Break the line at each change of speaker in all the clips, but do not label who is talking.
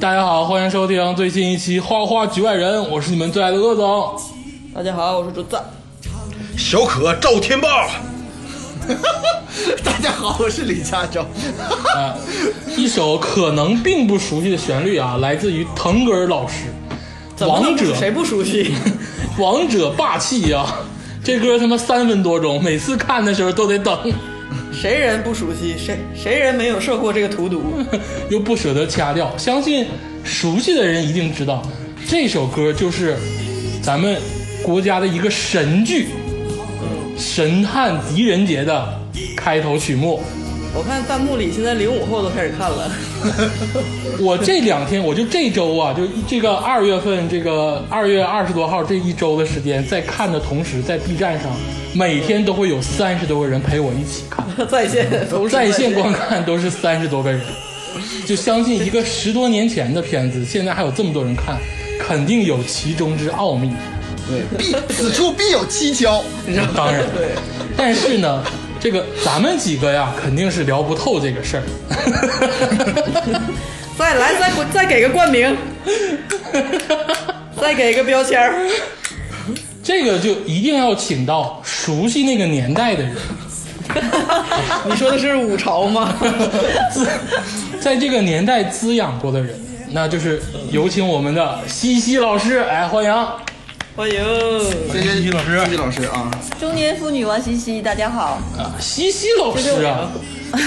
大家好，欢迎收听最新一期《花花局外人》，我是你们最爱的鄂总。
大家好，我是竹子。
小可赵天霸，
大家好，我是李佳洲。
一首可能并不熟悉的旋律啊，来自于腾格尔老师，《
怎么能
王
不
者
谁不熟悉？
王者霸气》啊。这歌他妈三分多钟，每次看的时候都得等，
谁人不熟悉？谁谁人没有受过这个荼毒？
又不舍得掐掉。相信熟悉的人一定知道，这首歌就是咱们国家的一个神剧《神探狄仁杰》的开头曲目。
我看弹幕里现在零五后都开始看了。
我这两天，我就这周啊，就这个二月份，这个二月二十多号这一周的时间，在看的同时，在 B 站上每天都会有三十多个人陪我一起看，
在线同时
在线
线
观看都是三十多个人，就相信一个十多年前的片子，现在还有这么多人看，肯定有其中之奥秘。
对， 必此处必有蹊跷，你知道吗？
当然，但是呢，这个咱们几个呀，肯定是聊不透这个事儿。
再来再给我再给个冠名， 再给个标签儿。
这个就一定要请到熟悉那个年代的人，
你说的是五朝吗？
在这个年代滋养过的人，那就是有请我们的西西老师，哎，欢迎。
欢迎。
谢谢
老师
谢谢老师啊，
中年妇女王西西，大家好！
西西老师啊，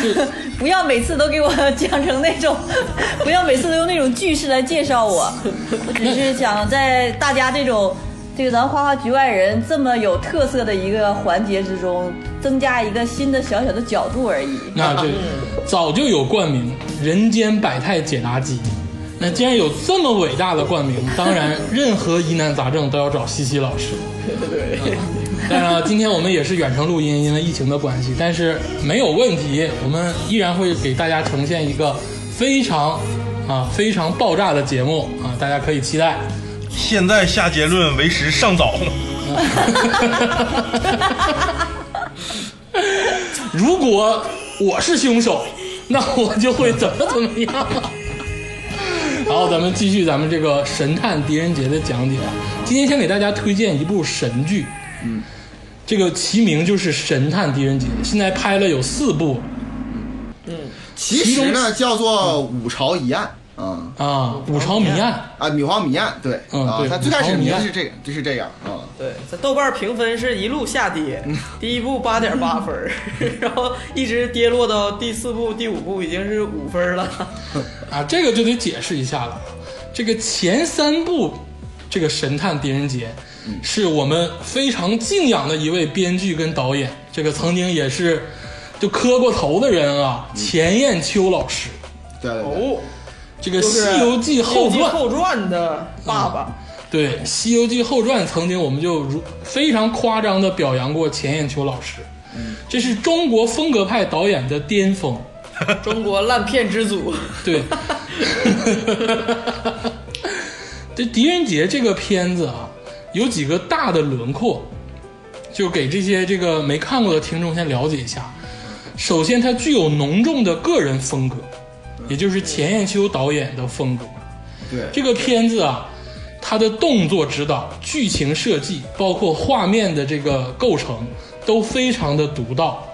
不要每次都给我讲成那种， 不要每次都用那种句式来介绍我。我只是想在大家这种这个咱花花局外人这么有特色的一个环节之中，增加一个新的小小的角度而已。
那这早就有冠名“人间百态解答机”。那既然有这么伟大的冠名，当然任何疑难杂症都要找西西老 师。对。当然了，今天我们也是远程录音，因为疫情的关系，但是没有问题，我们依然会给大家呈现一个非常啊非常爆炸的节目啊，大家可以期待。
现在下结论为时尚早。
如果我是凶手，那我就会怎么怎么样。啊 好，咱们继续咱们这个神探狄仁杰的讲解。啊今天先给大家推荐一部神剧，嗯，这个其名就是《神探狄仁杰》，现在拍了有四部
其实呢叫做五朝一案啊
啊，《五朝谜案
啊，女皇谜案对
嗯
啊
对，
它最开始
女
名
皇谜案
字是这个，就是这样啊，
对，在豆瓣评分是一路下跌，第一部八点八分儿， 然后一直跌落到第四部、第五部已经是五分儿了。》
啊，这个就得解释一下了。这个前三部，这个《神探狄仁杰》
嗯
是我们非常敬仰的一位编剧跟导演，这个曾经也是就磕过头的人啊，
嗯
钱砚秋老师。
对对对，
哦，
这个《
就是
西游记后传》
西游记后传的爸爸。
对《西游记后传》曾经我们就如非常夸张的表扬过钱砚秋老师，
嗯
这是中国风格派导演的巅峰。嗯
中国烂片之祖，
对，这《狄仁杰》这个片子啊，有几个大的轮廓，就给这些这个没看过的听众先了解一下。首先，它具有浓重的个人风格，也就是钱砚秋导演的风格。
对
这个片子啊，它的动作指导、剧情设计，包括画面的这个构成，都非常的独到，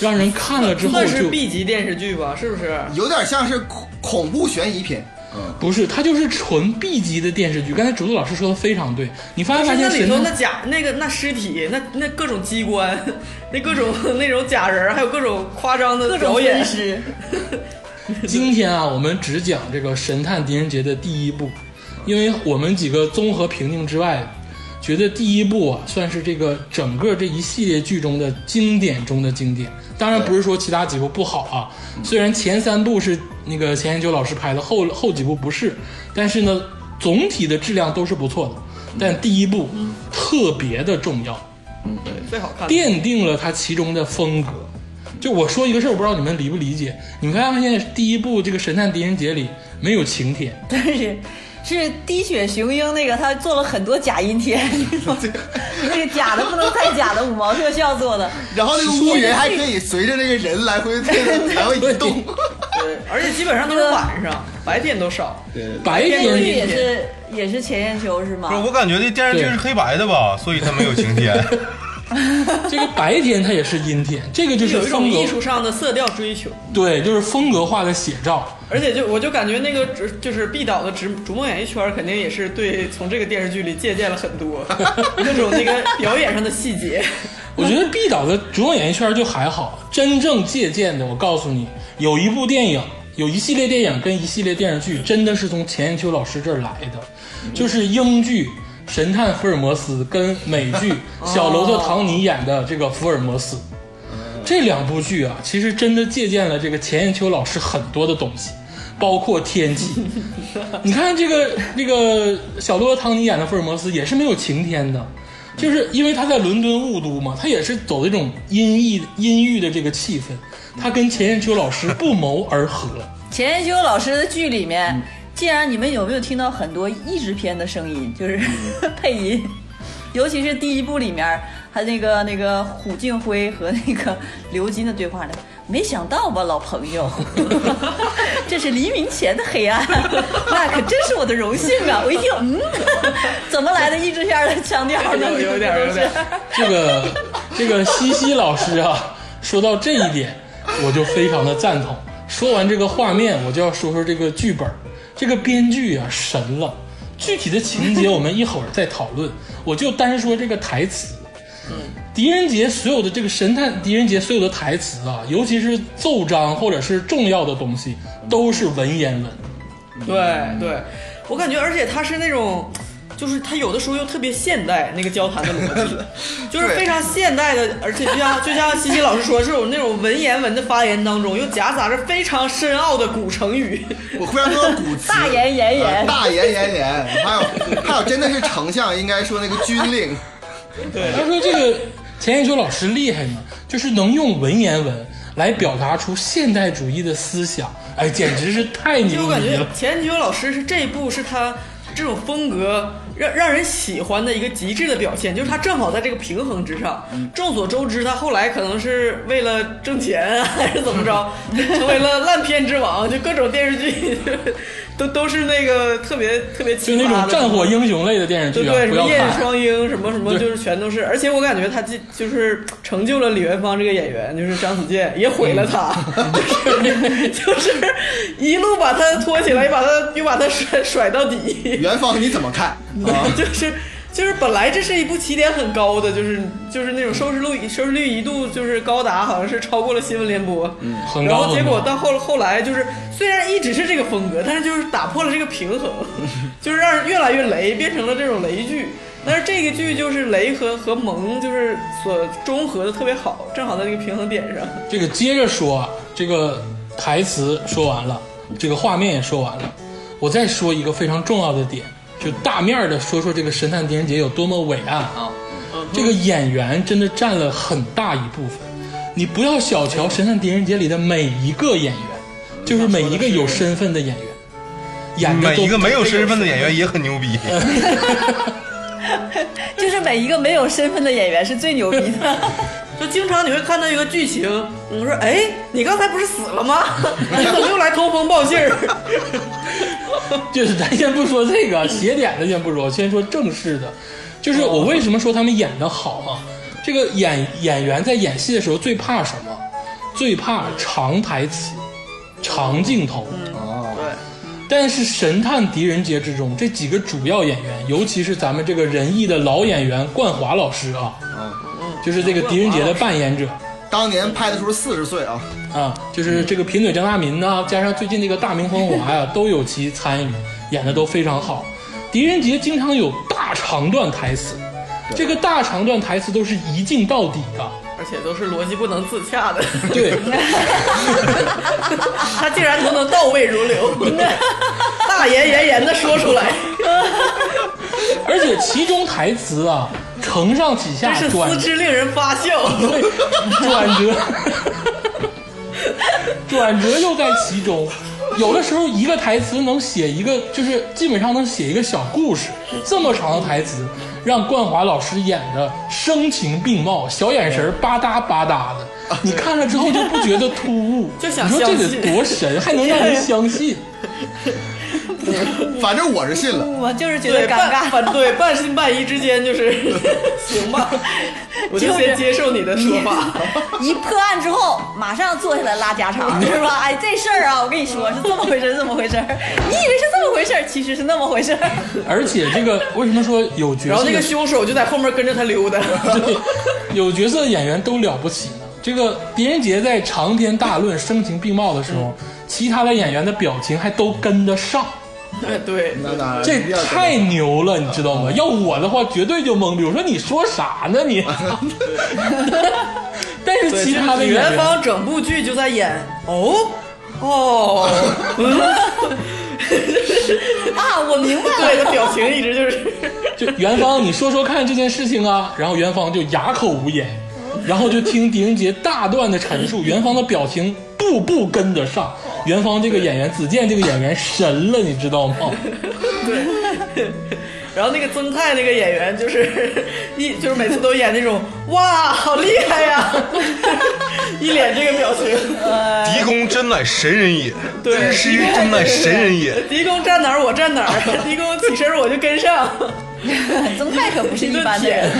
让人看了 之后
那是
就
B 级电视剧吧？是不是？
有点像是恐恐怖悬疑片，嗯，
不是，它就是纯 B 级的电视剧。刚才竹子老师说的非常对，你发没
但
发
是那
现
里
神
头那
探
假那个那尸体，那那各种机关， 那各种那种假人儿，还有各种夸张的
各种
表演
分。尸，
今天啊，我们只讲这个《神探狄仁杰》的第一部，因为我们几个综合评定之外，觉得第一部啊算是这个整个这一系列剧中的经典中的经典。当然不是说其他几部不好啊，
嗯
虽然前三部是那个钱砚秋老师拍的，后后几部不是，但是呢，总体的质量都是不错的。但第一部
嗯
特别的重要，
对最好看的。
奠定了它其中的风格。就我说一个事儿，我不知道你们理不理解。你们发没发现第一部这个《神探狄仁杰》里没有晴天，
但是是滴血雄鹰那个，他做了很多假阴天，你知道吗那个假的不能太假的五毛特效做的。
然后那个乌云还可以随着那个人来回来回移动，
对，而且基本上都是晚上，白天都少。
对，
白
电视剧
天
也是也是前眼球是吗
不？是，我感觉这电视剧是黑白的吧，所以它没有晴天。
这个白天它也是阴天，这个就是
有一种
风格
艺术上的色调追求，
对，就是风格化的写照。
而且就我就感觉那个直就是毕导的直《逐梦演艺圈》肯定也是对从这个电视剧里借鉴了很 多各种那个表演上的细节。
我觉得毕导的《逐梦演艺圈》就还好，真正借鉴的，我告诉你，有一部电影，有一系列电影跟一系列电视剧，真的是从钱雁秋老师这儿来的，就是英剧《神探福尔摩斯》跟美剧小罗伯特·唐尼演的这个《福尔摩斯》，这两部剧啊，其实真的借鉴了这个钱雁秋老师很多的东西。包括天气，你看这个这个小罗伯特唐尼演的福尔摩斯也是没有晴天的，就是因为他在伦敦雾都嘛，他也是走这种阴翳阴郁的这个气氛，他跟钱雁秋老师不谋而合。
钱雁秋老师的剧里
嗯
面，竟然你们有没有听到很多译制片的声音，就是
嗯
配音，尤其是第一部里面，他那个那个胡静辉和那个刘金的对话呢。没想到吧，老朋 友，这是黎明前的黑暗， 那可真是我的荣幸啊！我一听，嗯， 怎么来的译制片的腔调呢？
有有点儿有点儿
这个这个西西老师啊，说到这一点，我就非常的赞同。说完这个画面，我就要说说这个剧本，这个编剧啊神了。具体的情节我们一会儿再讨论，我就单说这个台词。狄仁杰所有的这个神探，狄仁杰所有的台词啊，尤其是奏章或者是重要的东西，都是文言文。
对对，我感觉，而且他是那种，就是他有的时候又特别现代那个交谈的逻辑，就是非常现代的，而且就像就像西西老师说，是有那种文言文的发言当中又夹杂着非常深奥的古成语，
我非常多的古词，
大言炎
呃
炎，
大言炎炎，还有还有真的是丞相应该说那个军令，
他说这个钱雁秋老师厉害呢，就是能用文言文来表达出现代主义的思想，哎，简直是太
就
牛
我感
逼
觉
了。
钱雁秋老师是这一部是他这种风格让让人喜欢的一个极致的表现，就是他正好在这个平衡之上。
嗯
众所周知，他后来可能是为了挣钱啊，还是怎么着，成为了烂片之王，就各种电视剧都都是那个特别特别
就
奇葩
那
的
种战火。英雄类的电视
对
剧啊，
对，什
不
么
要
燕
看。
双鹰，什么什么，
对
就是全都是。而且我感觉他这就是成就了李元芳这个演员，就是张子健，也毁了他，
嗯
就是就是一路把他拖起来，又把他又把他甩甩到底，
元芳你怎么看？
啊
就是。就是本来这是一部起点很高的，就是就是那种收视率收视率一度就是高达，好像是超过了新闻联播，嗯
很
然
高
后结果
很高
到后后来就是虽然一直是这个风格，但是就是打破了这个平 衡，就是让人越来越雷，变成了这种雷剧。但是这个剧就是雷和和萌就是所中和的特别好，正好在那个平衡点上。
这个接着说啊，这个台词说完了，这个画面也说完了，我再说一个非常重要的点，就大面儿的说说这个神探狄仁杰有多么伟岸啊。
嗯
这个演员真的占了很大一部分，你不要小瞧《神探狄仁杰》里的每一个演员，就是每一个有身份的演员，演的
嗯每
都
一个没有身份的演员也很牛逼。
就是每一个没有身份的演员是最牛逼的。
就经常你会看到一个剧情，你说哎，你刚才不是死了吗？ 你怎么又来通风报信儿？
就是咱先不说这个邪点的，先不说，先说正式的。就是我为什么说他们演的好啊？这个演演员在演戏的时候最怕什么？最怕长台词、长镜头。
哦，
但是《神探狄仁杰》之中，这几个主要演员，尤其是咱们这个仁义的老演员冠华老师啊，就是这个狄仁杰的扮演者
当年拍的时候四十岁啊，
啊，就是这个贫嘴张大民呐、加上最近这个大明风华呀、啊都有其参与，演的都非常好。狄仁杰经常有大长段台词，这个大长段台词都是一镜到底的。
而且都是逻辑不能自洽的，
对，
他竟然都能倒背如流， 大言炎炎的说出 来，
而且其中台词啊，承上启下
真，是
转
思之令人发笑。
转折，转折又在其中。有的时候一个台词能写一个，就是基本上能写一个小故事。这么长的台词，让冠华老师演的声情并茂，小眼神儿吧嗒吧嗒的，你看了之后就不觉得突兀，
就想
你说这
相
得
信
多神，还能让人相 信。
反正我是信了。
我就是觉
对
得尴
半
尬。
半对半信半疑之间就是 行吧，我就
就是
先接受你的说 法。
一破案之后，马上坐下来拉家常，是吧？哎，这事儿啊，我跟你说是这么回事，是这么回事儿。你以为是这么回事儿，其实是那么回事儿。
而且这个为什么说有角
然后
色
那
的
个凶手就在后面跟着他溜达。
对，有角色的演员都了不起呢。这个狄仁杰在长篇大论、声情并茂的时候，其他的演员的表情还都跟得上，
哎对，
那当然，
这
一定要跟
太牛了，你知道吗？要我的话，绝对就懵逼。我说你说啥呢你？ 但是
对
其他的
就
演
是
员，
元芳整部剧就在演哦哦，嗯
啊，我明白了。
对他表情一直就是。
就元芳，你说说看这件事情啊。然后元芳就哑口无言，然后就听狄仁杰大段的陈述，元芳的表情步步跟得上。元芳这个演员，子健这个演员神了，你知道吗？
然后那个曾泰那个演员就是 一就是每次都演那种哇好厉害呀、 一脸这个表情。
哎
狄公真乃神人也，
对
真是真乃神人 也。
狄公站哪儿我站哪儿， 狄公起身我就跟上，
曾泰可不是 一般的人。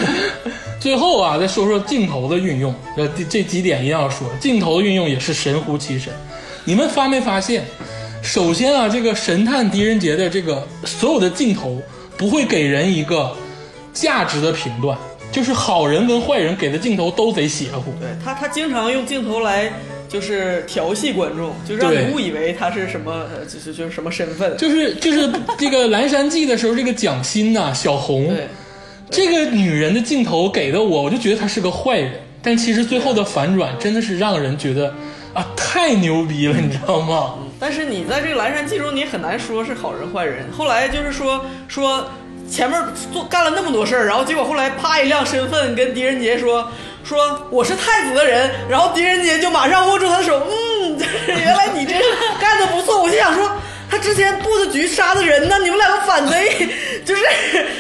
最后啊，再说说镜头的运用，呃，这这几点一定要说，镜头的运用也是神乎其神。你们发没发现？首先啊，这个神探狄仁杰的这个所有的镜头不会给人一个价值的评断，就是好人跟坏人给的镜头都贼邪乎。
对他他经常用镜头来就是调戏观众，就让
对
你误以为他是什么呃就是就是什么身份。
就是就是这个《蓝山记》的时候，这个蒋欣呐、小红，
对，
这个女人的镜头给的我，我就觉得她是个坏人，但其实最后的反转真的是让人觉得啊，太牛逼了，你知道吗？
但是你在这个《蓝山记》中，你很难说是好人坏人。后来就是说说前面做干了那么多事儿，然后结果后来啪一亮身份，跟狄仁杰说说我是太子的人，然后狄仁杰就马上握住他的手，嗯，就是原来你这干的不错，我就想说。他之前布的局杀的人呢？你们两个反贼，就是，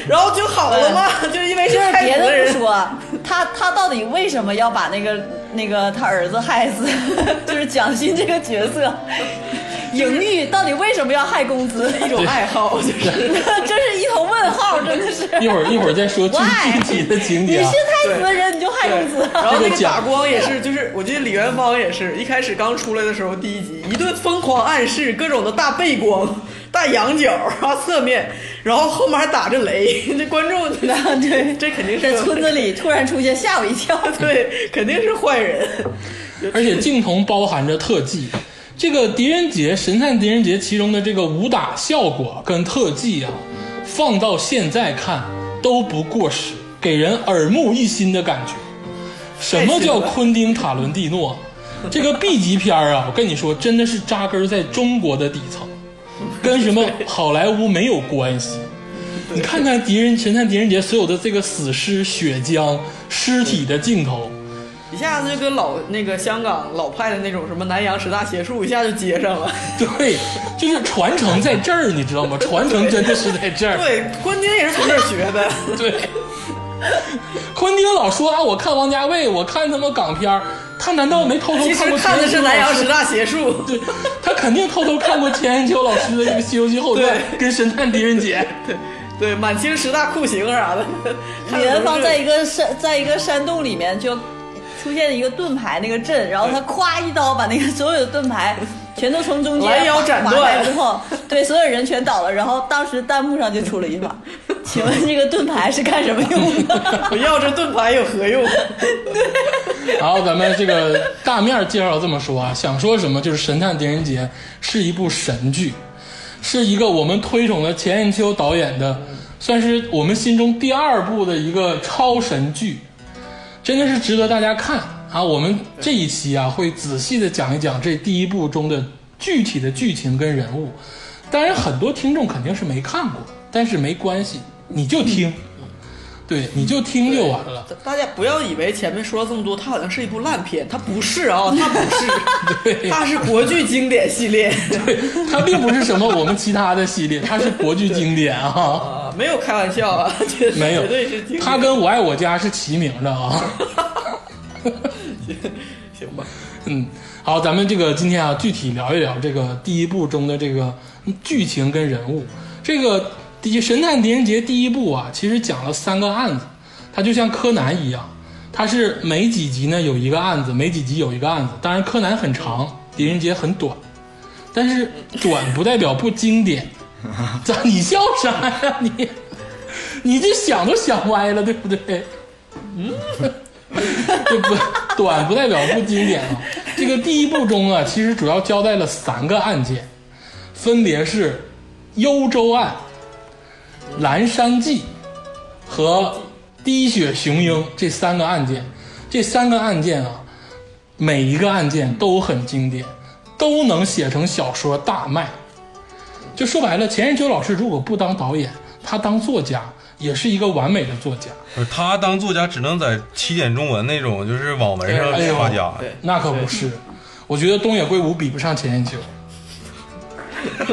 然后就好了嘛，就是因为是
就是
太
别
子
的
人
不，说，他他到底为什么要把那个那个他儿子害死？ 就是蒋欣这个角色，莹玉到底为什么要害公子？一种
爱好就是。
真是一头问号，真的是。
一会儿一会儿再说具 具
Why？
体的情
你
节、
是
啊。
太子的人，你就害公 子。
然后那
这
个
个讲
打光也是，就是我记得李元芳也是一开始刚出来的时候，第一集一顿疯狂暗示，各种的大背光、 大仰角啊、侧面，然后后面还打着雷， 这观众
那 对
这肯定是
在村子里突然出现，吓我一跳。
对， 肯定是坏人。
而且镜头包含着特技。这个狄仁杰神探狄仁杰其中的这个武打效果跟特技啊，放到现在看都不过时，给人耳目一新的感觉。什么叫昆汀·塔伦蒂诺？这个 B 级片儿啊，我跟你说，真的是扎根在中国的底层，跟什么好莱坞没有关系。你看看狄仁神探狄仁杰所有的这个死尸、血浆、尸体的镜头，
一下子就跟老那个香港老派的那种什么南洋十大邪术一下就接上 了。
对，就是传承在这儿，你知道吗？传承真的是在这儿。
对，昆汀也是从这儿学 的。
对，昆汀老说啊，我看王家卫，我看他妈港片儿，他南道没偷偷
嗯其
看
实
过
看的是
钱
南
钟
洋
老师
十大邪 术。
对，他肯定偷偷看过钱恩秋老师的这个《西游记后传》跟《神探狄仁杰》。
对 对，满清十大酷刑啥的。看
李
的都是
元芳在一个山，在一个山洞里面就出现一个盾牌那个阵，然后他咵一刀把那个 所有的盾牌全都从中间
拦腰斩
划
断
开之后，对所有人全倒了。然后当时弹幕上就出了一把，请问这个盾牌是干什么用的？
我要这盾牌有何用？
然后咱们这个大面儿介绍这么说啊，想说什么就是《神探狄仁杰》是一部神剧，是一个我们推崇的钱雁秋导演的，算是我们心中第二部的一个超神剧，真的是值得大家看啊！我们这一期啊会仔细的讲一讲这第一部中的具体的剧情跟人物，当然很多听众肯定是没看过，但是没关系，你就听。对，你就听就完了。
大家不要以为前面说了这么多，它好像是一部烂片，它不是啊、它不是，它是国剧经典系列。
它并不是什么我们其他的系列，它是国剧经典啊，
啊，没有开玩笑啊，这
没有
绝对是经，典
它跟我爱我家是齐名的啊。
行吧，
嗯，好，咱们这个今天啊，具体聊一聊这个第一部中的这个剧情跟人物。这个第一《神探狄仁杰》第一部啊，其实讲了三个案子，它就像柯南一样，它是每几集呢有一个案子，每几集有一个案子。当然，柯南很长，狄仁杰很短，但是短不代表不经典。 咋？你笑啥呀你？你这想都想歪了，对不对？嗯这不短不代表不经典啊。这个第一部中啊，其实主要交代了三个案件，分别是幽州案、蓝山记和滴血雄鹰这三个案件。这三个案件啊，每一个案件都很经典，都能写成小说大卖。就说白了，钱仁秋老师如果不当导演，他当作家也是一个完美的作家。
不是他当作家只能在起点中文那种就是网文上
哎呦
发家，
对
那可不是，我觉得东野圭吾比不上钱彦秋，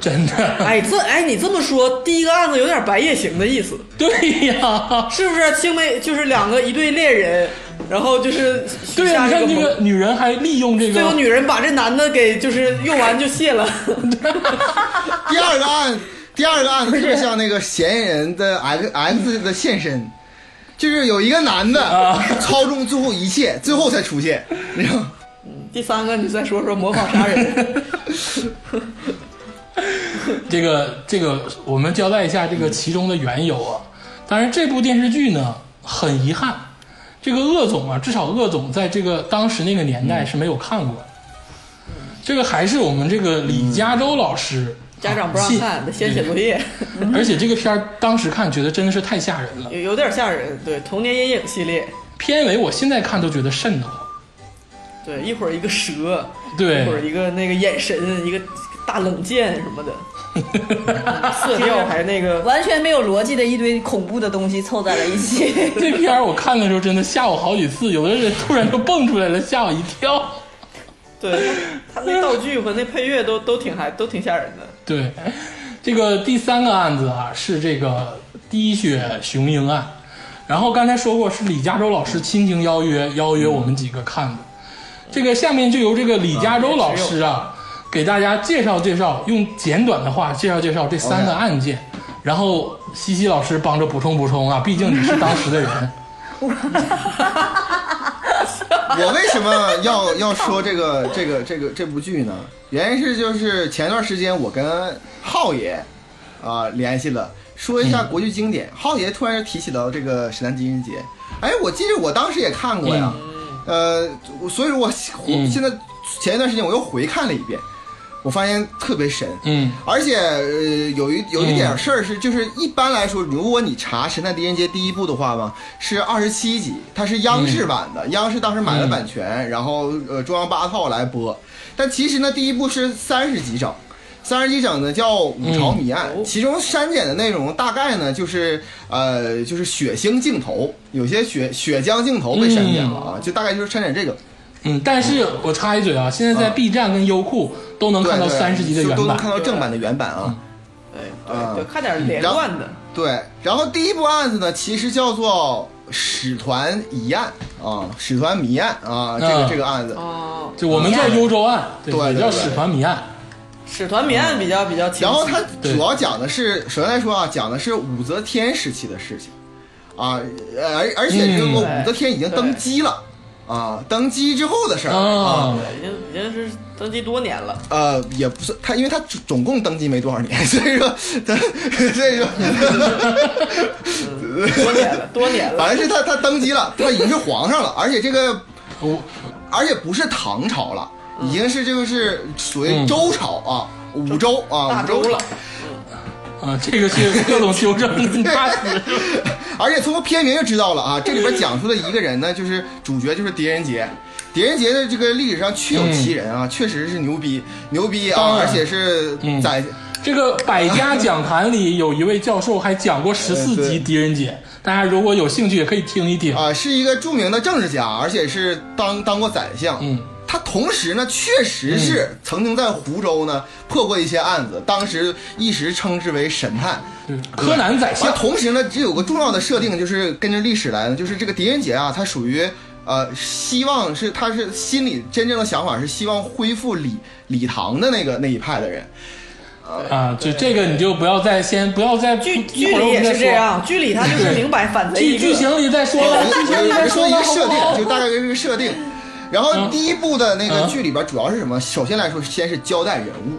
真的，
哎，这哎，你这么说，第一个案子有点《白夜行》的意思，
对呀，
是不是？青梅就是两个一对恋人，然后 就是
对呀，
下
你看这
这盟
个女人还利用这
最后
个，
女人把这男的给就是用完就卸了，
第二个案，第二个案子特别像那个嫌疑人的 X X 的现身，就是有一个男
啊
的操纵最后一切，最后才出现，你知道吗？
第三个你再说说模仿杀人，
这个这个，我们交代一下这个其中的缘由啊。当然，这部电视剧呢，很遗憾，这个鄂总啊，至少鄂总在这个当时那个年代是没有看过的。这个还是我们这个李嘉洲老师，
嗯家长不让看，得先写作业，
而且这个片儿当时看觉得真的是太吓人了。
有有点吓人。对，童年阴影系列，
片尾我现在看都觉得瘆得慌。
对，一会儿一个蛇，一会儿
对，。
一个那个眼神，一个大冷箭什么的，色调还那个
完全没有逻辑的一堆恐怖的东西凑在了一起
这片儿我看的时候真的吓我好几次，有的人突然就蹦出来了，吓我一跳。
对他那道具和那配乐都都挺还都挺吓人的。
对，这个第三个案子啊是这个滴血雄鹰案，然后刚才说过是李嘉洲老师亲情邀约邀约我们几个看的，这个下面就由这个李嘉洲老师啊给大家介绍介绍，用简短的话介绍介绍这三个
OK
案件。然后西西老师帮着补充补充啊，毕竟你是当时 的
嗯
人。
我为什么要要说这个这个这个这部剧呢？原因是就是前段时间我跟浩爷啊、联系了，说一下国剧经典。浩爷突然就提起了这个《神探狄仁杰》，哎，我记得我当时也看过呀，呃，所以我我
嗯
现在前一段时间我又回看了一遍，我发现特别神。
嗯，
而且呃，有一有一点事儿是，就是一般来说，如果你查《神探狄仁杰》第一部的话嘛，是二十七集，它是央视版的，央视当时买了版权，然后呃中央八套来播。但其实呢，第一部是三十集整，三十集整呢叫《五朝谜案》
哦
其中删减的内容大概呢就是呃就是血腥镜头，有些血血浆镜头被删减了啊，就大概就是删减这个。
嗯，但是我插一嘴啊，现在在 B 站跟优酷都能
对
看到
嗯对
三十集的
就
原
都
版
能看。到正版的原版啊。
对
啊
哎对对，看点连贯的。
对，然后第一部案子呢，其实叫做使团疑案啊，使团谜案啊，这个、
嗯
这个案子，
哦，
就我们叫幽州案，对
对对
也
对
叫使团谜案。
使团谜案比较比较清晰。
然后它
对
主要讲的是，首先来说啊，讲的是武则天时期的事情啊，呃而而且这个
嗯
武则天已经登基了、啊，登基之后的事儿、啊。
啊，
已经已经是登基多年 了，
呃，也不是他，因为他总总共登基没多少年，所以说， 他所以说，
多年了，多年了。
反正是他他登基了，他已经是皇上了，而且这个
我
而且不是唐朝了，已经是这个是属于
嗯
周朝啊，五周啊，
大
五
周了，
啊，这个是各种修正，大 师。
而且通过片名就知道了啊，这里边讲述的一个人呢，就是主角就是狄仁杰。狄仁杰的这个历史上确有其人啊，确实是牛逼，牛逼
嗯
啊！
当然
而且是
嗯
在
这个百家讲坛里有一位教授还讲过十四集
对
狄仁杰，大家如果有兴趣也可以听一听。
啊、是一个著名的政治家，而且是当当过宰相。
嗯，
他同时呢，确实是曾经在湖州呢破过一些案子，当时一时称之为神探。
对，柯南宰
那
相，
同时呢，这有个重要的设定，就是跟着历史来的，就是这个狄仁杰啊，他属于呃，希望是他是心里真正的想法是希望恢复礼礼堂的那个那一派的人。
啊，就这个你就不要再先不要再
剧
一
剧
会儿
里
我
也
们再
是这
说。
样，剧里他就是明摆反贼
剧
一
剧
个。
情里再说 了，剧情里
我
再
我说一
了，
个
好不
设
好？
定，就大概这个设定。然后
嗯
第一部的那个
嗯
剧里边主要是什么？首先来说，先是交代人物，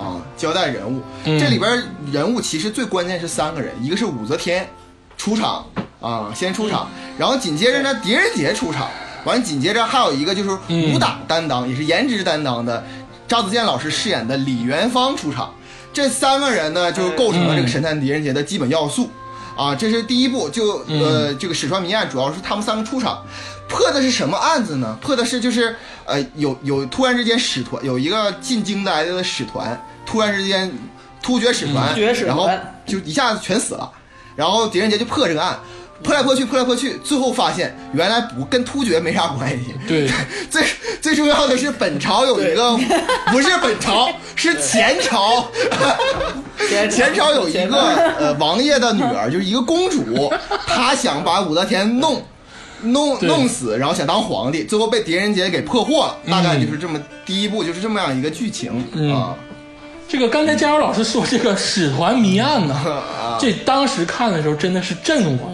啊，交代人物。
嗯
这里边人物其实最关键是三个人，一个是武则天出场啊，先出场，然后紧接着呢，狄仁杰出场，完紧接着还有一个就是武打担当，也是颜值担当的赵子健老师饰演的李元芳出场。这三个人呢，就构成了这个神探狄仁杰的基本要素。啊，这是第一步，就
嗯
呃，这个史川谜案主要是他们三个出场，破的是什么案子呢？破的是就是呃，有有突然之间使团有一个进京来的使团，突然之间突厥使团，
嗯突厥使团
然后就一下子全死了，然后狄仁杰就破这个案。破来破去，破来破去，最后发现原来不跟突厥没啥关系。
对，
最最重要的是，本朝有一个不是本朝，是前朝。前朝有一个呃王爷的女儿，就是一个公主，她想把武则天弄弄
对
弄死，然后想当皇帝，最后被狄仁杰给破获了。大概就是这么第一部就是这么样一个剧情
嗯
啊。
这个刚才佳茹老师说这个使团谜案呢，这当时看的时候真的是震我，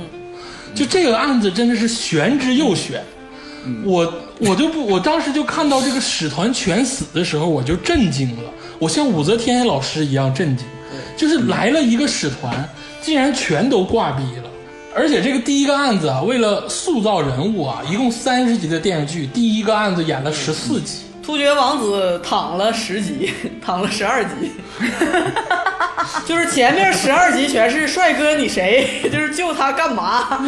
就这个案子真的是玄之又玄。我我就不，我当时就看到这个使团全死的时候，我就震惊了，我像武则天老师一样震惊，就是来了一个使团，竟然全都挂逼了。而且这个第一个案子啊，为了塑造人物啊，一共三十集的电视剧，第一个案子演了十四集，
突厥王子躺了十集，躺了十二集， 就是前面十二集全是帅哥你谁， 就是救他干嘛？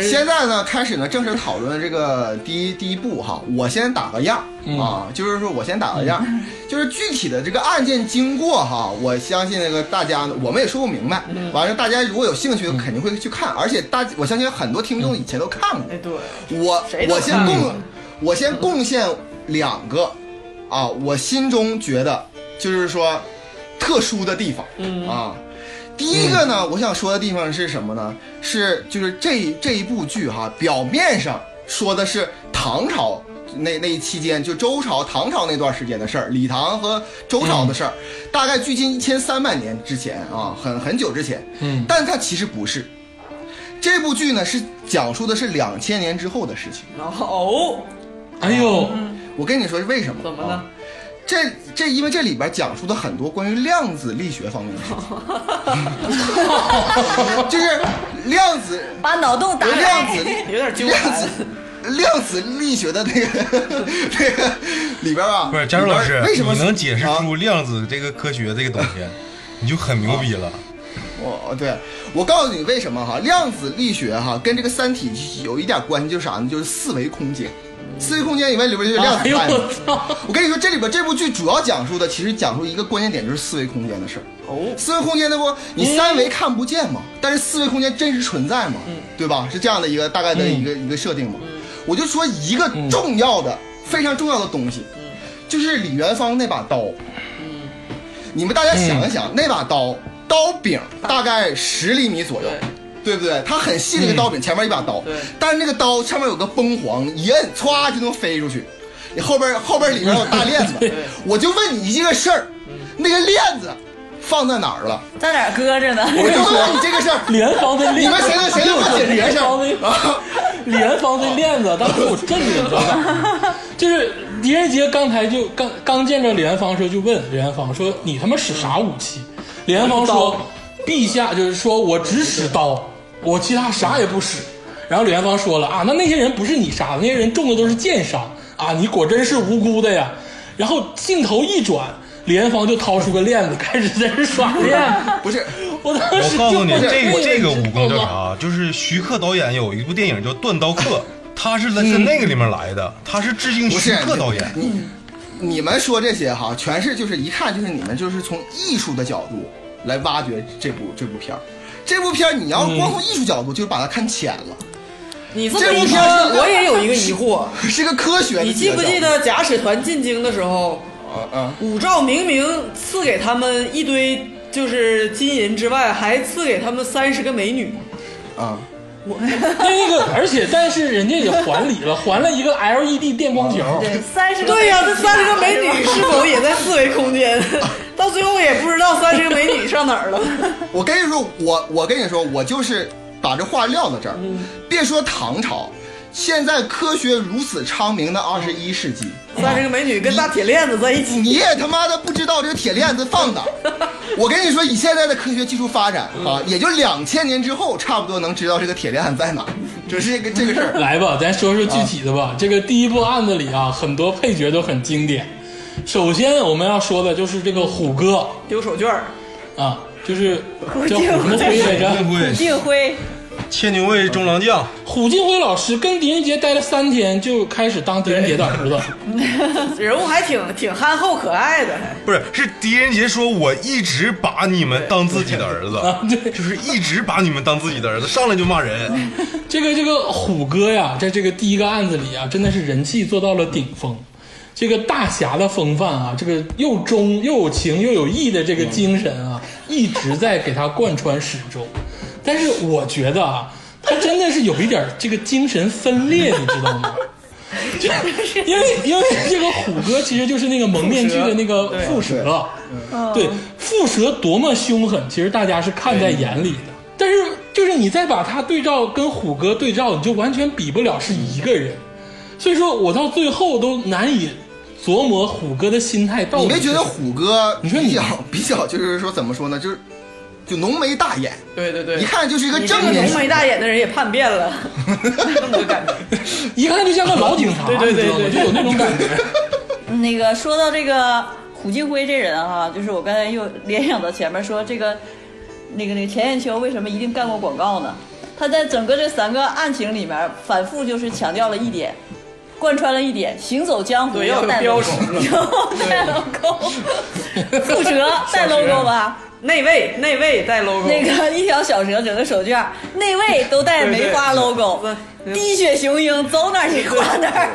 现在呢，开始呢正式讨论这个第一第一步哈。我先打个样、
嗯
啊，就是说我先打个样，就是具体的这个案件经过哈，我相信那个大家呢，我们也说不明白。
嗯
完了，大家如果有兴趣，肯定会去看，而且大我相信很多听
嗯
众以前都看过。
哎，对，
我
谁都
我先
看
贡，我先贡献两个啊，我心中觉得就是说特殊的地方、
嗯
啊。第一个呢，我想说的地方是什么呢？是就是这这一部剧哈，表面上说的是唐朝那那一期间，就周朝、唐朝那段时间的事儿，李唐和周朝
嗯
的事儿，大概距今一千三百年之前啊，很很久之前。
嗯
但它其实不是。这部剧呢是讲述的是两千年之后的事情。
然后哦，
哎呦，
我跟你说是为什么？
怎么呢
啊？这这因为这里边讲述的很多关于量子力学方面的 事情，就是量子
把脑洞打
量
开
子。
有点纠
量
缠
哦子。量子力学的那个那个里边吧，
不是，佳茹
里边
老师，
为什么
你能解释
啊
出量子这个科学这个东西，你就很牛逼了。
我哦对我告诉你为什么哈，量子力学哈跟这个《三体》有一点关系，就是啥呢？就是四维空间。四维空间以外里边就是量
哎
子
呦
概念。
我操！
我跟你说，这里边这部剧主要讲述的，其实讲述一个关键点，就是四维空间的事儿。
哦，
四维空间的
嗯
不，你三维看不见嘛，但是四维空间真实存在嘛，
嗯
对吧？是这样的一个大概的一个、一个设定嘛。我就说一个
嗯
重要的、非常重要的东西，就是李元芳那把刀。你们大家想一想，那把刀刀柄大概十厘米 左右
对。
对不对？它很细的一个刀柄，前面一把刀，
对
但是那个刀上面有个崩簧，一摁歘就能飞出去。你后边后边里面有大链子，我就问你一个事儿，那个链子放在哪儿了？
在哪儿搁着呢？
我就问你这个事儿，
联防的链，
你们谁能谁能给我解释这
联
事
防
儿？
的联防的链子，当时我震着，你知道吧？就是狄仁杰刚才就刚刚见着李元芳的时候，就问李元芳说：“你他妈使啥武器？”李元芳说：“陛下就是说我只使刀，我其他啥也不使。”然后李元芳说了：“啊，那那些人不是你杀的，那些人中的都是箭伤啊，你果真是无辜的呀。”然后镜头一转，李元芳就掏出个链子，开始在这耍链。
不是，
我当时
我告诉你，
就不
这
是
个这个武功 叫？
你知道吗
啥？就是徐克导演有一部电影叫《断刀客》，他是在那个里面来的，他是致敬
不
徐
是
克导演。
你们说这些哈，全是就是一看就是你们就是从艺术的角度来挖掘这部这部片儿。这部片儿你
嗯
要光从艺术角度，就是把它看浅了，
你这
这
么
部
一
片
说
儿是，
我也有一个疑 惑，
是个科学的角度。
你记不记得假使团进京的时候，
啊？啊
武曌明明赐给他们一堆就是金银之外，还赐给他们三十个美女。
啊！
那个，而且但是人家也还礼了，还了一个 LED 电光球。
对，三十
对呀、这三十个美 女是否也在四维空间？ 到最后也不知道三十个美女上哪儿 了。
我跟你说，我我跟你说，我就是把这话撂到这儿。
嗯
别说唐朝，现在科学如此昌明的二十一世纪，
三十个美女跟大铁链子在一起，
你也他妈的不知道这个铁链子放哪儿。我跟你说，以现在的科学技术发展啊，也就两千年之后，差不多能知道这个铁链子在哪儿。这是一个这个事儿。
嗯
来吧，咱说说具体的吧。这个第一部案子里啊，很多配角都很经典。首先我们要说的就是这个虎哥
丢手绢儿，
啊，就是叫虎什么辉来着？
会不会
定辉，
牵牛卫中郎将？
虎进辉老师跟狄仁杰待了三天，就开始当狄仁杰的儿子。
人物还挺挺憨厚可爱的，还
不是，是狄仁杰说，我一直把你们当自己的儿子，就是一直把你们当自己的儿子，上来就骂人。
这个这个虎哥呀，在这个第一个案子里啊，真的是人气做到了顶峰。这个大侠的风范啊，这个又忠又有情又有义的这个精神啊，一直在给他贯穿始终。但是我觉得啊，他真的是有一点儿这个精神分裂，你知道吗？ 就因为因为这个虎哥其实就是那个蒙面剧的那个
对
蝮蛇，
嗯
对蝮蛇多么凶狠，其实大家是看在眼里的。但是就是你再把它对照跟虎哥对照，你就完全比不了是一个人。所以说我到最后都难以琢磨虎哥的心态到底
你
是什么。
没觉
嗯
得虎哥
你说你
比较比较就是说怎么说呢？就是就浓眉大眼，
对对对，
一看就是一个
你这
正
个
面
浓眉大眼的人也叛变了，这么个感觉。
一看就像个老警察，
对对对
你知
对
道吗？就有那种感觉。
那个说到这个胡敬辉这人哈、就是我刚才又联想到前面说这个那个那个钱雁秋为什么一定干过广告呢？他在整个这三个案情里面反复就是强调了一点，贯穿了一点，行走江湖
对要有
带
标
logo，
识
要带 logo，蝮 蛇带 logo 吧。
内卫内卫带 logo，
那个一条小蛇，整个手绢， 内卫都带梅花 logo，
对对
滴血雄鹰，走哪儿你挂哪 儿。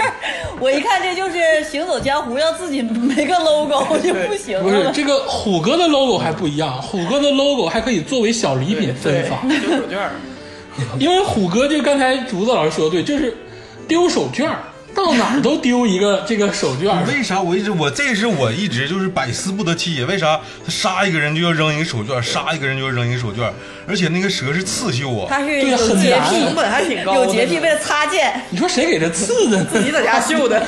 我一看这就是行走江湖，要自己没个 logo 就不行
不是
了。
这个虎哥的 logo 还不一样，虎哥的 logo 还可以作为小礼品分发，
对丢手绢儿，
因为虎哥就刚才竹子老师说的对，就是丢手绢儿，到哪儿都丢一个 这个手绢儿。
为啥我一直我这是我一直就是百思不得其解，为啥他杀一个人就要扔一个手绢，杀一个人就要扔一个手绢，而且那个蛇是刺绣啊，
他是
对
有
很
洁
难
癖
成，本还挺高的，
有洁癖为了擦剑。
你说谁给他刺的
自
呢？
己在家绣的，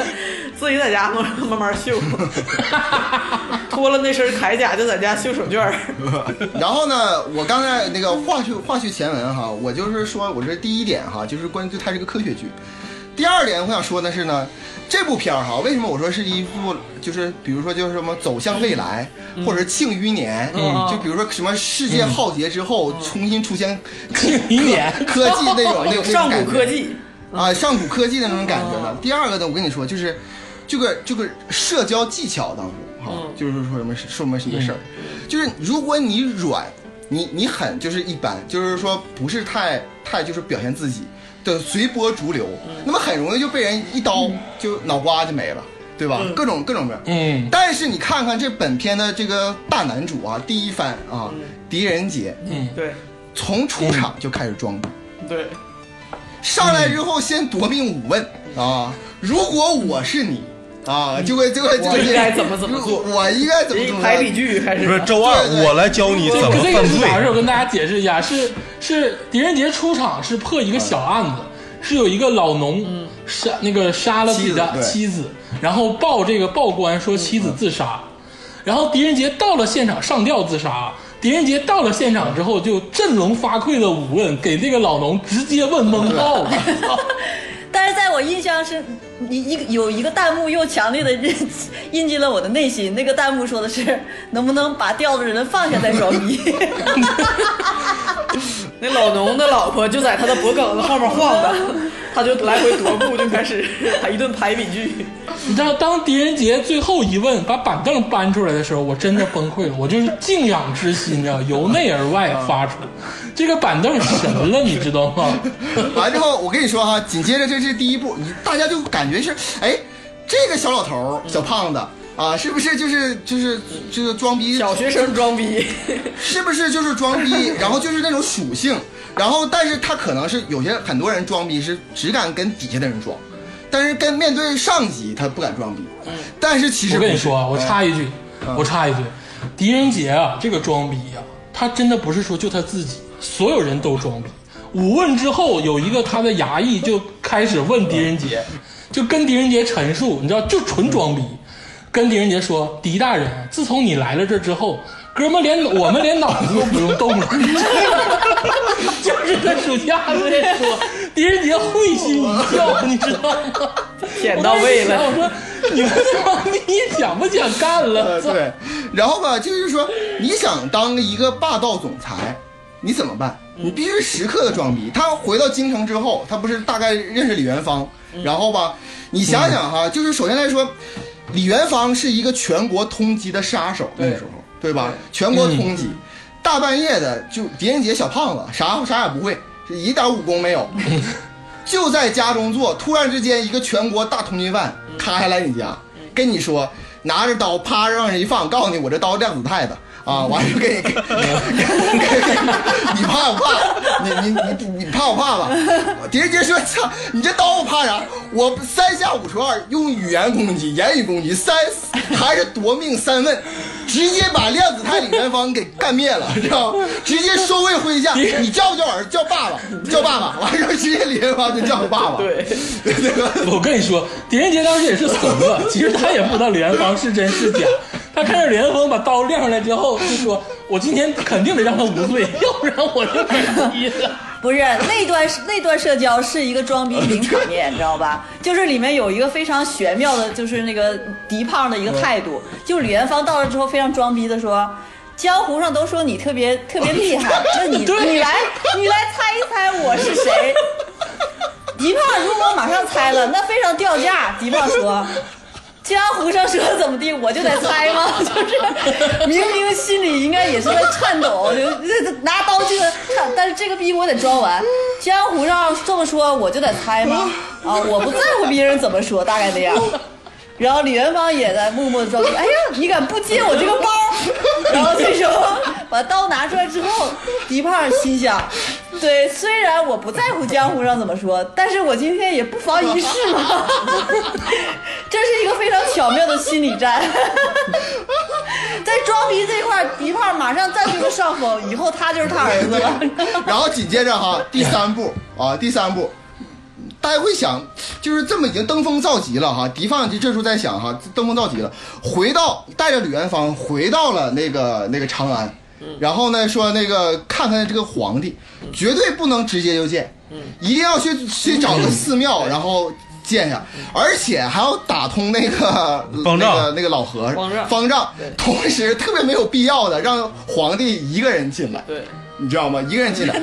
自己在家 慢慢慢绣， 脱了那身铠甲就在家绣手绢儿。
然后呢，我刚才那个话去话去前文哈，我就是说，我这第一点哈，就是关于它是个科学剧。第二点，我想说的是呢，这部片儿哈，为什么我说是一部就是比如说就是什么走向未来，
嗯
或者庆余年，就比如说什么世界浩劫之
嗯
后、重新出现
庆余年
科技那种那种那
上
种
古
感
科
觉。
技，
啊，上古科技的那种感觉的。第二个呢，我跟你说，就是这个这个社交技巧当中，哈、就是说什么是说什么是一个事儿，就是如果你软，你你很就是一般，就是说不是太太就是表现自己的随波逐流，那么很容易就被人一刀就脑瓜就没了，对吧？各种各种各样。
嗯，
但是你看看这本片的这个大男主啊，第一番啊，狄仁杰，
嗯
对
从出场就开始装逼。
对，
上来之后先夺命五问啊！如果我是你啊，就会就会就
嗯我
会
应该怎么怎么做
我我应该怎么怎么
排
做
比句还是
不是周二
对对
我来教你怎么
这
犯
个是咋回事？
罪。
我跟大家解释一下，是是狄仁杰出场是破一个小案子，是有一个老农
嗯
杀那个杀了自己的
妻
妻子，然后报这个报官说妻子自杀，
嗯
然后狄仁杰到了现场上吊自杀。狄仁杰到了现场之后，就振聋发聩的五问，给这个老农直接问懵 炮了。
但是在我印象是，一一有一个弹幕又强烈的 印进了我的内心，那个弹幕 说的是能不能把吊着人放下再装逼。
那老农的老婆就在他的脖梗子后面晃荡，他就来回踱步，就开始一顿排比句。
你知道，当狄仁杰最后一问把板凳搬出来的时候，我真的崩溃了，我就是敬仰之心，你知道，由内而外发出。这个板凳神了，你知道吗？
完之后，我跟你说哈，紧接着这是第一步，你大家就感觉是，哎，这个小老头儿小胖子啊，是不是就是就是就是装逼
小学生装逼，
是不是就是装逼？ 然后就是那种属性，然后但是他可能是有些很多人装逼是只敢跟底下的人装，但是跟面对上级他不敢装逼。
嗯
但是其实
我跟你
不是
说啊，我插一句，
嗯
我插一句，狄仁杰啊，这个装逼啊，他真的不是说就他自己，所有人都装逼。五问之后，有一个他的衙役就开始问狄仁杰，
嗯
就跟狄仁杰陈述，你知道，就纯装逼。跟狄仁杰说：“狄大人，啊自从你来了这之后，哥们连我们连脑子都不用动了。” 就是他暑假跟你说，狄仁杰会心一笑，你知道吗？
舔到位了
我当时想我说你们当逼想不想干了？
呃，对，然后吧，就是说你想当一个霸道总裁，你怎么办？你必须时刻的装逼。他回到京城之后，他不是大概认识李元芳，然后吧，你想想哈，就是首先来说，李元芳是一个全国通缉的杀手，那
对
时候对吧？全国通缉，大半夜的就狄仁杰小胖子，啥啥也不会，一点武功没有。就在家中坐，突然之间，一个全国大通缉犯咔下来你家，跟你说拿着刀啪让人一放，告诉你我这刀量子态的啊，完了就给你给给给你怕不怕？你你你你你怕不怕吧？狄仁杰说：“操，你这刀我怕啥？我三下五除二，用语言攻击、言语攻击，三还是夺命三问，直接把量子态李元芳给干灭了，知道 吗？直接收为麾下， 你叫不叫儿子？叫爸爸，叫爸爸。完之后，直接李元芳就叫爸爸。
对，
对对吧？
我跟你说，狄仁杰当时也是怂了， 其实他也不知道李元芳是真是假。他看着李元芳把刀亮出来之后，就说：“我今天肯定得让他无罪，要不然我就没逼了。”
不是那段那段社交是一个装逼零场面，你知道吧？就是里面有一个非常玄妙的，就是那个狄胖的一个态度。就李元芳到了之后，非常装逼的说。江湖上都说你特别特别厉害，那你
对
你来你来猜一猜我是谁？狄胖如果马上猜了，那非常掉价。狄胖说：“江湖上说怎么地，我就得猜吗？就是明明心里应该也是在颤抖，就就拿刀这个颤，但是这个逼我得装完。江湖上这么说，我就得猜吗？啊，我不在乎别人怎么说，大概那样。然后李元芳也在默默的装逼，哎呀，你敢不接我这个包？然后这时候把刀拿出来之后，狄胖心想，对，虽然我不在乎江湖上怎么说，但是我今天也不妨一试嘛。这是一个非常巧妙的心理战，在装逼这块儿，狄胖马上占据了上风，以后他就是他儿子了。
然后紧接着哈，第三步啊，第三步，大家会想，就是这么已经登峰造极了哈。狄放这时候在想哈，登峰造极了，回到带着吕元芳回到了那个那个长安，
嗯
然后呢说那个看看这个皇帝，绝对不能直接就见，
嗯
一定要去去找个寺庙，然后。见一下，
嗯
而且还要打通那个
方丈
那个那个老和尚
方丈
方丈，同时特别没有必要的让皇帝一个人进来，
对，
你知道吗？一个人进来，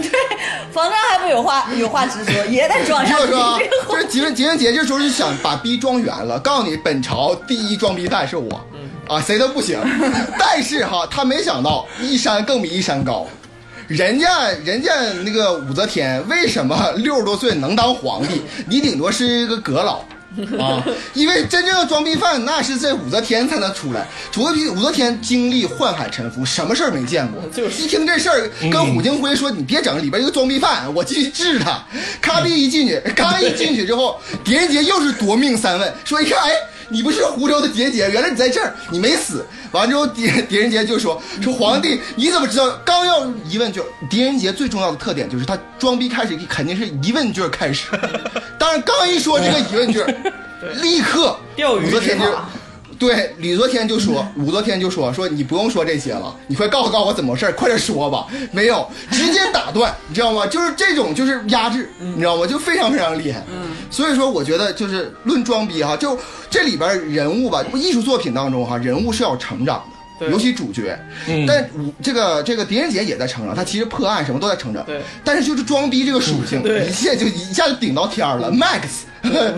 房丈还不有话有话直说，也得装上
就是
去。
说，就是狄仁杰这时候就想把逼装圆了，告诉你本朝第一装逼蛋是我，啊，谁都不行。但是哈，他没想到一山更比一山高，人家人家那个武则天为什么六十多岁能当皇帝，你顶多是一个阁老。 啊，因为真正的装逼犯那是这武则天才能出来。除非武则天经历宦海沉浮，什么事儿没见过，
就是
一听这事儿，跟虎鲸辉说：“你别整，里边一个装逼犯， 我进去治他。” 咔逼一进去，咔一进去之后，狄仁杰又是夺命三问，说：“一看，哎，你不是湖州的狄仁杰，原来你在这儿，你没死。”完之后，狄狄仁杰就说：“说皇帝，你怎么知道？”刚要疑问句，狄仁杰最重要的特点就是他装逼开始肯定是疑问句儿开始，但是刚一说这个疑问句儿，立刻
钓鱼
武则天就
执法
对，武则天就说，武则天就说，说你不用说这些了，你快告诉告诉我怎么回事儿，快点说吧。没有，直接打断，你知道吗？就是这种就是压制，你知道吗？就非常非常厉害。
嗯
所以说我觉得就是论装逼哈，就这里边人物吧，艺术作品当中哈，人物是要成长的。
对
尤其主角。
嗯
但武这个这个狄仁杰也在成长，他其实破案什么都在成长，
对
但是就是装逼这个属性，
对
一下就一下就顶到天儿了，max。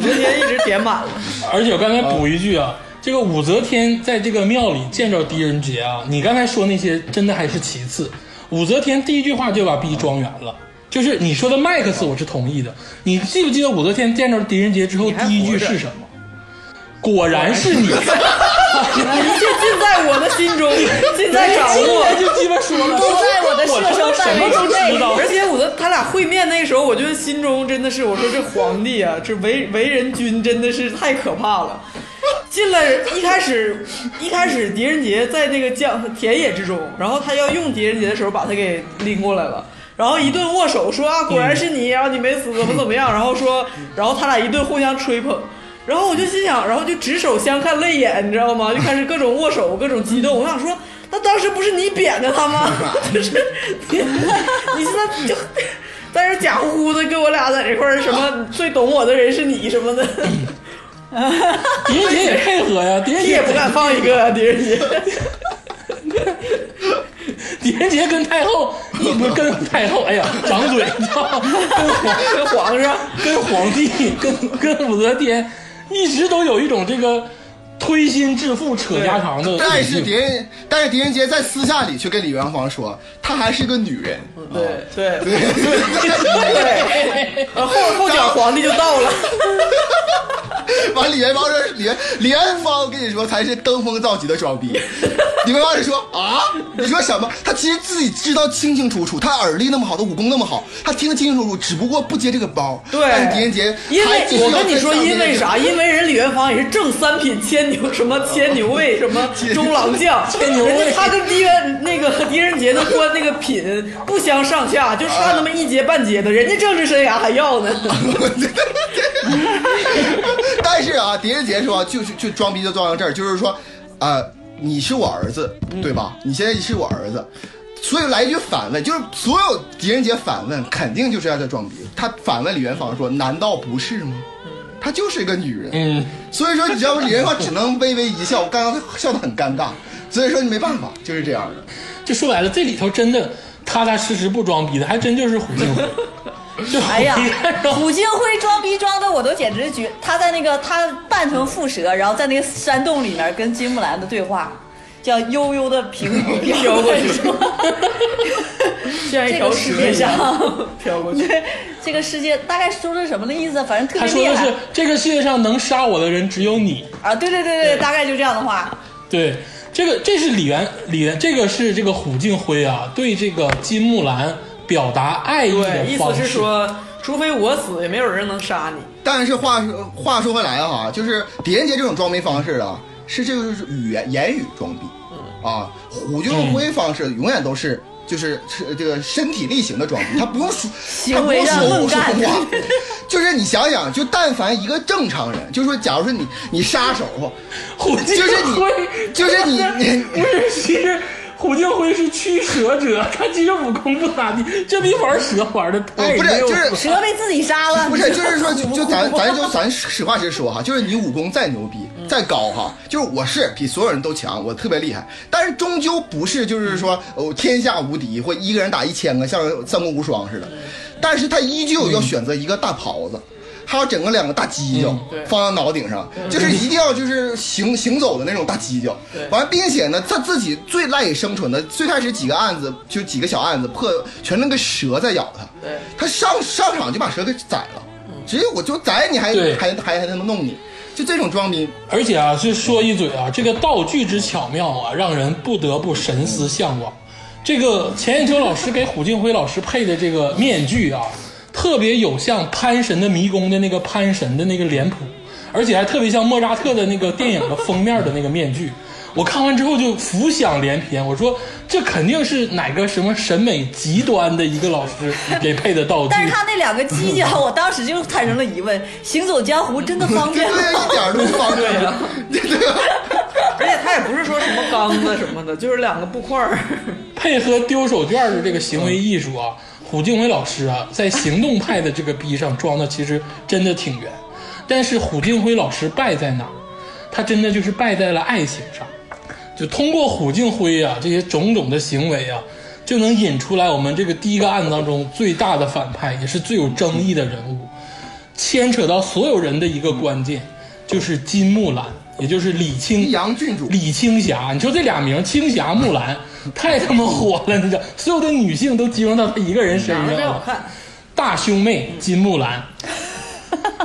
直接一直点满了。
而且我刚才补一句啊，这个武则天在这个庙里见着狄仁杰啊，你刚才说那些真的还是其次。武则天第一句话就把逼装圆了，就是你说的 Max 我是同意的。你记不记得武则天见着狄仁杰之后
你还
第一句
活着
是什么？果然是你，
一切尽在我的心中，尽在掌握。
哎就鸡巴说了，
都在我的
我他
射
妈
手
什
范
么
围
都
之内
知道。
而且我的他俩会面那时候，我觉得心中真的是，我说这皇帝啊，这为为人君真的是太可怕了。进来一开始，一开始狄仁杰在那个江田野之中，然后他要用狄仁杰的时候把他给拎过来了，然后一顿握手说啊，果然是你，然后你没死，怎么怎么样，然后说，然后他俩一顿互相吹捧。然后我就心想，然后就执手相看泪眼，你知道吗？就开始各种握手，各种激动。我想说，那当时不是你贬的他吗？ 就是你，你现在就 在这假乎乎的跟我俩在这块儿什么最懂我的人是你什么的，
狄仁杰也配合呀，狄仁
屁
杰
也不敢放一个，啊狄仁杰。
狄仁杰跟太后一不是跟太后，哎呀，掌嘴，你知道吗？跟皇
跟皇上，
跟皇帝、跟跟武则天，一直都有一种这个推心置腹、扯家常的。
但是狄仁，但是狄仁杰在私下里却跟李元芳说，她还是个女人。
嗯
啊
对对对 对，然后后脚皇帝就到了，
完，李元芳说，李元李元芳，我跟你说，才是登峰造极的装逼。李元芳就说啊，你说什么？他其实自己知道清清楚楚，他耳力那么好，他武功那么好，他听得清清楚楚，只不过不接这个包。
对
但是狄仁杰
因
还
为
继续
我
要
跟你
跟
说，
上
因
这
为
个
啥？因为人李元芳也是正三品千牛什么千牛卫什么中郎将，
千牛卫
人家他跟狄元那个狄仁杰的官那个品不相上下，就差那么一阶半阶的，人家政治生涯还要呢。
但是啊，狄仁杰说，就是就装逼就装到这儿，就是说，啊、你是我儿子，对吧？你现在是我儿子，所以来一句反问，就是所有狄仁杰反问，肯定就是要在装逼。他反问李元芳说：“难道不是吗？”她就是一个女人，
嗯，
所以说你知道吗？李元芳只能微微一笑，我刚刚笑得很尴尬，所以说你没办法，就是这样的。
就说白了，这里头真的踏踏实实不装逼的，还真就是胡庆辉。就
哎 呀
然，后
虎庆辉装逼装的我都简直觉，他在那个他扮成蝮蛇，然后在那个山洞里面跟金木兰的对话，叫悠悠的平
飘过 去像一
这
条
个世
蛇
界
一样
上，
飘过去。
这个世界大概说的什么的啊意思，反正特
他
别
说
厉
的
害
是这个世界上能杀我的人只有你。
啊！对对对对，大概就这样的话。
对，这个这是李元李元，这个是这个胡敬辉啊，对这个金木兰表达爱意的
对，意
方
思
式。
是说，除非我死，也没有人能杀你。
但是话说话说回来哈、就是狄仁杰这种装逼方式啊，是这个就是语言言语装逼，
嗯
啊，虎俊辉方式永远都是。就是是这个身体力行的装 逼，他不用说，他
行
不
为
用
上
说
愣
说
干
话， 就是你想想，就但凡一个正常人，就说假如说你你杀手，
虎敬
就是
辉
你，就是你你
不是，其实虎敬辉是驱蛇者，他其实武功不咋地，这比玩蛇玩的太
呃不是
溜
就
了
是
蛇被自己杀了，
不是，就是说，就就咱咱就咱实话实说哈，就是你武功再牛逼
嗯
再高哈，就是我是比所有人都强，我特别厉害，但是终究不是就是说
嗯
哦天下无敌或一个人打一千个，像三国无双似的，
嗯
但是他依旧要选择一个大袍子。还有整个两个大犄角
嗯对嗯
放到脑顶上，就是一定要就是行行走的那种大犄角
对。
完，并且呢，他自己最赖以生存的，最开始几个案子就几个小案子破，全那个蛇在咬他。
对，嗯
他上上场就把蛇给宰了，直接我就宰你还
对
哎还还还他妈弄你，就这种装逼，
而且啊，是说一嘴啊，这个道具之巧妙啊，让人不得不神思向往。这个钱彦秋老师给胡敬辉老师配的这个面具啊，特别有像《潘神的迷宫》的那个潘神的那个脸谱，而且还特别像莫扎特的那个电影的封面的那个面具。 我看完之后就浮想联翩，我说这肯定是哪个什么审美极端的一个老师给配的道具。
但是他那两个犄角，我当时就产生了疑问：行走江湖真的方
对
便吗？
对，一点儿都不方
啊
便，对对吧？
而且他也不是说什么刚子什么的，就是两个布块儿。
配合丢手绢儿的这个行为艺术啊，胡敬辉老师啊，在行动派的这个逼上装的其实真的挺圆，但是胡敬辉老师败在哪儿？他真的就是败在了爱情上。就通过虎敬辉啊这些种种的行为啊，就能引出来我们这个第一个案子当中最大的反派，也是最有争议的人物，牵扯到所有人的一个关键，就是金木兰，也就是李清
杨郡主
李青霞，你说这俩名，青霞、木兰，太他妈火了！你知道，所有的女性都集中到她一个人身
长得
上
真好
了。
看，嗯
大胸妹金木 兰，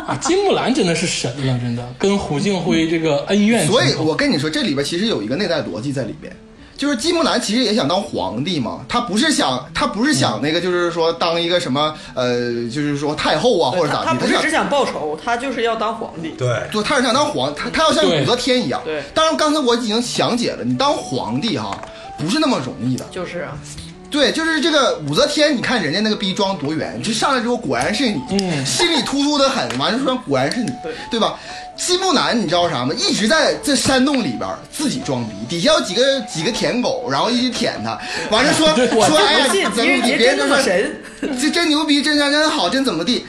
啊，金木兰真的是神了，真的跟胡敬辉这个恩怨情仇。
所以我跟你说，这里边其实有一个内在逻辑在里边，就是金木兰其实也想当皇帝嘛，他不是想他不是
嗯
想那个，就是说当一个什么呃，就是说太后啊或者
他
咋
他
地，
不
他
是
想
只想报仇，他就是要当皇帝。
对，
对，他是想当皇，他他要像
对
武则天一样。
对
当然刚才我已经详解了，你当皇帝哈、不是那么容易的。
就是啊，
对，就是这个武则天，你看人家那个逼装多圆，就上来之后果然是你，
嗯
心里突突的很，完了说果然是你，
对
吧？金木兰你知道啥吗？一直在这山洞里边自己装逼，底下有几个几个舔狗，然后一直舔他，完了说
对我
说哎呀
不，信
咱
狄
们
仁杰
别人
真
都
那么
说
神，
这真牛逼，真真真好，真怎么地？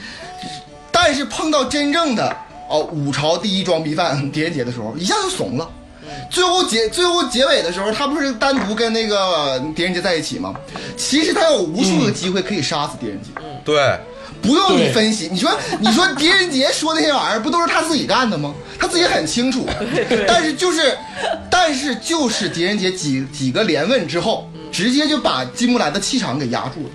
但是碰到真正的哦，五朝第一装逼犯 狄仁杰的时候，一下就怂了。
嗯
最后结最后结尾的时候，他不是单独跟那个狄仁杰在一起吗？其实他有无数个
嗯
机会可以杀死狄仁杰，
对，
不用你
对
分析。你说你说狄仁杰说那些玩意儿，不都是他自己干的吗？他自己很清楚。但是就是，但是就是狄仁杰几几个连问之后，直接就把金木兰的气场给压住了。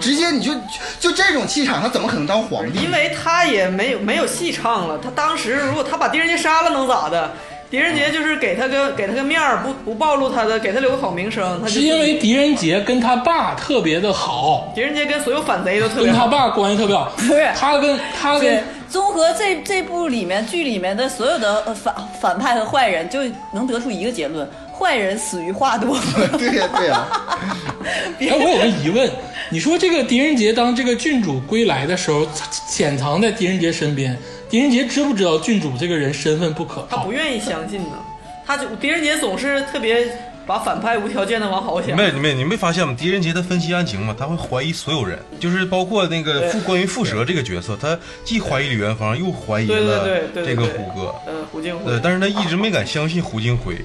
直接你就就这种气场，他怎么可能当皇帝？
因为他也没有没有戏唱了。他当时如果他把狄仁杰杀了，能咋的？狄仁杰就是给他个给他个面儿，不不暴露他的，给他留个好名声。他就是
因为狄仁杰跟他爸特别的好，
狄仁杰跟所有反贼都特别
跟他
好，
爸关系特别 好，
不是
他跟他
对
跟，
综合这这部里面剧里面的所有的呃反反派和坏人，就能得出一个结论：坏人死于话多。
对呀、对呀、
哎，我有个疑问，你说这个狄仁杰当这个郡主归来的时候，潜藏在狄仁杰身边，狄仁杰知不知道郡主这个人身份不可
他
靠
不？愿意相信呢。他就狄仁杰总是特别把反派无条件的往好
你
想。
没你没你没发现吗？狄仁杰他分析案情嘛，他会怀疑所有人，就是包括那个
对
复关于蝮蛇这个角色，他既怀疑李元芳，又怀疑
对对
了
对对对
这个胡歌。
呃，胡敬辉
呃，，但是他一直没敢相信胡金辉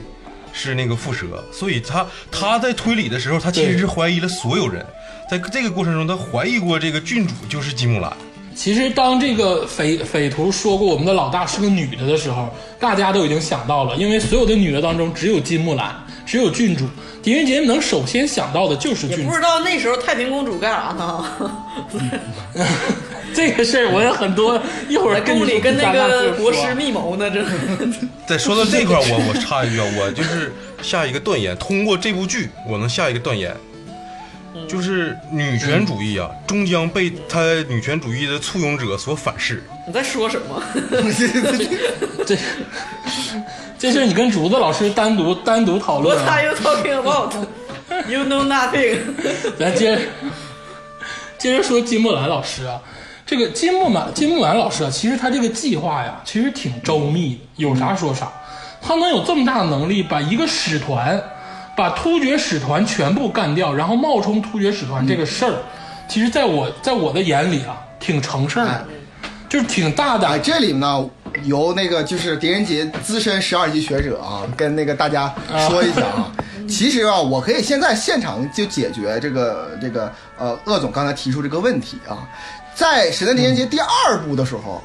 是那个蝮蛇，所以他他在推理的时候，他其实是怀疑了所有人。在这个过程中，他怀疑过这个郡主就是金木兰，
其实当这个匪匪徒说过我们的老大是个女的的时候，大家都已经想到了，因为所有的女的当中只有金木兰，只有郡主，狄仁杰能首先想到的就是
也
郡
不
主
知。道那时候太平公主干啥呢？
这个事儿我有很多 一会儿
在
跟你
宫里
说
跟那
咱俩
个
就
国
说
师密谋呢，这
在说到这块儿，我我插一句啊，我就是下一个断言，通过这部剧，我能下一个断言，
嗯
就是女权主义啊，终将被他女权主义的簇拥者所反噬。
你在说什 么？
这这事儿你跟竹子老师单独单独讨 论、
What
啊
are，you talking about? You know nothing.
咱接着接着说金木兰老师啊，这个金木兰金木兰老师啊，其实他这个计划呀，其实挺周密的，有啥说啥。他能有这么大能力，把一个使团，把突厥使团全部干掉，然后冒充突厥使团这个事儿，其实在我在我的眼里啊，挺成事儿的，就是挺大胆
哎，这里呢，由那个就是狄仁杰资深十二级学者啊，跟那个大家说一下啊。其实啊，我可以现在现场就解决这个这个呃，鄂总刚才提出这个问题啊，在《神探狄仁
嗯
杰》第二部的时候。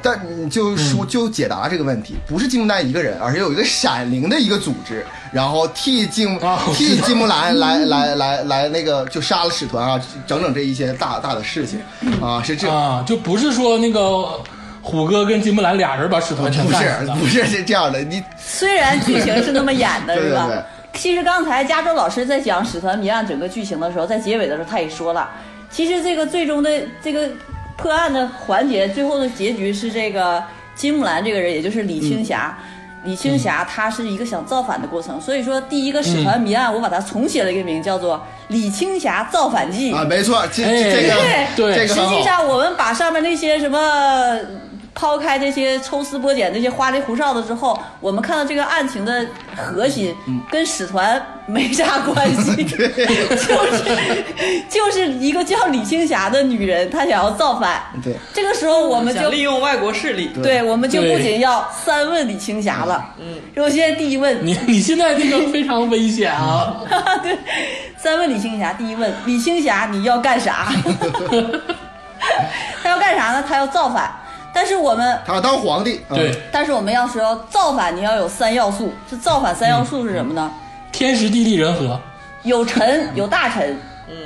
但你就说就解答这个问题，不是金木丹一个人，而是有一个闪灵的一个组织，然后替金、
啊我知
替
道
金木兰来 来来来那个就杀了使团啊，整整这一些大大的事情啊，是这
啊，就不是说那个虎哥跟金木兰俩人把使团全
不
干死
是
的，
不是是这样的，你啊
虽然剧情是那么演 的，
对对
是吧
对？
其实刚才加州老师在讲《使团谜案》整个剧情的时候，在结尾的时候他也说了，其实这个最终的这个破案的环节，最后的结局是这个金木兰这个人，也就是李青霞。
嗯
李青霞她是一个想造反的过程，所以说第
嗯
一个使团谜案，我把它重写了一个名，叫做《李青霞造反记》
啊，没错，这
嗯哎
这个
对
这个
实
很好
际上，我们把上面那些什么抛开这些抽丝剥茧、这些花里胡哨的之后，我们看到这个案情的核心跟使团没啥关系， 就是就是一个叫李青霞的女人，她想要造反。
对，
这个时候我们就
想利用外国势力，
对，我们就
对
不仅要三问李青霞了，嗯，首先第一问，
你你现在这个非常危险 啊！
对， 三问李青霞，第一问李青霞你要干啥？ 他要干啥呢？他要造反，但是我们
他要当皇帝。啊
对，，
但是我们要说要造反，你要有三要素，这造反三要素是什么呢？
天时地利人和
有臣，有大臣，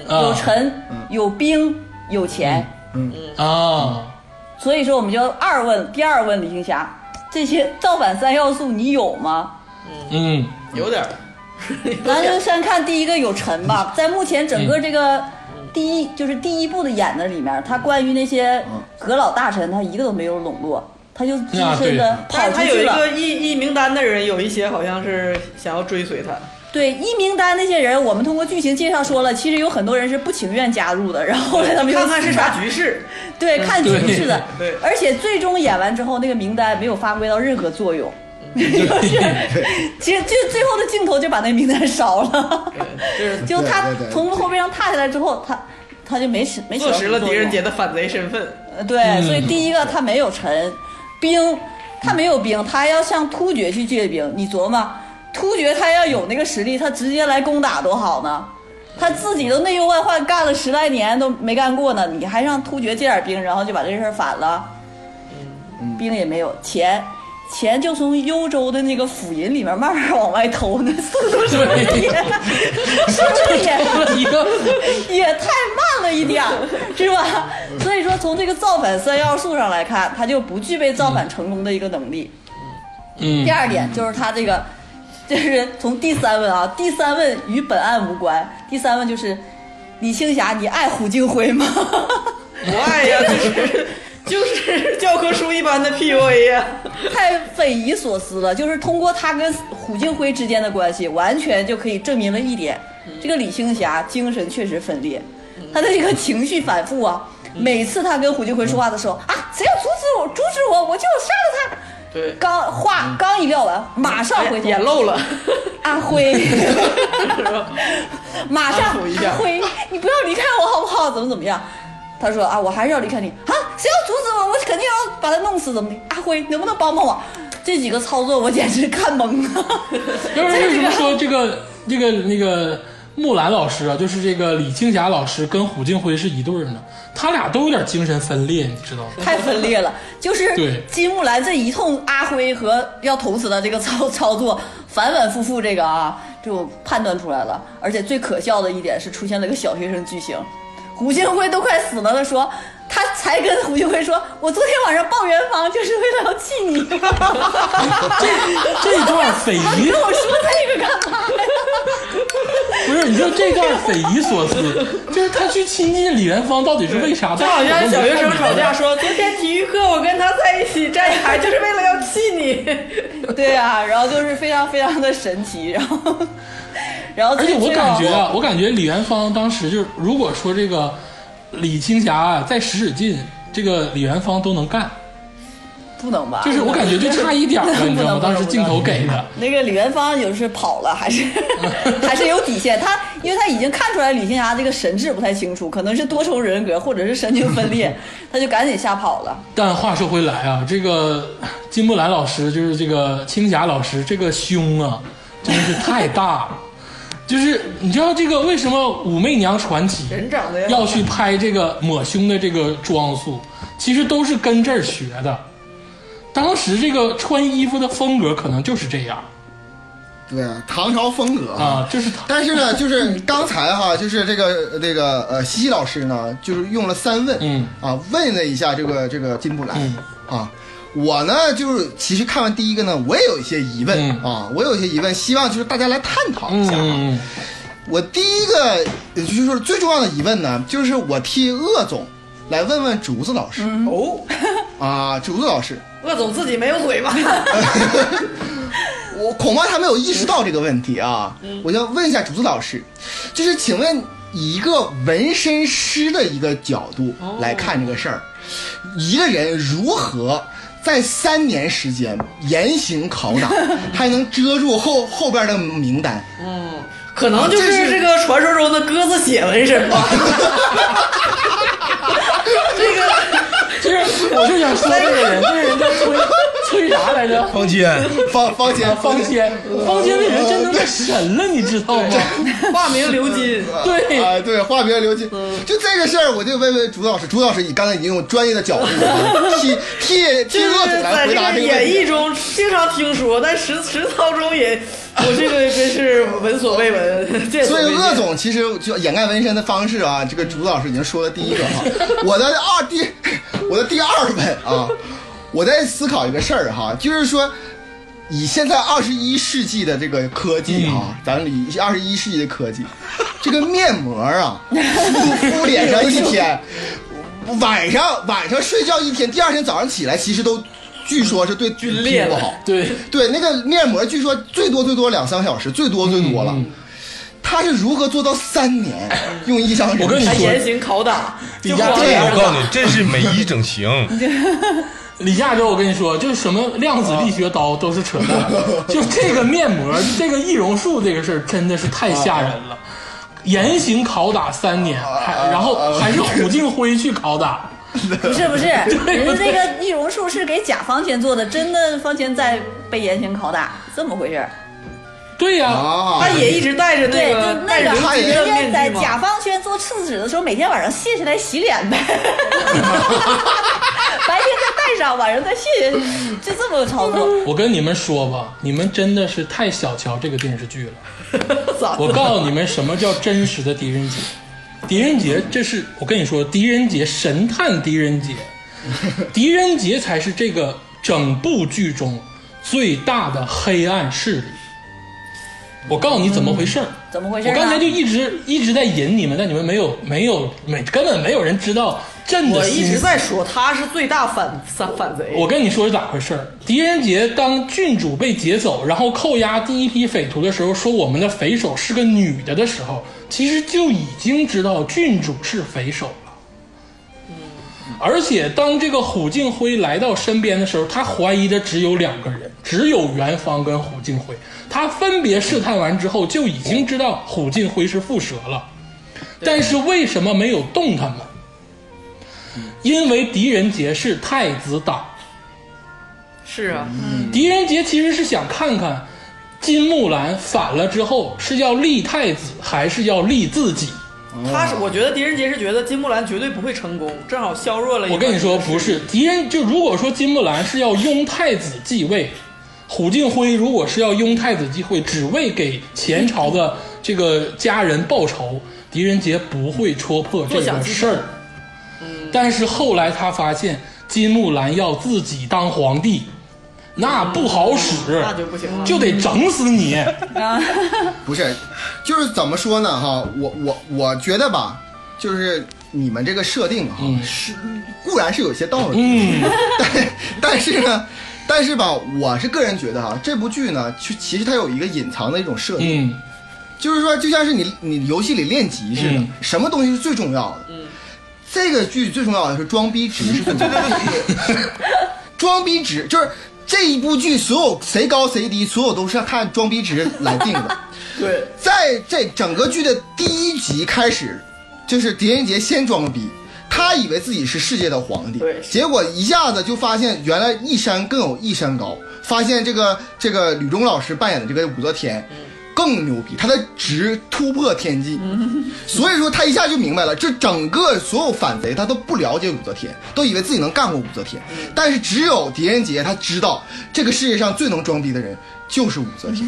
有
啊
臣，有兵，有钱。
啊，
所以说，我们就要二问，第二问李青霞，这些造反三要素你有吗？
嗯，
有 点儿。
咱就先看第一个有臣
嗯
吧，在目前整个这个第一就是第一部的演的里面，他关于那些阁老大臣，他一个都没有笼络，他就只
啊
身
对
的跑
但是
出
他有
去
一
了。
个一一名单的人，有一些好像是想要追 随他。
对一名单那些人，我们通过剧情介绍说了，其实有很多人是不情愿加入的，然后后来他们又
看看是啥
死了，
局势，
对，看局势的。
对对
而且最终演完之后，那个名单没有发挥到任何作用，
嗯
就是其实就最后的镜头就把那名单烧了，
就是
就他
对对对
从后背上踏下来之后，他他就没起没起
坐
到
实了狄仁
作用
杰的反贼身份。
呃对，所以第一个他没有臣，兵他没有兵，他要向突厥去借兵。你琢磨，突厥他要有那个实力，他直接来攻打多好呢？他自己都内忧外患干了十来年都没干过呢，你还让突厥借点兵，然后就把这事儿反了？兵也没有，钱钱就从幽州的那个府银里面慢慢往外偷呢，速度是不是也 是不是
嗯
也
一个
也太慢了一点儿，是吧？所以说，从这个造反三要素上来看，他就不具备造反成功的一个能力。
嗯
第二点就是他这个， 就是从第三问啊，第三问与本案无关。第三问就是，李青霞，你爱胡金辉吗？
不爱呀，就是 就是教科书一般的 PUA 呀。
太匪夷所思了。就是通过他跟胡金辉之间的关系，完全就可以证明了一点：
嗯
这个李青霞精神确实分裂，她的这个情绪反复啊。
嗯
每次她跟胡金辉说话的时候啊，谁要阻止我，阻止我，我就杀了他。
对，嗯
刚话刚一撂完，马上回头
眼露了，
阿辉， 马上
安抚一下
阿辉，你不要离开我好不好？怎么怎么样？他说啊，我还是要离开你啊！谁要阻止我，我肯定要把他弄死，怎么的？阿辉，能不能帮帮我？这几个操作我简直看懵了。
就是为什么说这个这个那个木兰老师啊，就是这个李青霞老师跟胡金辉是一对儿呢？他俩都有点精神分裂，你 知道吗？
太分裂了，就是
对
金木兰这一通阿辉和要捅死的这个操 操作，反反复复这个啊，就判断出来了。而且最可笑的一点是，出现了个小学生剧情，胡金辉都快死了，他说他才跟胡金辉说，我昨天晚上抱元芳就是为了要气你，
这段匪
你
夷
跟我说这个干嘛
不是，你说这段匪夷所思，就是他去亲近李元芳到底是为啥？
就好像小学生吵架说，昨天体育课我跟他在一起站一排，就是为了要气你。
对啊，然后就是非常非常的神奇，然后然后
而且我
最
感觉
最后
啊，我感觉李元芳当时就是，如果说这个李青霞啊再使使劲，这个李元芳都能干，
不能吧，
就是我感觉就差一点儿了，你知道吗？当时镜头给的，
那个李元芳就是跑了，还是还是有底线。他因为他已经看出来李青霞这个神志不太清楚，可能是多重人格或者是神经分裂，他就赶紧吓跑了。
但话说回来啊，这个金木兰老师就是这个青霞老师，这个胸啊，真是太大了。就是你知道这个为什么《武媚娘传奇》
人长得也好
要去拍这个抹胸的这个装束，其实都是跟这儿学的。当时这个穿衣服的风格可能就是这样
对啊，唐朝风格
啊，就是他
但是 呢，就是刚才哈，就是这个这个呃，西西老师呢，就是用了三问，
嗯
啊，问了一下这个这个金木兰、
嗯
啊。我呢，就是其实看完第一个呢，我也有一些疑问、
嗯
啊，我有一些疑问，希望就是大家来探讨一
嗯
下。啊。
嗯
我第一个也就是最重要的疑问呢，就是我替鄂总来问问竹子老师、
哦，
啊，竹子老师，
鄂总自己没有腿吧？
我恐怕他没有意识到这个问题啊。
嗯
我就问一下竹子老师，就是请问以一个纹
哦
身师的一个角度来看这个事儿，一个人如何在三年时间严刑拷 打，还能遮住后后边的名单。
可能就
这
是
是
这个传说中的鸽子血纹 身吧。这个
就是我就想说这个人，这个人叫崔崔啥来着？
方谦，
方方姐，
方谦，方谦那人真他妈神了，你知道吗？
化名刘金，
对
啊、对，画别留金，
嗯
就这个事儿，我就问问朱老师，朱老师，你刚才已经用专业的角 度替替替
就
恶
是
主来
在
回
这
答这个
个演
问
绎
题。
中经常听说，但实实操中也，我这个真是闻所未 闻，见
所
所
以
未见。
鄂总其实就掩盖纹身的方式啊，这个朱老师已经说了第一个哈，我的二第我的第二问啊，我在思考一个事儿哈，就是说。以现在二十一世纪的这个科技啊，咱以二十一世纪的科技，这个面膜啊，敷敷脸上一天，晚上晚上睡觉一天，第二天早上起来，其实都据说是对皮
裂
肤不
了
好。
对，
对，那个面膜据说最多最多两三个小时，最多最多
嗯
了。他是如何做到三年用一张纸？
哎我跟你
还
说
严刑拷打，就
压
光
对
我
脸
告诉你，这是美医整形，
李亚洲，我跟你说，就是什么量子力学刀都是扯淡，就这个面膜，这个易容术这个事儿真的是太吓人了，严刑拷打三年，还然后还是胡静辉去拷打，
不是不 是，人家那个易容术是给假方钱做的，真的方钱在被严刑拷打，这么回事儿。
对呀、
啊
他，也一直戴着那
对，
个
就那
戴着
个
刘
他
金
也
的
人家在
面具
甲
嘛。
方圈做厕纸的时候，每天晚上卸下来洗脸呗， 白天再戴上，晚上再卸，就这么操作。
我跟你们说吧，你们真的是太小瞧这个电视剧了。
咋
我告诉你们，什么叫真实的狄仁杰？狄仁杰，这是我跟你说，狄仁杰神探狄仁杰，狄仁杰才是这个整部剧中最大的黑暗势力。我告诉你怎么回事儿、
怎么回事
我
啊？
刚才就一直一直在引你们，但你们没有没有没根本没有人知道朕的
我一
心
直
思。
在说他是最大反反反贼，
我跟你说是咋回事儿？狄仁杰当郡主被劫走，然后扣押第一批匪徒的时候，说我们的匪首是个女的的时候，其实就已经知道郡主是匪首了。而且当这个虎敬辉来到身边的时候，他怀疑的只有两个人，只有元芳跟虎敬辉。他分别试探完之后，就已经知道虎敬辉是蝮蛇了，但是为什么没有动他们？因为狄仁杰是太子党。
是啊，
狄仁杰其实是想看看金木兰反了之后是要立太子还是要立自己。
他是我觉得狄仁杰是觉得金木兰绝对不会成功，正好削弱了。
我跟你说，不，是狄仁，就如果说金木兰是要拥太子继位，虎敬辉如果是要拥太子继位，只为给前朝的这个家人报仇，狄仁杰不会戳破这个事儿。但是后来他发现金木兰要自己当皇帝，那不好使，
嗯那就不行了。
就得整死你。
不是，就是怎么说呢哈，我我我觉得吧，就是你们这个设定哈、是固然是有些道理，
嗯，
但但是呢，但是吧，我是个人觉得哈，这部剧呢，其其实它有一个隐藏的一种设定，
嗯，
就是说，就像是你你游戏里练级似的，
嗯
什么东西是最重要的？嗯，这个剧最重要的是装逼值是最重要的。装逼值就是这一部剧所有谁高谁低，所有都是看装逼值来定的。
对，
在这整个剧的第一集开始，就是狄仁杰先装逼，他以为自己是世界的皇帝
对，
结果一下子就发现原来一山更有一山高，发现这个这个吕中老师扮演的这个武则天。更牛逼，他的值突破天际，所以说他一下就明白了，这整个所有反贼他都不了解武则天，都以为自己能干过武则天，
嗯
但是只有狄仁杰他知道这个世界上最能装逼的人就是武则 天，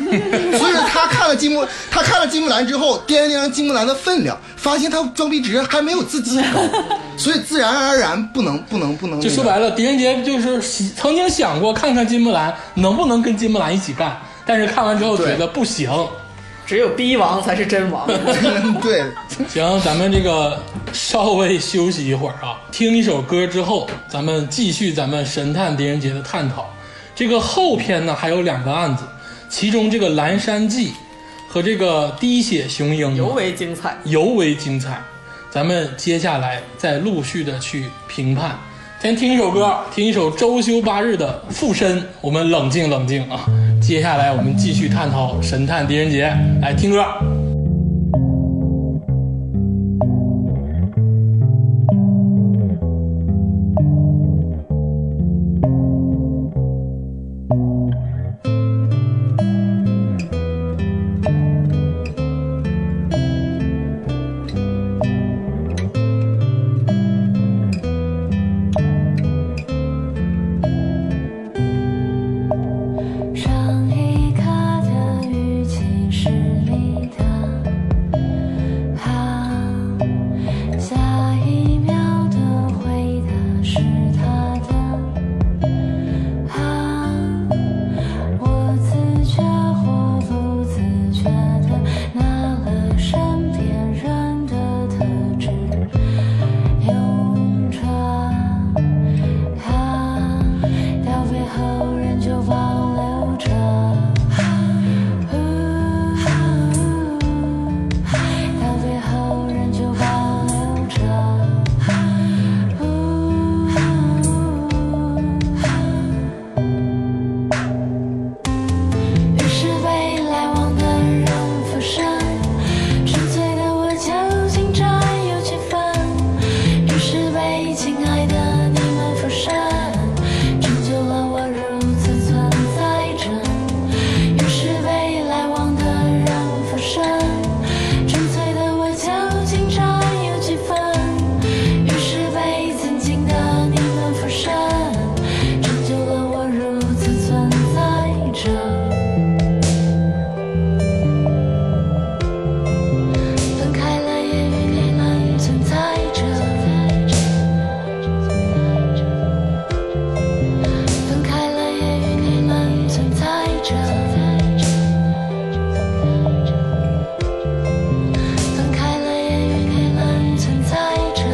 所以说他看了金木，他看了金木兰之后，掂量金木兰的分量，发现他装逼值还没有自己 高，所以自然而然不能不能不能那
就
个，
说白了，狄仁杰就是喜曾经想过看看金木兰能不能跟金木兰一起干，但是看完之后觉得不行。
只有逼王才是真王。
对，
行，咱们这个稍微休息一会儿啊，听一首歌之后，咱们继续咱们神探狄仁杰的探讨。这个后篇呢还有两个案子，其中这个《蓝山记》和这个《滴血雄鹰》啊
尤为精彩。
尤为精彩。咱们接下来再陆续的去评判先听一首歌，听一首周休八日的《附身》，我们冷静冷静啊！接下来我们继续探讨《神探狄仁杰》，来听歌。
上一刻的雨情是你的好，下一秒的回答是他的好，我自觉或不自觉的拿了身边人的特质用着。啊，道别后仍旧保留着。道别后仍旧保留着。于是被来往的人附身，纯粹的我究竟占有几分？于是被亲爱的你们附身，成就了我如此存在着。于是被来往的人附身，纯粹的我究竟占有几分？于是被曾经的你们附身，成就了我如此存在着。分开了也与你们存在着，分开了也与你们存在着，分开了也与你们存在着。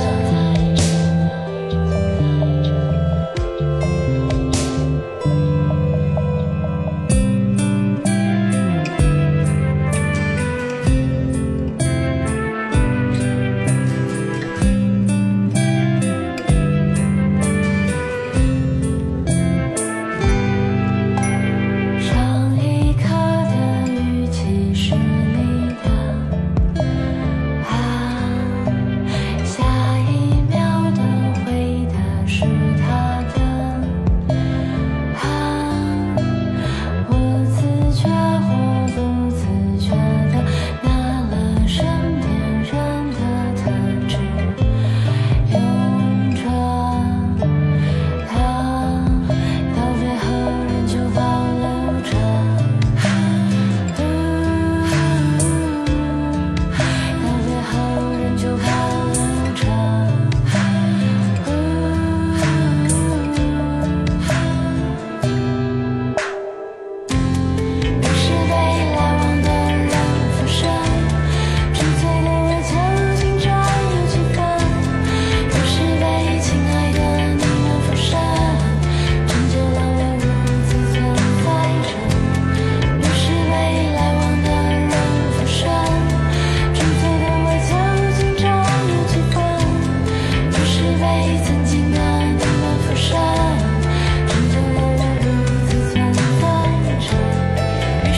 上一刻的语气是你的好，啊下一秒的回答是他的好，我自觉或不自觉的拿了身边人的特质用着。啊，道别后仍旧保留着。道别后仍旧保留着。于是被来往的人附身，纯粹的我究竟占有几分？于是被亲爱的你们附身，成就了我如此存在着。于是被来往的人附身，纯粹的我究竟占有几分？于是被曾经的你们附身，成就了我如此存在着。于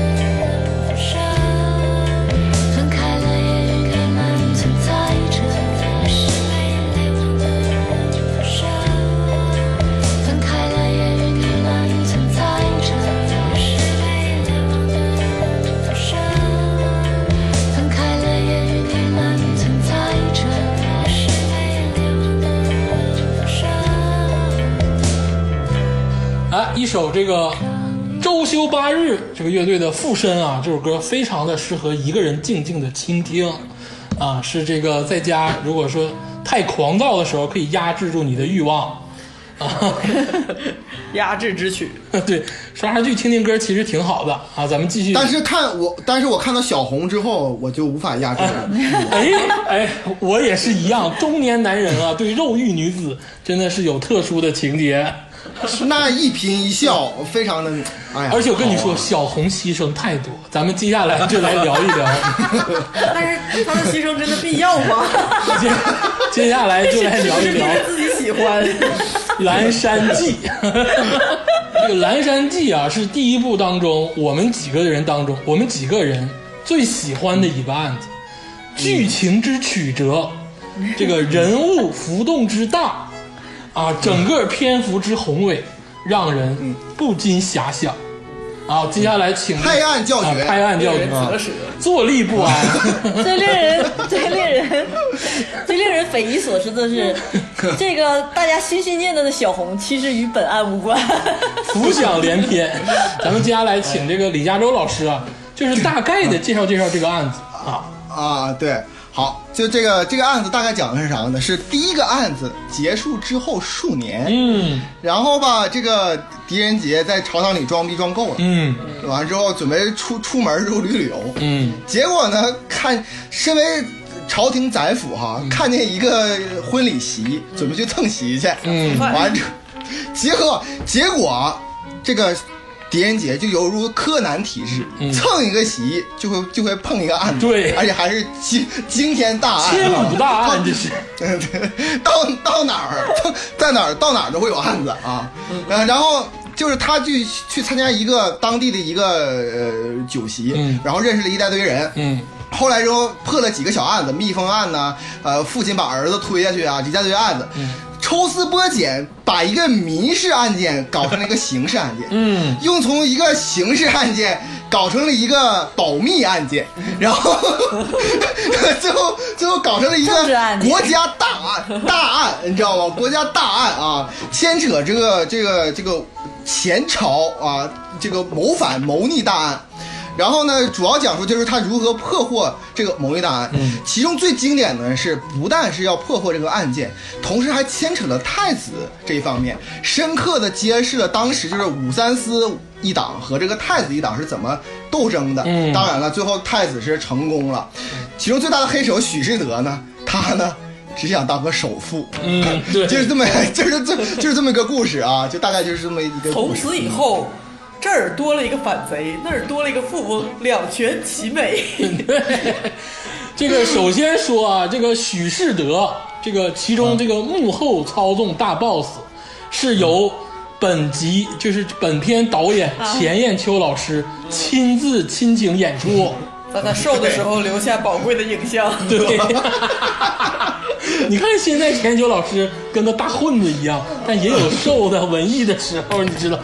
是被来往的人附身，分开了也与你们存在着。于是被来往的人附身，分开了也与你们存在着。于是被来往的人附身，分开了也与你们存在着。于是被来往的人附身。
啊，一首这个周休八日这个乐队的《附身》啊，这首歌非常的适合一个人静静的倾听，啊，是这个在家如果说太狂躁的时候，可以压制住你的欲望，啊，
压制之曲，
对，刷刷剧听听歌其实挺好的啊，咱们继续。
但是看我，但是我看到小红之后，我就无法压 制了。
哎哎，我也是一样，中年男人啊，对肉欲女子真的是有特殊的情节。
那一颦一笑非常的，哎呀，
而且我跟你说，
好啊
小红牺牲太多，咱们接下来就来聊一 聊，
但是他的牺牲真的必要 吗？
接接下来就来
是
哎聊
不
一
是
聊
自己喜欢？
《蓝山记》。这个《蓝山记》啊，是第一部当中我们几个人当中，我们几个人最喜欢的一个案子，剧情之曲折，这个人物浮动之大，啊，整个篇幅之宏伟，让人不禁遐想。好，接下来请
拍案叫
啊
绝，
拍案叫绝，
折舌，
坐立不安。
最令人、最令人、最令人匪夷所思的是，这个大家心心念念的小红，其实与本案无关。
浮想联翩。咱们接下来请这个李嘉洲老师啊，就是大概的介绍介绍这个案子啊。
啊，对，好，就这个这个案子大概讲的是啥呢？是第一个案子结束之后数年，
嗯
然后吧，这个狄仁杰在朝堂里装逼装够了，
嗯
完之后准备出出门入旅旅游，
嗯，
结果呢，看身为朝廷宰辅哈，
嗯
看见一个婚礼席，准备去蹭席去，
嗯
完之后，结果结果这个狄仁杰就犹如柯南体质，蹭一个席就会就会碰一个案子，
嗯对
而且还是惊惊天大案，
千古大案
到
这是。
到到哪儿， 到在哪儿到哪儿都会有案子啊。
嗯
呃，然后就是他去去参加一个当地的一个呃酒席，
嗯
然后认识了一大堆人，
嗯
后来之后破了几个小案子，蜜蜂案呐、呃，父亲把儿子推下去啊，一大堆案子，
嗯
抽丝剥茧，把一个民事案件搞成了一个刑事案件，
嗯，
又从一个刑事案件搞成了一个保密案件，然后 最后最后搞成了一个
政治案件
国家大案大案，你知道吗？国家大案啊，牵扯这个这个这个前朝啊，这个谋反谋逆大案。然后呢，主要讲述就是他如何破获这个谋逆大案。
嗯
其中最经典的是，不但是要破获这个案件，同时还牵扯了太子这一方面，深刻的揭示了当时就是武三思一党和这个太子一党是怎么斗争的。
嗯
当然了，最后太子是成功了。其中最大的黑手许世德呢，他呢只想当个首富。
嗯，对，
就是这么，就是这，就是这么一个故事啊，就大概就是这么一个
从
故事。
此以后，这儿多了一个反贼，那儿多了一个富翁，两全其 美。
这个首先说啊，这个许世德，这个其中这个幕后操纵大 boss 是由本集就是本片导演钱雁秋老师亲自亲情演出。
在他瘦的时候留下宝贵的影像。
对，你看现在钱九老师跟个大混子一样，但也有瘦的文艺的时候，你知道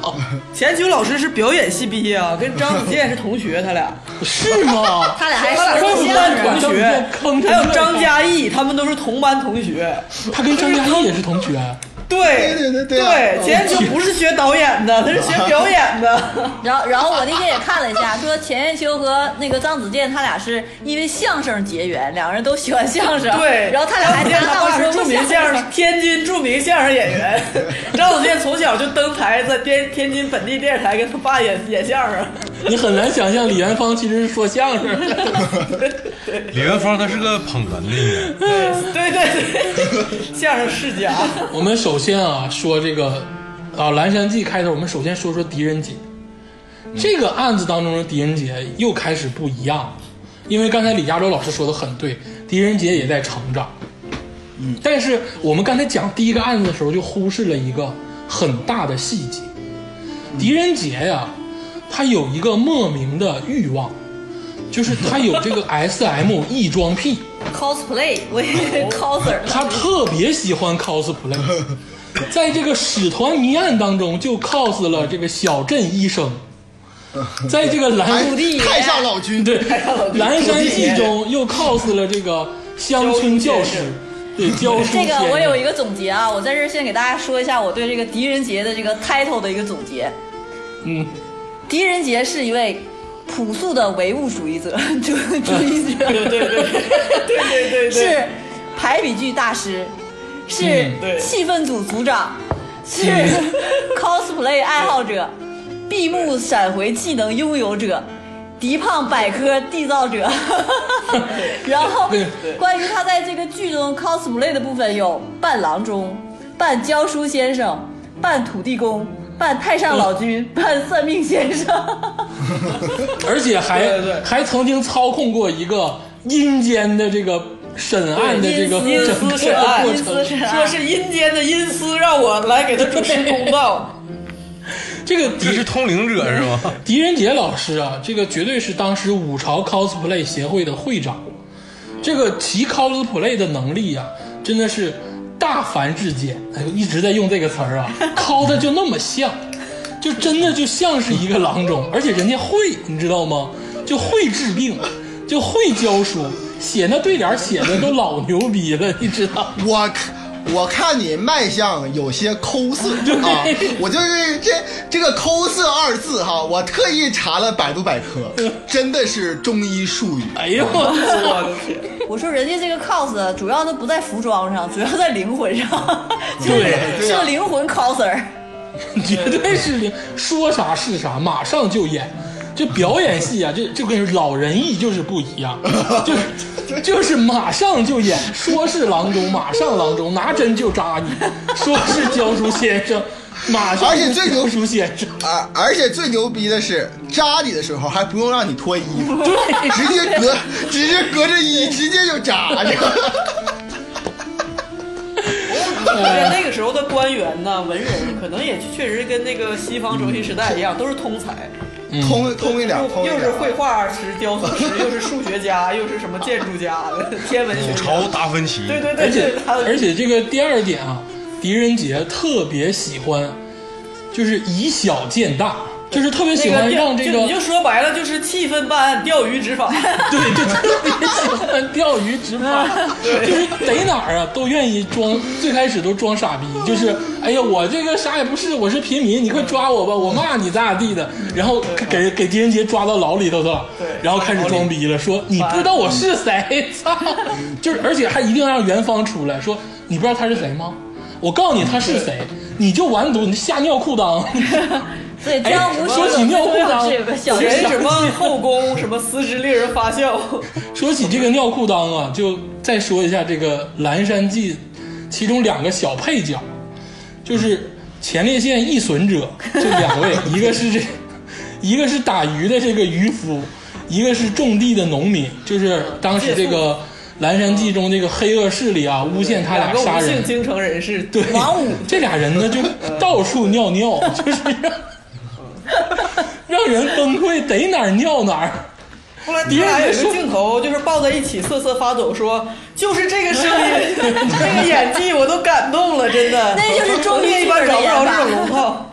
钱九老师是表演系毕业啊，跟张子健是同学，他俩，
是吗？
他俩还
他俩
说
是
过
同
相
班
声，
同学
坑，成这
还
样
有张嘉译，他们都是同班同学。
他跟张嘉译也是同学，啊
对
对对对对啊
对，钱九不是学导演的，他是学表演的。
然后，然后我那天也看了一下，说钱雁秋和那个张子健，他俩是因为相声结缘，两个人都喜欢相声。
对，
然后他俩 还
张
搭
子健他
档
爸
说
是著名相声，天津著名相声演员。 张子健从小就登台，在天天津本地电视台跟他爸演演相声。
你很难想象李元芳其实是说相声的。
李元芳他是个捧哏的，应该
对对对，相声世家。
我们首先啊说这个啊《蓝山记》开头，我们首先说说狄仁杰。这个案子当中的狄仁杰又开始不一样了，因为刚才李嘉洲老师说的很对，狄仁杰也在成长。嗯，但是我们刚才讲第一个案子的时候，就忽视了一个很大的细节。狄仁杰呀、他有一个莫名的欲望，就是他有这个 SM 异装癖。
cosplay，我也 coser。
他特别喜欢 cosplay，在这个使团谜案当中就 cos 了这个小镇医生，在这个蓝
哎太上老君，
对蓝山
土地
记
爷
中又 cos 了这个乡村教师，对教书
这个
先
我
生
有一个总结啊，我在这儿先给大家说一下我对这个狄仁杰的这个 title 的一个总结。
嗯，
狄仁杰是一位朴素的唯物主义者， 主主义者，对对对
对对对
是排比句大师，是
嗯
对嗯
气氛组组长，是 cosplay 爱好者，闭目闪回技能拥有者。迪胖百科缔 造者，然后
对
关于他在这个剧中 cosplay 的部分有伴郎中、扮教书先生、扮土地公，扮太上老君，
嗯
扮算命先生。
而且还
对对
还曾经操控过一个阴间的这个审案的这个
对阴
整
司
个
审案
过
阴司审
程。
案
说是阴间的阴司让我来给他主持公道。
这个狄
这是通灵者是吗？
狄仁杰老师啊，这个绝对是当时五朝 cosplay 协会的会长，这个其 cosplay 的能力啊，真的是大凡至简。哎呦，一直在用这个词儿啊，cos 的就那么像，就真的就像是一个郎中，而且人家会，你知道吗？就会治病，就会教书，写那对联儿写的都老牛逼了，你知道吗？
我看我看你卖相有些抠色啊，我就是这这个“抠色”二字哈，我特意查了百度百科，真的是中医术语。
哎呦我操！
我说人家这个 cos 主要都不在服装上，主要在灵魂上，就是
对啊
是个灵魂 coser。
绝对是零，说啥是啥，马上就演。这表演戏啊，这这跟老人艺就是不一 样，就是就是马上就演，说是郎中马上郎中，拿针就扎你；说是教书先生，马上
而且最
教
牛
书先 生。
而啊而且最牛逼的是，扎你的时候还不用让你脱衣服，直接隔直接隔着衣直接就扎着。
呃
而且那个时候的官员呢，文人可能也确实跟那个西方轴心时代一样，都是通才，
通通一点啊
又，
嗯通一
又是
点。
绘画师、雕塑师，又是数学家，又是什么建筑家、 天文学
五
家。
朝达芬奇，
对对
嗯
对，
而且
对他
而且这个第二点啊，狄仁杰特别喜欢，就是以小见大，就是特别喜
那
欢
个钓
让这
就
个
你就说白了就是气氛办案、钓鱼执 法。
对，就特别喜欢钓鱼执法，就是逮哪儿啊都愿意装，最开始都装傻逼，就是哎呀我这个啥也不是，我是平民，你快抓我吧，我骂你咋咋地的，然后给给狄仁杰抓到牢里头了，
对
然后开始装逼了，说你不知道我是谁，操，就是而且还一定要让元芳出来说你不知道他是谁吗？我告诉你他是谁，你就完犊，你就吓尿裤裆。
对，这样无
说
所
起尿裤裆
有个小
前指望后宫什么丝织令人发笑，
说起这个尿裤裆啊，就再说一下这个《蓝山记》其中两个小配角，就是前列腺易损者这两位，一个是这， 一个是打鱼的这个渔夫，一个是种地的农民，就是当时这个《蓝山记》中这个黑恶势力啊，诬陷他俩
两个
杀
无
人
性，京城人士，
对，
王五
这俩人呢就到处尿尿，就是让 让人崩溃，逮哪儿尿哪儿。
后来他俩有一个镜头，就是抱在一起瑟瑟发抖，说就是这个声音， 这个演技我都感动了，真的。
那就是中
国
医
一般找不着这种 龙套。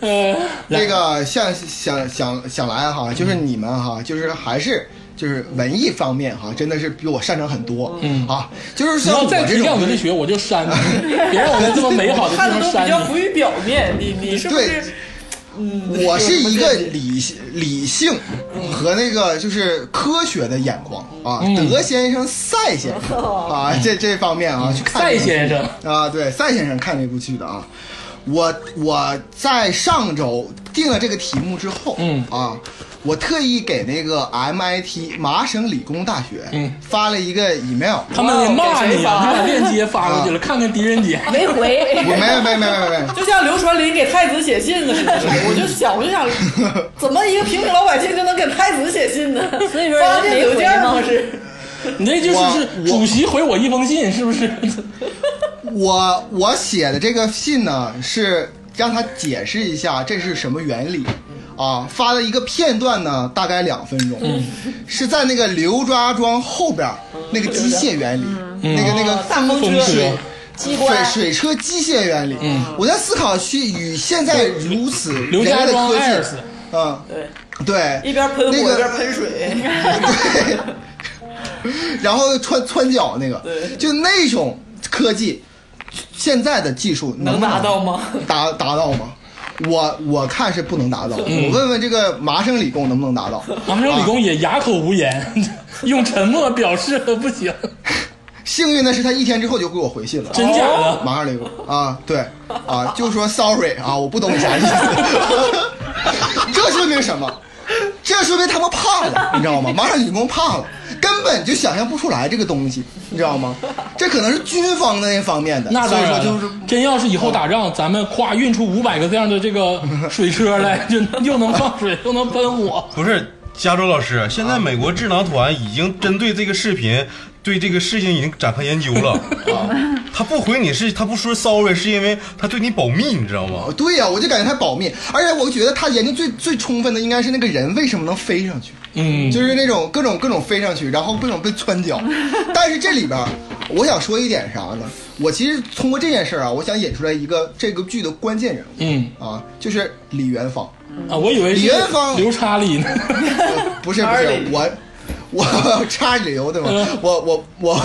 呃，
那个像想想想来
嗯
哈，就是你们哈，就是还是就是文艺方面哈，真的是比我擅长很多。嗯啊，就是
只
像
要
我
再
这
提
种
倡文学，我就删你，别让我在这么美好的地
看的
方
都比
删
较
你。
浮于表面，你你是不
对
是？嗯，
我是一 个
有什么见解
理理性和那个就是科学的眼光啊，
嗯
德先生、赛先生啊，这这方面啊，去看
赛先生
啊，对，赛先生看这部剧的啊。我我在上周定了这个题目之后，
嗯
啊，我特意给那个 MIT 麻省理工大学
嗯
发了一个 email，
他们得骂
给
你
谁
啊！
发
你把啊链接发过去了，看看狄仁杰。
没
我
回。
没没没没没没，
就像刘传林给太子写信的似的，我就想，我就想，怎么一个平民老百姓就能给太子写信呢？
所以说
发
人家
电
没
邮
回
件
吗
不是？
你那就是
我
是
我
主席回我一封信，是不是？
我我写的这个信呢，是让他解释一下这是什么原理啊。发了一个片段呢，大概两分钟，
嗯
是在那个刘家庄后边儿那个机械原理，
嗯
那个那个
哦大风
风
车。
车
水
机
水
关
水车机械原理。我在思考去与现在如此
嗯刘家
人类的
庄
科
艾尔斯
技，嗯，
对，
对，
一边喷火
那个
一边喷水，
对，然后穿穿脚那个
对，
就那种科技，现在的技术
能
不
达到吗？
达达到吗？我我看是不能达到，
嗯
我问问这个麻省理工能不能达到？
麻省理工也哑口无言，用沉默表示了不行。
幸运的是，他一天之后就给我回信了。哦
真假的？
麻省理工啊，对啊，就说 sorry 啊，我不懂你啥意 思。这说明什么？这说明他们怕了，你知道吗？麻省理工怕了，根根本就想象不出来这个东西，你知道吗？这可能是军方的那方面 的，
那
所
当
以说
然，嗯
就是
真要是以后打仗，咱们夸运出五百个这样的这个水车来，就又能放水，又能喷火。
不是，加州老师，现在美国智囊团已经针对这个视频，对这个事情已经展开研究了。啊， 他不回你是，他不说 sorry，是因为他对你保密，你知道吗？
哦对呀、我就感觉他保密，而且我觉得他研究最最充分的应该是那个人为什么能飞上去，
嗯，
就是那种各种各种飞上去，然后各种被 穿脚。但是这里边儿，我想说一点啥呢？我其实通过这件事儿啊，我想引出来一个这个剧的关键人
嗯
物啊，就是李元 芳，
啊，我以为是
李元芳
刘查理呢。
不是不
查
是
理
我。我插理由对吗？我我我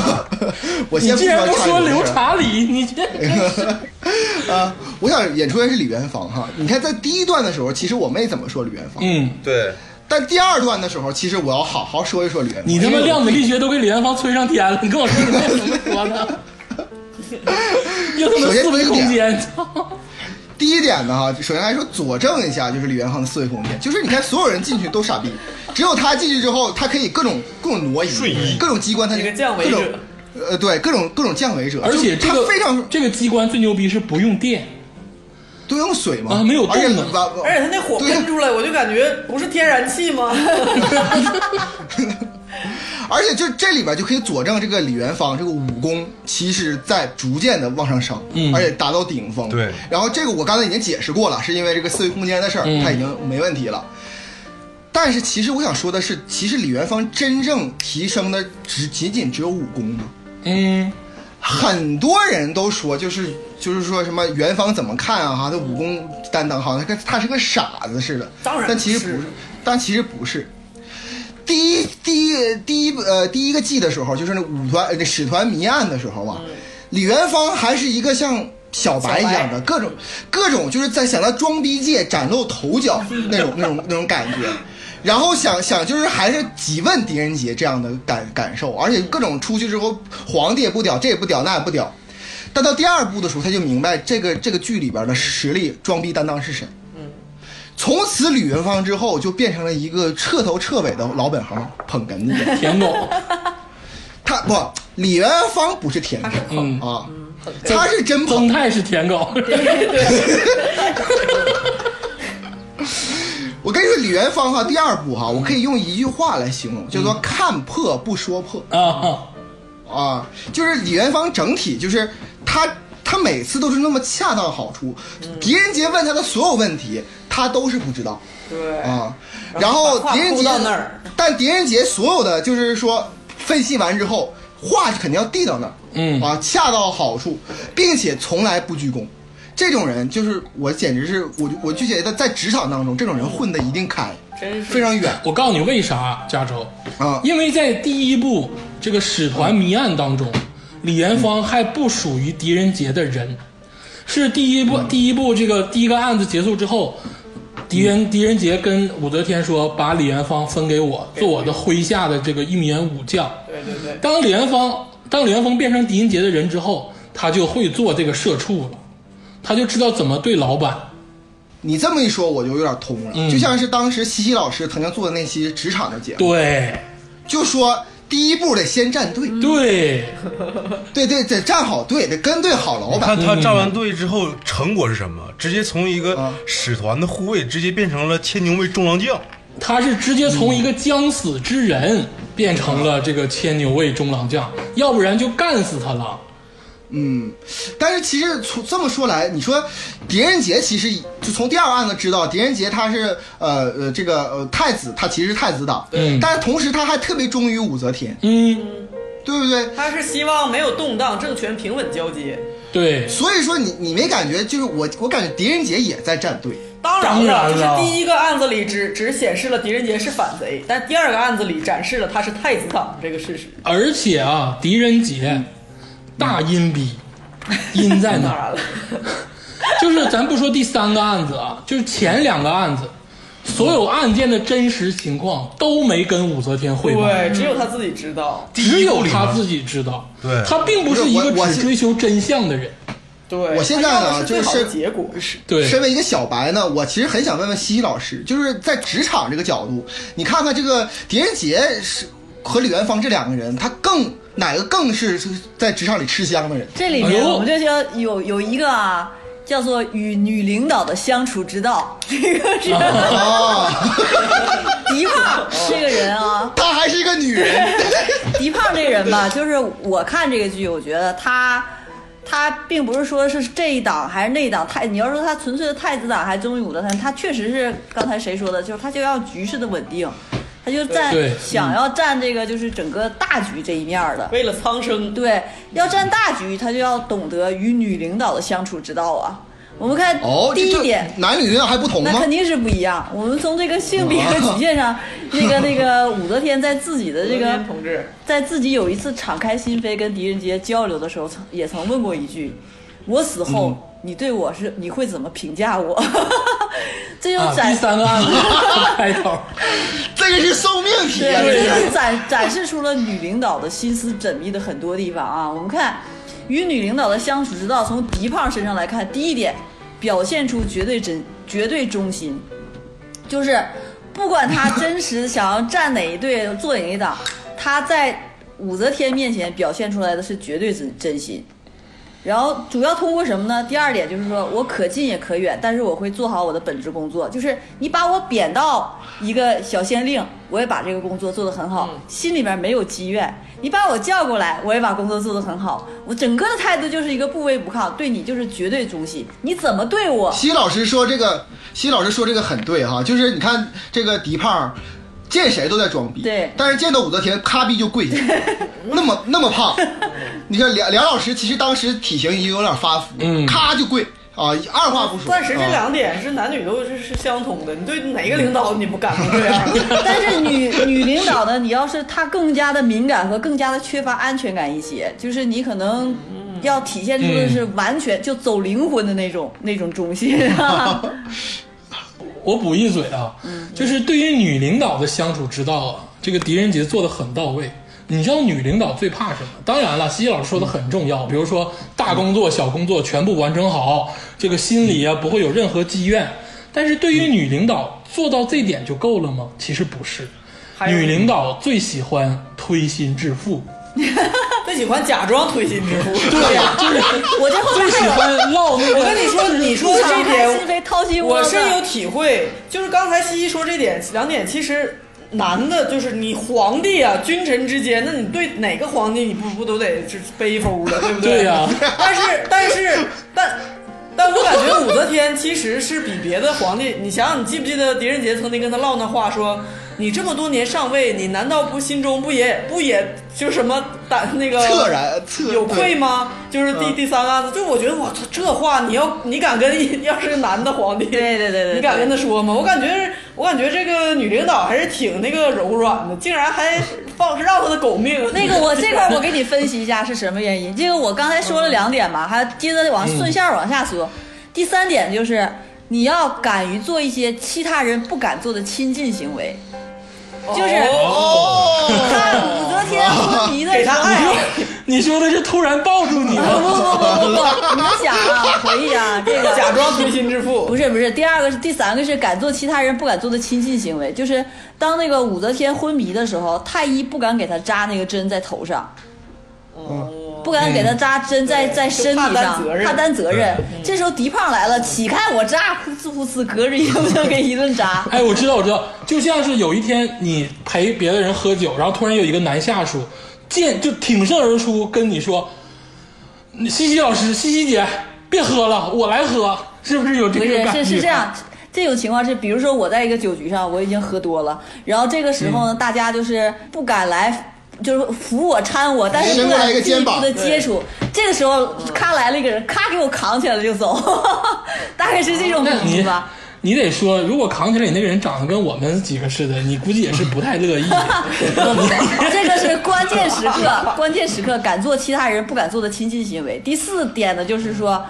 嗯你
我先
既然不
不
说
刘
刘查理，你这
啊，我想演出来是李元芳哈。你看在第一段的时候，其实我没怎么说李元芳，
嗯，
对，
但第二段的时候，其实我要好好说一说李元芳。
你他妈量子力学都给李元芳吹上天了，你跟我说你没什么说 的？又他妈
首先
四维
第一
空
点
间，
第一点呢哈，首先来说佐证一下，就是李元芳的思维空间，就是你看所有人进去都傻逼，只有他进去之后，他可以各种各种挪
瞬
移
移，
各种机关，他
一个降维者
各种呃，对，各种各种降维者，
而且
就
这
他
个
非常
这个机关最牛逼是不用电，
都用水嘛，
啊没有
而且
动的
把
而且他那火
对呀
喷出来，我就感觉不是天然气吗？
而且就这里边就可以佐证这个李元芳这个武功，其实在逐渐的往上升，
嗯
而且达到顶峰。
对
然后这个我刚才已经解释过了，是因为这个四维空间的事儿，
嗯
他已经没问题了。但是其实我想说的是，其实李元芳真正提升的只仅仅只有武功吗？
嗯，
很多人都说，就是就是说什么元芳怎么看啊？哈，他武功担当好像跟他是个傻子似的。
当然
但其实
不是
不是，但其实不是。第一第一第一呃第一个季的时候，就是那五团呃那使团谜案的时候啊，李元芳还是一个像小白一样的各种各种，就是在想在装逼界崭露头角那 种那种那种感觉。然后想想就是还是几问狄仁杰这样的感感受，而且各种出去之后，皇帝也不屌，这也不屌，那也不屌。但到第二部的时候，他就明白这个这个剧里边的实力装逼担当是谁。从此李元芳之后就变成了一个彻头彻尾的老本行捧哏的。
舔狗，
他不，李元芳不是舔狗
嗯，
啊，他是真
曾
捧。
泰是舔狗，
我跟你说，李元芳哈，第二部哈，我可以用一句话来形容，叫
嗯
做看破不说破
啊，
啊。就是李元芳整体就是他，他每次都是那么恰到好处。
嗯
狄仁杰问他的所有问题，他都是不知道。
对，
啊，然
哎然
后
后把话
狄仁
铺
杰
到那儿，
但狄仁杰所有的就是说分析完之后，话是肯定要递到那儿，
嗯
啊，恰到好处，并且从来不鞠躬。这种人就是我，简直是我就，我就觉得在职场当中，这种人混的一定开，
真是
非常远
我告诉你为啥，加州，
啊。
因为在第一部这个使团谜案当中，李元芳还不属于狄仁杰的人，是第一部第一部这个第一个案子结束之后，狄仁狄仁杰跟武则天说，把李元芳分给我，做我的麾下的这个一员武将。
对对对，
当李元芳当李元芳变成狄仁杰的人之后，他就会做这个社畜了，他就知道怎么对老板。
你这么一说，我就有点通了，
嗯
就像是当时西西老师曾经做的那期职场的节目，
对
就说第一步得先站队，
嗯
对，
对对，得站好队，得跟对好老
你
板
看。他站完队之后，成果是什么？直接从一个
啊
使团的护卫，直接变成了千牛卫中郎将。
他是直接从一个将死之人变成了这个千牛卫中郎将，要不然就干死他了。
嗯，但是其实从这么说来，你说狄仁杰其实就从第二案子知道，狄仁杰他是呃呃这个呃太子，他其实是太子党，
嗯
但是同时他还特别忠于武则天，
嗯，
对不对？
他是希望没有动荡，政权平稳交接。
对，
所以说你你没感觉就是我我感觉狄仁杰也在站队，
当然
当
了，
然
就
了
是第一个案子里只只显示了狄仁杰是反贼，但第二个案子里展示了他是太子党这个事实。
而且啊，狄仁杰大阴逼，阴在哪
当
儿？
然了，
就是咱不说第三个案子啊，就是前两个案子，所有案件的真实情况都没跟武则天汇报，
对，只有他自己知道。
只有他自己知道。
对
他并不是一个
不是我我
只追求真相的人。
对，
我现在
他要
呢
的是
就
最好
是
的结果。
是
对
身为一个小白呢，我其实很想问问西西老师，就是在职场这个角度，你看看这个狄仁杰是和李元芳这两个人，他更哪个更是在职场里吃香的人？
这里
哎
面
呦
我们就要有有一个啊，叫做与女领导的相处之道。这个是
哦
啊，
迪胖这个人啊，
她还是一个女 人，
迪胖这人吧，就是我看这个剧，我觉得他他并不是说是这一档还是那一档太，你要说他纯粹的太子党还是忠于武德三，他确实是刚才谁说的，就是他就要局势的稳定，他就站
对嗯
想要站这个就是整个大局这一面儿的。
为了苍生，
对，要占大局，他就要懂得与女领导的相处之道啊。我们看
哦，
第
这
一
这
点，
男女领导还不同
那
吗
肯？定是不一样。我们从这个性
哦
别和局限上， 那个那个武则天在自己的这
刘
个
渊同志，
在自己有一次敞开心扉跟狄仁杰交流的时候，曾也曾问过一句：“我死后，
嗯
你对我是你会怎么评价我？” 这就
啊，
展、
第三个案子开头，
这个是送命题啊，
对，
这
这就是
是
展展示出了女领导的心思缜密的很多地方啊。我们看与女领导的相处之道，从狄胖身上来看，第一点，表现出绝对真、绝对忠心，就是不管他真实想要站哪一队、做哪一党，他在武则天面前表现出来的是绝对真真心。然后主要通过什么呢？第二点就是说我可近也可远，但是我会做好我的本职工作。就是你把我贬到一个小县令，我也把这个工作做得很好，心里边没有积怨。你把我叫过来，我也把工作做得很好。我整个的态度就是一个不卑不亢，对你就是绝对忠心。你怎么对我，
西老师说这个，西老师说这个很对哈，就是你看这个迪胖。见谁都在装逼，
对
但是见到武则天，咔逼就跪 下，那么那么胖，你看梁梁老师其实当时体型已经有点发福，
嗯
咔就跪啊，二话不说。
暂时这
啊
两点是男女都是是相同的。你对哪个领导你不敢不对啊？
但是女女领导呢，你要是她更加的敏感和更加的缺乏安全感一些，就是你可能要体现出的是完全就走灵魂的那种那种忠心、啊。
我补一嘴啊，就是对于女领导的相处之道啊，这个狄仁杰做的很到位。你知道女领导最怕什么？当然了，西西老师说的很重要，比如说大工作、小工作全部完成好，这个心里啊不会有任何积怨。但是对于女领导做到这点就够了吗？其实不是，
还有
女领导最喜欢推心置腹，
他喜欢假装推心置腹。
对呀、就是
我这后
最
面
喜
还有
欢唠那个。
我跟你说，你说的这
敞
一
开心
点，
扉掏心窝
我
子
深有体会，就是刚才西西说这点两点，其实男的就是你皇帝啊，君臣之间，那你对哪个皇帝你不不都得是背风的，对不
对呀、
但是但是但但我感觉武则天其实是比别的皇帝，你想想，你记不记得狄仁杰曾经跟他唠那话说？你这么多年上位，你难道不心中不也不也就什么胆那个
恻然恻
有愧吗？就是第、
嗯
第三个案子，就我觉得我操，这话你要你敢跟 一要是个男的皇帝，
对对对对
你敢跟他说吗？我感觉我感觉这个女领导还是挺那个柔软的，竟然还放让他的狗命。
那个我这 块儿我给你分析一下是什么原因。这个我刚才说了两点嘛，还接着往
嗯
顺线儿往下说。第三点就是你要敢于做一些其他人不敢做的亲近行为，就是
哦，
看武则天昏迷的时候。
给他爱，
你说的是突然抱住你
不
吗？
不不不 不，你们想啊，回忆啊，这个
假装推心置腹
不。是不是，第二个是第三个是敢做其他人不敢做的亲近行为，就是当那个武则天昏迷的时候，太医不敢给她扎那个针在头上，不敢给她扎针在、在身体
哦就怕
上
担责，任
怕担责任。这时候狄胖来了，起开我扎，呼哧呼哧，隔着衣服就给一顿扎。
哎，我知道，我知道，就像是有一天你陪别的人喝酒，然后突然有一个男下属见就挺身而出跟你说：“你西西老师，西西姐，别喝了，我来喝。”是不是有这个
不是
感觉？
是是这样，这种情况是，比如说我在一个酒局上，我已经喝多了，然后这个时
嗯
候呢，大家就是不敢来。就是扶我搀我，但是
伸
不
过来
敢
一个
进一
肩
步
膀
的接触。这个时候，咔来了一个人，咔给我扛起来了就走， 大概是这种
哦那
感
你
觉吧。
你得说，如果扛起来你那个人长得跟我们几个似的，你估计也是不太 乐意。
这个是关键 时刻，关键时刻敢做其他人不敢做的亲近行为。第四点呢，就是说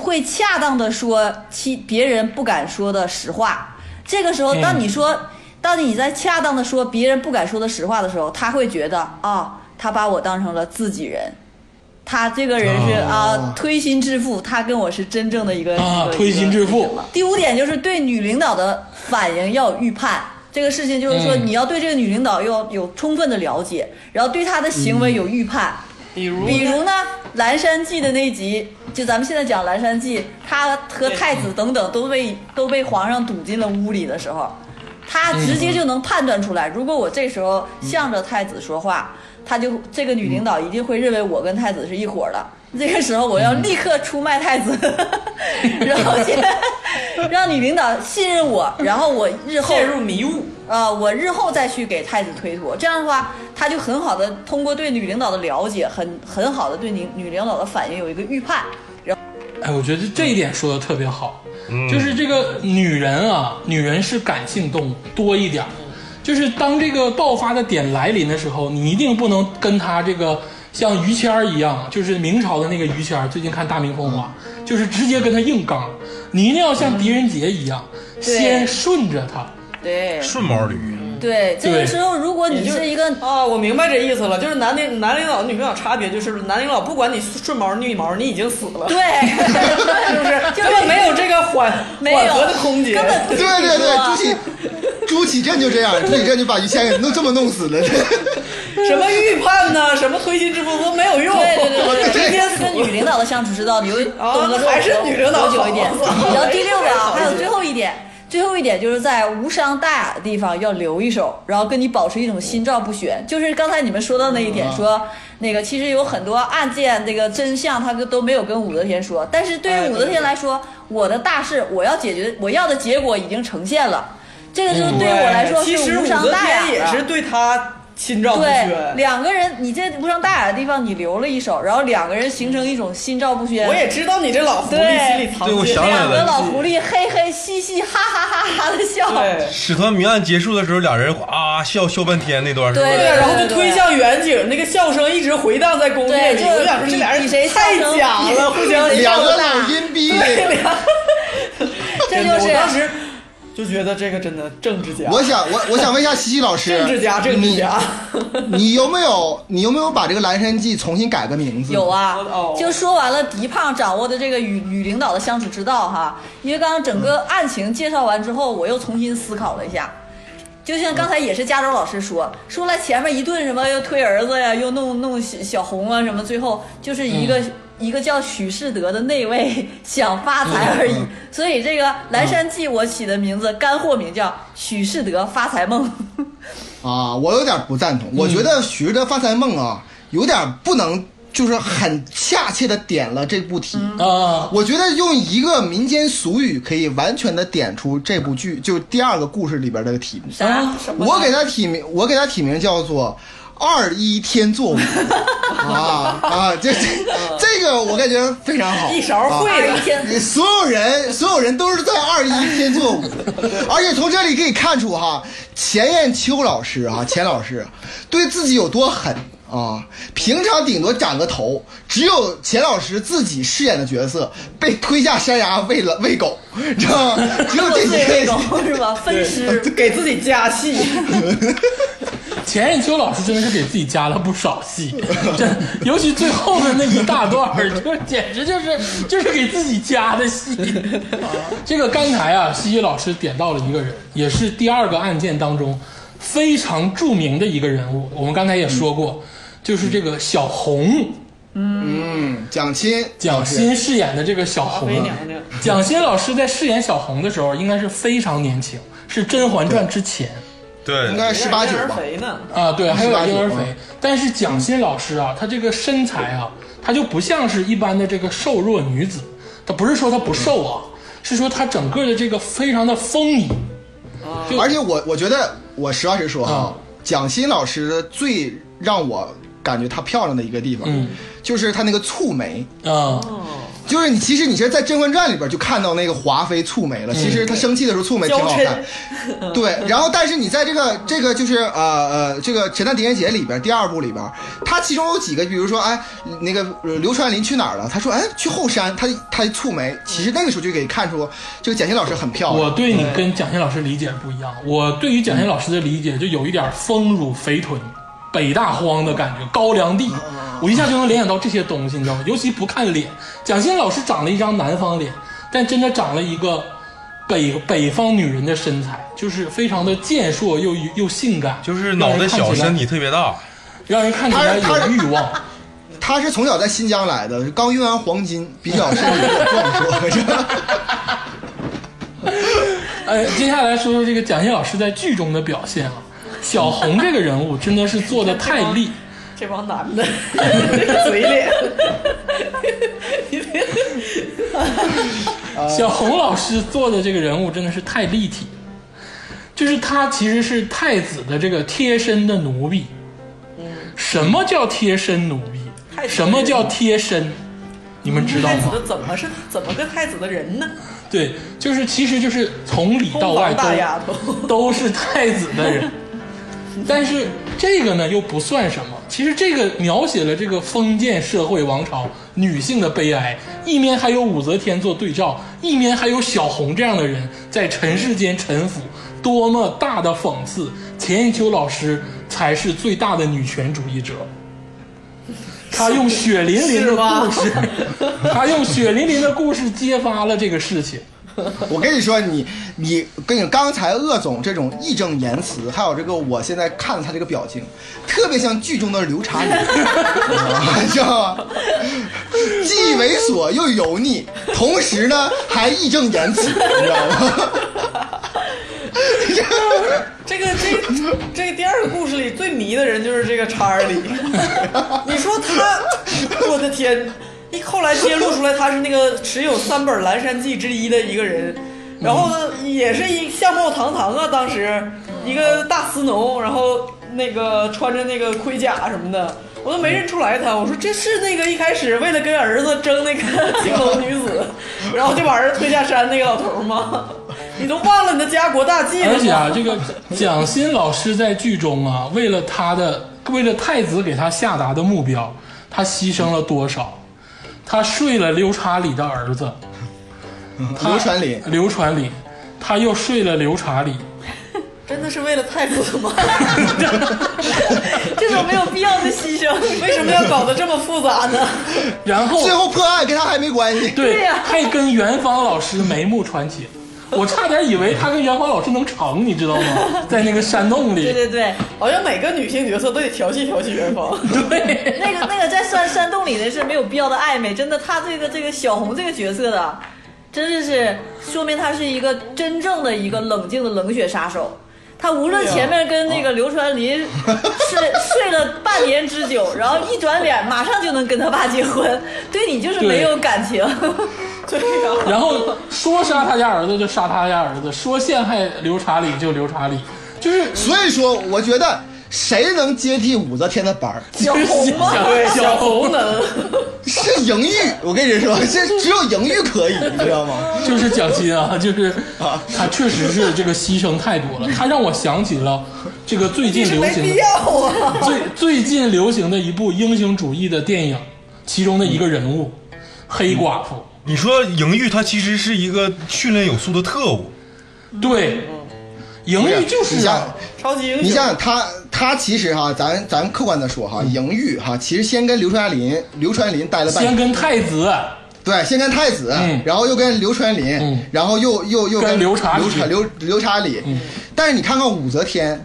会恰当的说其别人不敢说的实话。这个时候，当你
嗯
说，当你在恰当的说别人不敢说的实话的时候，他会觉得啊、他把我当成了自己人。他这个人是啊、推心置腹，他跟我是真正的一个
哦啊
一个
推心置腹
一个什么第五点就是对女领导的反应要有预判，这个事情就是说，
嗯
你要对这个女领导要有充分的了解，然后对她的行为有预判。
比如
比如呢，《蓝山记》的那集，就咱们现在讲《蓝山记》，他和太子等等都被都被皇上堵进了屋里的时候，他直接就能判断出来，如果我这时候向着太子说话，他就这个女领导一定会认为我跟太子是一伙儿的。这个时候，我要立刻出卖太 子，然后先让女领导信任我，然后我日后
陷入迷雾，
啊，我日后再去给太子推脱，这样的话，他就很好的通过对女领导的了解，很很好的对女女领导的反应有一个预判。然后，
哎，我觉得这一点说的特别好，
嗯
就是这个女人啊，女人是感性动物多一点儿，就是当这个爆发的点来临的时候，你一定不能跟她这个像于谦儿一样，就是明朝的那个于谦儿，最近看《大明风华》，就是直接跟他硬刚，你一定要像狄仁杰一样，
对
先顺着他。
对
顺毛驴，
对，这个时候如果你是一个
啊，我明白这意思了，就是男领男领导、女领导差别就是，男领导不管你顺毛逆毛，你已经死了，
对，
是不是？
就
根本没有这个缓
没有
缓和的空间，
根本不
对
是
对
你说
对，朱祁朱祁镇就这样，朱祁镇就把于谦给弄这么弄死 了。
什么预判呢？什么推心置腹都没有用，
对对对对对，
直接
这
死
跟女领导的相处之道，你会懂得
还是女领导
久一点。
好
然后第六个啊，
还
还
是
有最后一点，最后一点就是在无伤大雅的地方要留一手，然后跟你保持一种心照不宣。就是刚才你们说到那一点，说那个其实有很多案件，这个真相他都没有跟武则天说，但是对于武则天来说，我的大事我要解决，我要的结果已经呈现了。这个就是对于我来说
其
是
实
无
武
伤
则
大雅的。
天也是对他心照不
对，
宣。
两个人，你这无伤大雅的地方你留了一手，然后两个人形成一种心照不宣。
我也知道你这老狐狸心里藏
对我
些
想起来
两
了
个老狐狸嘿嘿嘻嘻哈哈哈哈的笑。
对
使团谜案结束的时候，俩人啊啊笑笑半天那段是吧？
对
对，然后
对
就推向远景，那个笑声一直回荡在宫殿里。
对就
我想说这俩
比
人
比谁笑
太
声
假
比
了，互相
两
笑
个
的。
老阴逼，
这
真的
就是
我当时就觉得这个真的政治家，
我嗯想我我想问一下西西老师，
政治家，政治家。
你，你有没有你有没有把这个《蓝山记》重新改个名字？
有啊
哦，
就说完了狄胖掌握的这个与女领导的相处之道哈，因为刚刚整个
嗯
案情介绍完之后，我又重新思考了一下。就像刚才也是加州老师说，
嗯
说了前面一顿什么又推儿子呀，又弄弄小小红啊什么，最后就是一个、
嗯
一个叫许世德的内 卫想发财而已。
嗯
所以这个《蓝山记》我起的名字干货名叫《许世德发财梦》。
啊，我有点不赞同，我觉得徐的发财梦啊，有点不能，就是很恰切的点了这部题。
嗯
啊，
我觉得用一个民间俗语可以完全的点出这部剧，就第二个故事里边的题
啊
目。
啥、什么？
我给它起名，我给它起名叫做“二一天作舞” 啊啊，这这这个我感觉非常好，
一勺烩
啊
一天
你所有人，所有人都是在二一天作舞，而且从这里可以看出哈，钱雁秋老师啊，钱老师对自己有多狠啊！平常顶多斩个头，只有钱老师自己饰演的角色被推下山崖喂了喂狗，知道吗？只有这
自己
几
喂
个
狗 是吧？分尸。
给自己加 戏，
钱雁秋老师真的是给自己加了不少戏， 真，尤其最后的那一大段儿，就简直就是 就是给自己加的戏。 这个刚才啊，西西老师点到了一个人，也是第二个案件当中非常著名的一个人物。我们刚才也说过，就是这个小红，
嗯，蒋欣，
蒋欣饰演的这个小红啊
为。娘娘，
蒋欣老师在饰演小红的时候，应该是非常年轻，是《甄嬛传》之前。
对
应该十八九
有点
吧
婴儿。肥呢，
啊，对，还有点婴儿
18
肥
九啊。
但是蒋欣老师啊，她这个身材啊，她就不像是一般的这个瘦弱女子。她不是说她不瘦啊，是说她整个的这个非常的丰腴。就
而且我我觉得，我实话实说
啊
哈，蒋欣老师最让我感觉她漂亮的一个地方，
嗯
就是她那个蹙眉，
啊，
就是你其实你其实，在《甄嬛传》里边就看到那个华妃蹙眉了。其实她生气的时候蹙眉挺好看，对。然后，但是你在这个这个就是呃呃这个《神探狄仁杰》里边第二部里边，它其中有几个，比如说哎那个呃刘传林去哪儿了？他说哎去后山，他他蹙眉。其实那个时候就可以看出这个蒋欣老师很漂亮。
我对你跟蒋欣老师理解不一样。我对于蒋欣老师的理解就有一点丰乳肥臀、北大荒的感觉，高粱
嗯
地。我一下就能联想到这些东西，你知道吗？尤其不看脸，蒋欣老师长了一张南方脸，但真的长了一个。北北方女人的身材，就是非常的健硕又又性感，
就是脑袋小，身体特别大。
让人看起来有欲 望。
他是从小在新疆来的，刚运完黄金，比较身体有点壮硕。
呃，接下来说说这个蒋欣老师在剧中的表现啊。小红这个人物真的是做的太厉，
这帮男的 嘴脸，呃
小红老师做的这个人物真的是太立体，就是他其实是太子的这个贴身的奴婢。什么叫贴身奴婢
嗯太？子
什么叫贴身？你们知道
太子
吗？
的怎么是怎么个太子的人呢？
对，就是其实就是从里到
通
外
房
都
大丫头，
都是太子的人。但是这个呢又不算什么，其实这个描写了这个封建社会王朝女性的悲哀。一面还有武则天做对照，一面还有小红这样的人在尘世间沉浮，多么大的讽刺！钱一秋老师才是最大的女权主义者。他用血淋淋的故事，他用血淋淋的故事揭发了这个事情。
我跟你说，你你跟你刚才鄂总这种义正言辞，还有这个我现在看他这个表情，特别像剧中的刘茶女， 你知道吗？既猥琐又油腻，同时呢还义正言辞，你知道 吗？
这个这这个第二个故事里最迷的人就是这个查尔里，你说他，我的天！一后来揭露出来他是那个持有三本《蓝山记》之一的一个人，然后呢也是一相貌堂堂啊，当时一个大斯农，然后那个穿着那个盔甲什么的。我都没认出来他，我说这是那个一开始为了跟儿子争那个青楼女子，然后就把儿子推下山那个老头吗？你都忘了你的家国大计了
而且
吗
啊，？这个蒋欣老师在剧中啊，为了他的，为了太子给他下达的目标，他牺牲了多少？他睡了刘查理的儿子，他
刘传林，
刘传林，他又睡了刘查理，
真的是为了太子吗？
这种没 有必要的牺牲，
为什么要搞得这么复杂呢？
然后
最后破案跟他还没关系。
对，
对呀
还跟元芳老师眉目传情。我差点以为他跟元芳老师能成，你知道吗？在那个山洞
对
里，
对对，
好像每个女性角色都得调戏调戏 元芳。
对，
那个那个在山山洞里的是没有必要的暧昧，真的，他这个这个小红这个角色的，真的是说明他是一个真正的一个冷静的冷血杀手。他无论前面跟那个刘传林睡 睡了半年之久，然后一转脸马上就能跟他爸结婚，对你就是没有感情。
对呀、
然后说杀他家儿子就杀他家儿子，说陷害刘查理就刘查理，就是
所以说，我觉得谁能接替武则天的班儿，
小红
吗
小小
不
红
能。
是莹玉。我跟你说，这只有莹玉可以，你知道 吗？
就是蒋欣啊，就是他确实是这个牺牲太多了，他让我想起了这个最近流
没
行
必
的
要啊！
最最近流行的一部英雄主义的电影，其中的一个人物黑寡妇，
你说莹玉她其实是一个训练有素的特务，
嗯
对，莹玉就是啊
你
这
想
样，
超级英
你想
雄，
想他，他其实哈，咱咱客观的说哈，莹玉哈，其实先跟刘传林，刘传林待了半
先
年，
跟太子啊
对，先跟太子
嗯，
然后又跟刘传林
嗯，
然后又又又
跟刘
刘
查理
刘传刘刘查理。但是你看看武则天，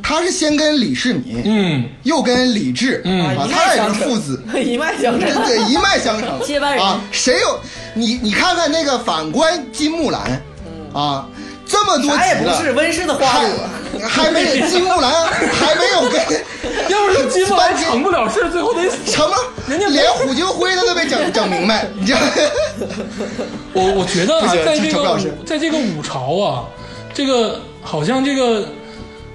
他是先跟李世民，
嗯，
又跟李治，
嗯
啊
一，
他俩
脉
也
相
是
承，
父子，
一脉 相
对
承。
对，一脉相承。
接班人
啊，谁有你？你看看那个反观金木兰，啊，这么多集了，
啥也不是，温室的花朵。
还 还没给金木兰，还没有跟
要是金毛还成不了事儿，最后得死。
成了，
人家
连虎鲸辉他都没整整明白，你这
我我觉得
不
啊，
行
在
这
这
成不
个
了事
武在这个五朝啊，这个好像这个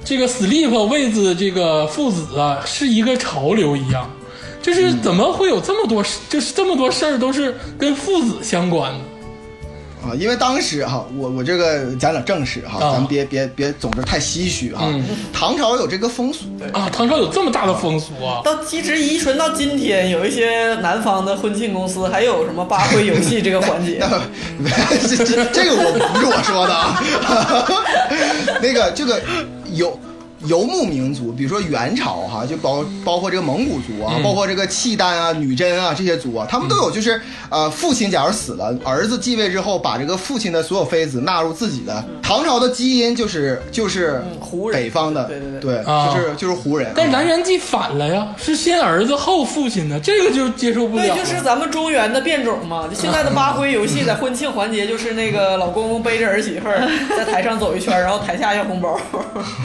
这个 sleep 位子这个父子啊，是一个潮流一样，就是怎么会有这么多，事，就是这么多事儿都是跟父子相关的。
啊，因为当时哈、我我这个讲点正事哈、
啊
咱别别别总是太唏嘘哈、
嗯
唐朝有这个风俗，
啊，唐朝有这么大的风俗啊！
到一直遗传到今天，有一些南方的婚庆公司还有什么八会游戏这个 环节，
这 这这个我不是我说的啊，那个这个有游牧民族，比如说元朝哈，就包包括这个蒙古族
嗯
啊，包括这个契丹啊、女真啊这些族啊，他们都有就是呃，父亲假如死了，儿子继位之后，把这个父亲的所有妃子纳入自己的。唐朝的基因就是就是
嗯胡人
北方的，
对对对
对，
啊
就是就是胡人。啊
但是南园记反了呀，是先儿子后父亲的，这个就接受不了
对，
了。
就是咱们中原的变种嘛。就 现在的八龟游戏，在婚庆环节，就是那个老公公背着儿媳妇儿在台上走一圈，然后台下要红包。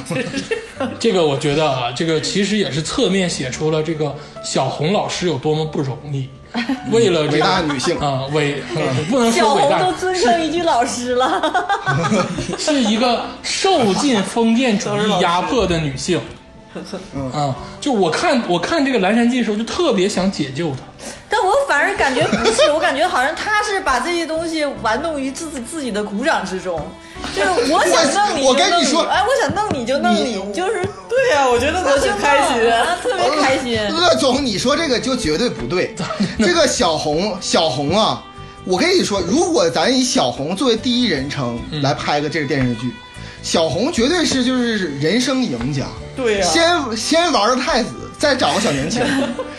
这个我觉得啊，这个其实也是侧面写出了这个小红老师有多么不容 易，为了这
伟
个
大女性
啊伟、嗯不能
小
说伟
红都
大，
尊称一句老师了，
是一个受尽封建主义压迫的女性。
嗯
啊，就我看我看这个《蓝山记》的时候，就特别想解救她。
但我反而感觉不是，我感觉好像他是把这些东西玩弄于自己自己的鼓掌之中，就是我想弄你就弄你，
我跟你说
哎，我想弄你就弄你，就是
对呀、我觉得
我
我
就
挺
弄
开心的。
啊，特别开心。
鄂总，你说这个就绝对不对。这个小红，小红啊，我跟你说，如果咱以小红作为第一人称来拍个这个电视剧，小红绝对是就是人生赢家。
对啊呀、
先先玩个太子，再找个小年轻，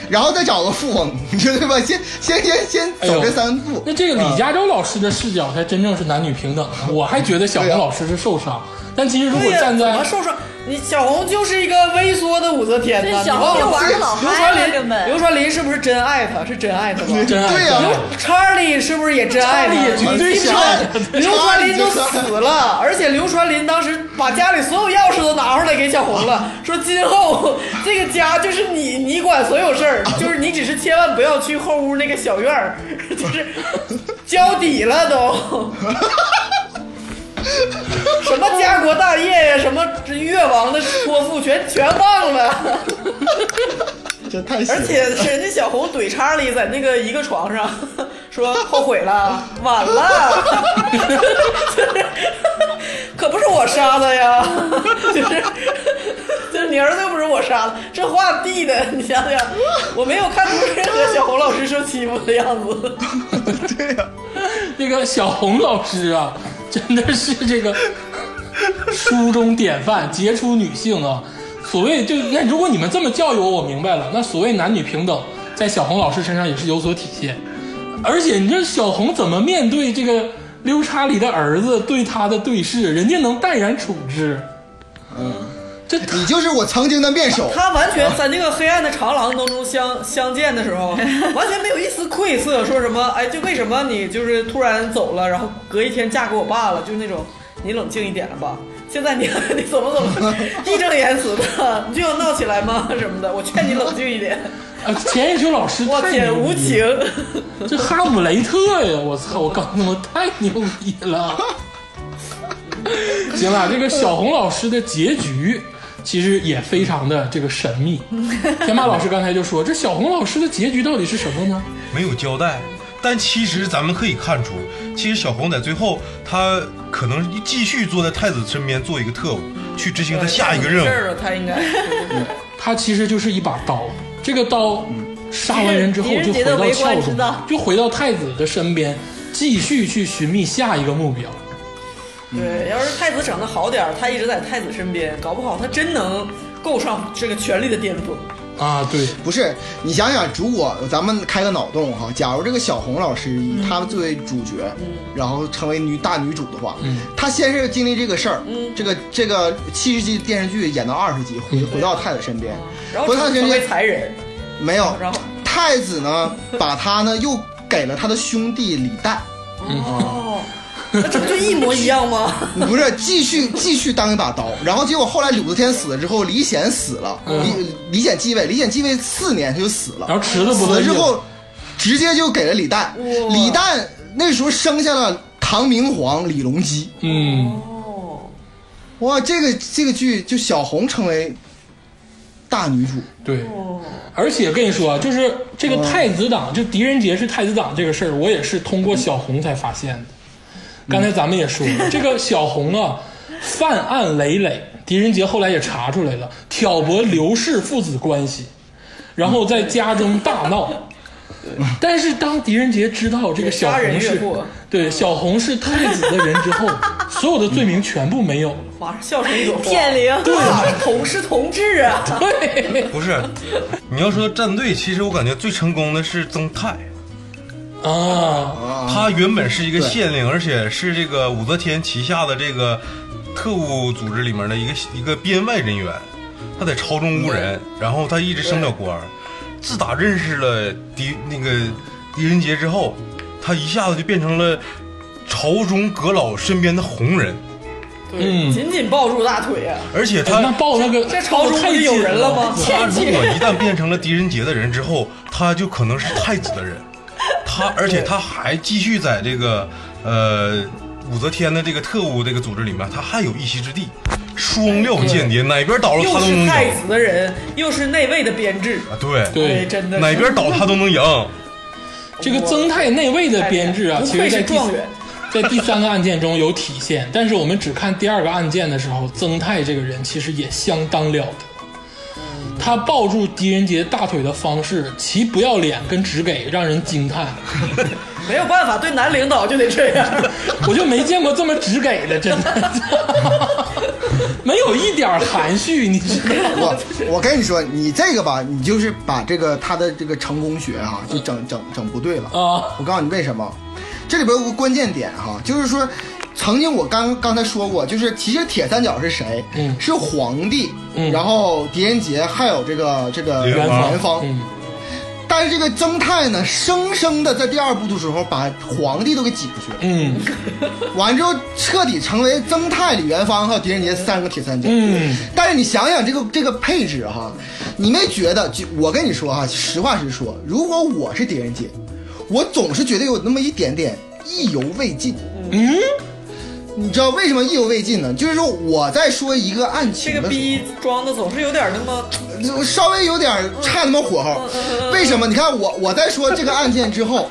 然后再找个富翁，你知道吧？先先先先走这三步。
那这个李嘉洲老师的视角才真正是男女平等的。我还觉得小红
对啊
老师是受伤，但其实如果
对呀、
站
怎
在
么受伤？你小红就是一个微缩的武则天呐！
这
你
小
忘
红就
了
玩的老
刘
嗨了，
传
根
林，刘
本。
传林是不是真爱她？是真爱她吗？
真爱
对呀、
查理是不是也真爱
查理也
他？
绝对是爱他
刘传林都死了，而且刘传林当时把家里所有钥匙都拿出来给小红 了，说今后这个家就是你，你管所有事儿，就是你只是千万不要去后屋那个小院儿， 就是交底了 都。什么家国大业呀，什么越王的托付全全忘了。
这太邪
而且人家小红怼查理在那个一个床上 说后悔了，晚了， 可不是我杀的呀， 就是就是你儿子又不是我杀的，这话递的，你想想，我没有看出任何小红老师受欺负的样子。
这个小红老师啊， 真的是这个书中典范，杰出女性啊。所谓就那，如果你们这么教育我，我明白了。那所谓男女平等，在小红老师身上也是有所体现。而且你这小红怎么面对这个溜查理的儿子对她的对视，人家能淡然处之。嗯，这
你就是我曾经的面首。
他完全在那个黑暗的长廊当中相相见的时 候，完全没有一丝愧色，说什么哎，就为什么你就是突然走了，然后隔一天嫁给我爸了，就是那种你冷静一点吧。现在你 你怎么怎 么义正言辞的，你就要闹起来吗？什么的，我 劝你冷静一点。
啊，钱一秋老师
我
太
天，
牛
无
逼了，
情！
这哈姆雷特呀！我操，我刚他妈太牛逼了。行啊了，这个小红老师的结局其实也非常的这个神秘。天马老师刚才就说，这小红老师的结局到底是什么呢？
没有交代。但其实咱们可以看出，其实小红在最后，她可能继续坐在太子身边做一个特务，去执行她下一个任
事
务。
儿了，他应该。
她其实就是一把刀，这个刀杀完人之后就
狄
回
仁杰的
到
为
鞘
官之
中
道，
就回到太子的身边，继续去寻觅下一个目标。
对，要是太子长得好点儿，他一直在太子身边，搞不好他真能够上这个权力的巅峰。
啊，对，
不是，你想想，如果咱们开个脑洞哈，假如这个小红老师以
嗯
她作为主角，然后成为女大女主的话，
嗯
她先是经历这个事儿，
嗯
这个这个七十集电视剧演到二十集，回、回到太子身边，
嗯然后
回到太子身
成为
边
才人，
没有，
然后
太子 呢，把她呢又给了他的兄弟李旦，
哦，那这不就一模一样吗？
不是继续继续当一把刀，然后结果后来武则天死了之后，李显死了，
嗯
李李显继位，李显继位四年他就死了，
然后池子不
死
乐
了
意
之
了，
后，直接就给了李旦。
哇
李旦那时候生下了唐明皇李隆基。
嗯，
哦，
哇，这个这个剧就小红成为大女主，
对。
哦
而且跟你说啊，就是这个太子党，
嗯
就狄仁杰是太子党这个事儿，我也是通过小红才发现的。刚才咱们也说
嗯
了，这个小红啊，犯案累累，狄仁杰后来也查出来了，挑拨刘氏父子关系，然后在家中大闹。但是当狄仁杰知道这个小
杀人
红
越
是
货
对小红是太子的人之后，所有的罪名全部没有了。
马上笑成一朵花。
骗灵，
哇，啊同是同志啊！
不是，你要说战队，其实我感觉最成功的是曾泰，
啊，
他原本是一个县令，而且是这个武则天旗下的这个特务组织里面的一个一个编外人员，他在朝中无人，然后他一直升不了官儿。自打认识了狄那个狄仁杰之后，他一下子就变成了朝中阁老身边的红人，
对，紧紧抱住大腿啊！
而且他
哎那抱那个
这朝中不
太
是有人了吗？
他如果一旦变成了狄仁杰的人之后，他就可能是太子的人。他而且他还继续在这个呃武则天的这个特务这个组织里面，他还有一席之地。双料间谍，哪边倒了他
又
都
是
能赢。
太子的人，又是内卫的编制，
啊，对，
哎，
对，
真的是
哪边倒他都能赢。
这个曾泰内卫的编制啊，
不
其实
愧
在
是
第
状元，
在第三 个案件中有体现，但是我们只看第二个案件的时候，曾泰这个人其实也相当了得。他抱住狄仁杰大腿的方式，其不要脸跟直给让人惊叹。
没有办法，对男领导就得这样。
我就没见过这么直给的，真的， 没有一点含蓄，你知道吗？
我我跟你说，你这个吧，你就是把这个他的这个成功学啊，就整整整不对了
啊！
我告诉你为什么，这里边有个关键点哈、就是说，曾经我刚刚才说过，就是其实铁三角是谁？
嗯
是皇帝，
嗯
然后狄仁杰，还有这个这个
元芳
元芳。
嗯，
但是这个曾泰呢，生生的在第二部的时候把皇帝都给挤出去了，
嗯
完之后彻底成为曾泰、李元芳还有狄仁杰三个铁三角。
嗯，
但是你想想这个这个配置哈，你没觉得？就我跟你说哈，实话实说，如果我是狄仁杰，我总是觉得有那么一点点意犹未尽。
嗯，
你知道为什么意犹未尽呢？就是说我在说一个案
这
情
个
的时候，
逼装的总是有点那么，
就稍微有点差那么火候。为什么？你看我我在说这个案件之后。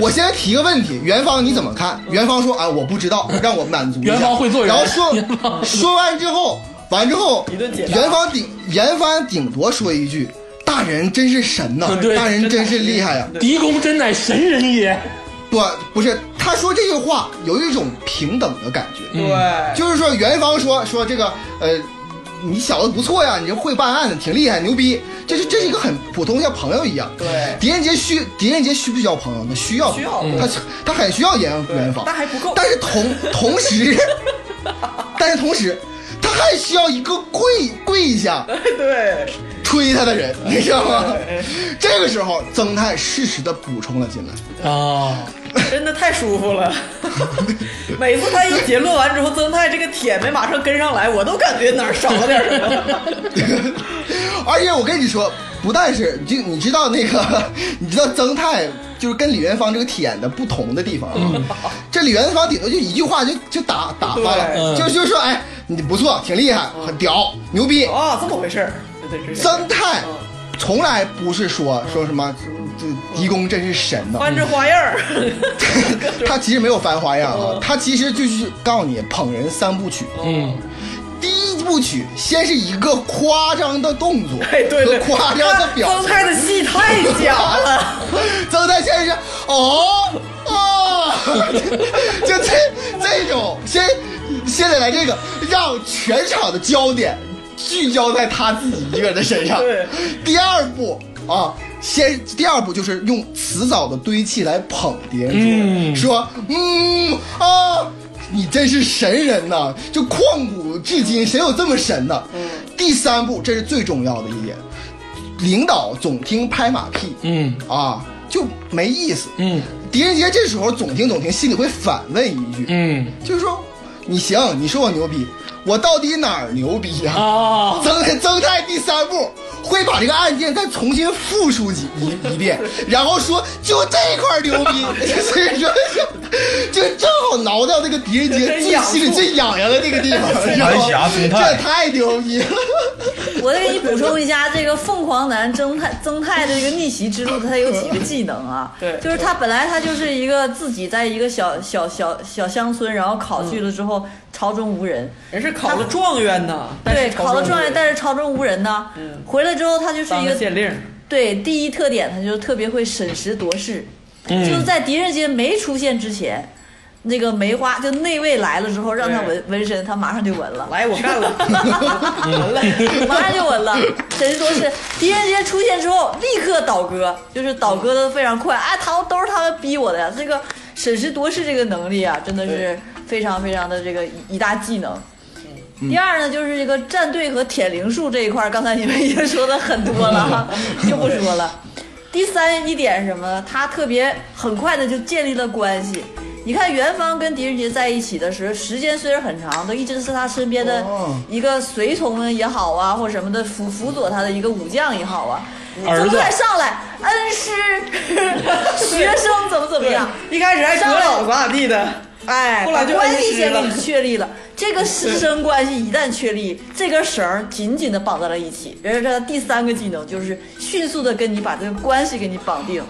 我先提个问题，元芳你怎么看？元芳说啊，我不知道，让我满足一下。
元芳会做人
然后
元
说
芳
说完之后，完之后
一顿解，答
元芳顶元芳顶多说一句：“大人真是神呐、
对
大人真是厉害啊呀、
对
狄公真乃神人也。
不，不是，他说这句话有一种平等的感觉，
对，
就是说元芳说说这个呃，你小子不错呀，你这会办案的，挺厉害，牛逼。这是这是一个很普通，像朋友一样。
对
狄仁杰需狄仁杰需不需要朋友呢？需要，
需要
他他很需要元元芳，
但还不够
但是同同 时，但是同时，他还需要一个跪跪下
对，
推他的人，你知道吗？这个时候，曾泰适时的补充了进来。
啊，
真的太舒服了。每次他一结论完之后，曾泰这个铁没马上跟上来，我都感觉哪儿少了点什么。
而且我跟你说，不但是就你知道那个， 你知道曾泰就是跟李元芳这个舔的不同的地方啊。这李元芳顶多就一句话就就打打发了，
对
就就说哎，你不错，挺厉害，很屌，牛逼。
啊，这么回事儿，对对对。
曾泰从来不是说说什么这狄公真是神呐，
翻着花样儿，
嗯 他其实没有翻花样
嗯
啊，他其实就是告诉你捧人三部曲。
嗯，
第一部曲先是一个夸张的动作
哎， 对
和
对，
夸张的表
曾
情。
泰的戏太假了，
曾太先生，哦哦，就这这种，先先得来这个，让全场的焦点聚焦在他自己一个人的身上。
对，
第二步啊，先第二步就是用辞藻的堆砌来捧别人，
嗯
说嗯啊。你真是神人呐！就旷古至今，谁有这么神呢？
嗯
第三步，这是最重要的一点，领导总听拍马屁，
嗯
啊，就没意思。
嗯
狄仁杰这时候总听总听，心里会反问一句，
嗯
就是说，你行，你说我牛逼，我到底哪儿牛逼呀、
啊，
曾曾泰第三步会把这个案件再重新复述几一 一遍，然后说就这块儿牛逼，所以说就正好挠到那个狄仁杰最心里最痒痒的那个 地方，你知道
蓝
吗
霞？曾泰
这太牛逼了。
我再给你补充一下，这个凤凰男曾泰曾泰的这个逆袭之路，他有几个技能 啊？
对
就是他本来他就是一个自己在一个小小小小乡村，然后考去了之后，朝中无人。
人是考了状元呢，但是
对，考了状元，
是
嗯但是朝中嗯无人呢。回来之后，他就是
当
一
了
个
县令，
对，第一特点他就是特别会审时度势，就是在狄仁杰没出现之前，那个梅花，就内味来了之后，让他
对
纹纹身，他马上就纹了，
来，我 干了，完了。
马上就纹了。神说是狄仁杰出现之后立刻倒戈，就是倒戈的非常快。哎，他们都是他们逼我的呀，这个审时度势这个能力啊，真的是非常非常的这个一一大技能。第二呢，就是这个战队和舔灵术这一块儿，刚才你们已经说的很多了哈，就不说了。第三一点是什么呢？他特别很快的就建立了关系。你看元芳跟狄仁杰在一起的时候，时间虽然很长，都一直是他身边的
哦
一个随从也好啊，或者什么的辅辅佐他的一个武将也好啊。
儿
怎
子
么敢上来？恩师， 学生怎么怎么
对
样？
一开始还隔老子咋地的，
哎，
后来就
把关
恩
系
师
先给
了
你确立了。这个师生关系一旦确立，这根绳儿紧紧的绑在了一起。然后这第三个技能就是迅速的跟你把这个关系给你绑定。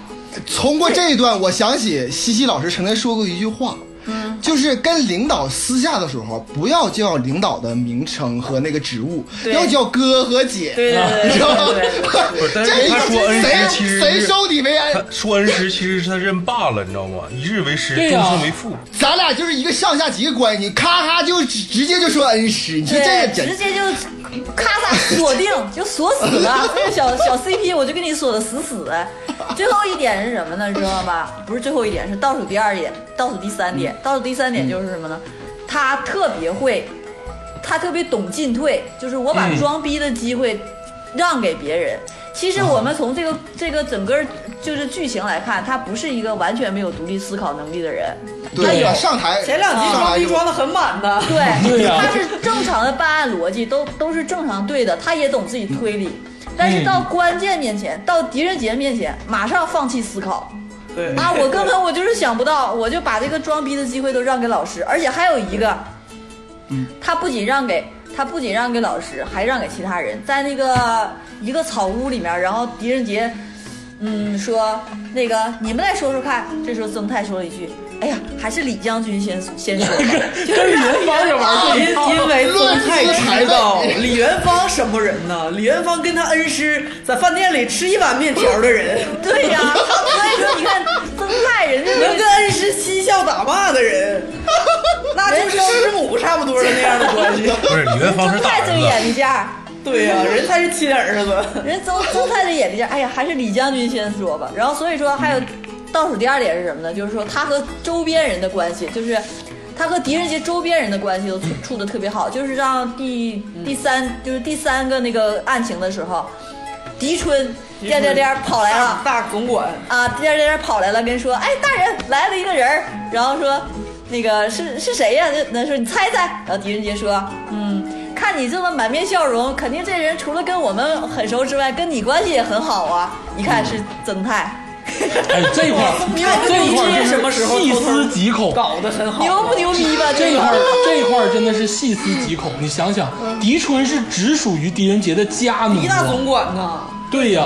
通过这一段，我想起西西老师曾经说过一句话，嗯，就是跟领导私下的时候，不要叫领导的名称和那个职务，
对
要叫哥和姐，
对对对
你知道吗？
对但是
这
他说恩师
谁
其实
谁收你为
他
安？
说恩师其实是他认爸了，你知道吗？一日为师，
对
终
呀
身为父。
咱俩就是一个上下级的关系，咔咔就直直接就说恩师，你说这个
直
简
接就咔嚓锁定，就锁 死了。这个小小 CP 我就给你锁的死死的。最后一点是什么呢？知道吧？不是最后一点，是倒数第二点，倒数第三
嗯
点。倒数第三点就是什么呢？他特别会，他特别懂进退，就是我把
嗯
装逼的机会让给别人。其
哦
实我们从这个这个整个就是剧情来看，他不是一个完全没有独立思考能力的人，他
对
有
吧？上台
前两集
上
装
来
逼
就
装的很满的，
对，
对呀
他是正常的办案逻辑，都都是正常对的，他也懂自己推理，但是到关键面前，到狄仁杰面前，马上放弃思考。
嗯
对
啊，我根本我就是想不到，我就把这个装逼的机会都让给老师，而且还有一个，
嗯
他不仅让给他不仅让给老师，还让给其他人，在那个一个草屋里面，然后狄仁杰，嗯，说那个你们来说说看，这时候曾泰说了一句。哎呀，还是李将军先 先说 吧，
跟元芳也玩这
因
一套，
因为宗太知道李元芳什么人呢？李元芳跟他恩师在饭店里吃一碗面条的人，
对呀、所以说你看曾泰人家
能跟恩师嬉笑打骂的人，那就是师母差不多的那样的关系。
不是 李元芳是
曾
大
泰
儿
这眼
子，
力劲儿，
对呀、人才是亲儿子。
人曾曾泰的眼力劲儿，哎呀，还是李将军先说吧。然后所以说还有倒数第二点是什么呢？就是说他和周边人的关系，就是。他和狄仁杰周边人的关系都处处的特别好，就是让第第三就是第三个那个案情的时候，狄春颠颠颠跑来了，
大总管，
啊，颠颠颠跑来了，跟说，哎，大人来了一个人儿，然后说，那个是是谁呀、那那说你猜猜，然后狄仁杰说，嗯，看你这么满面笑容，肯定这人除了跟我们很熟之外，跟你关系也很好啊。一看是曾泰，
哎，这块
你看
儿这一块儿
什么
真
时
是
候
细思极恐，
搞得很好，啊
牛不牛逼吧？
这一
个
块儿这一块儿真的是细思极恐。你想想，狄春是只属于狄仁杰的家奴啊，
一嗯大总管呐。
对呀、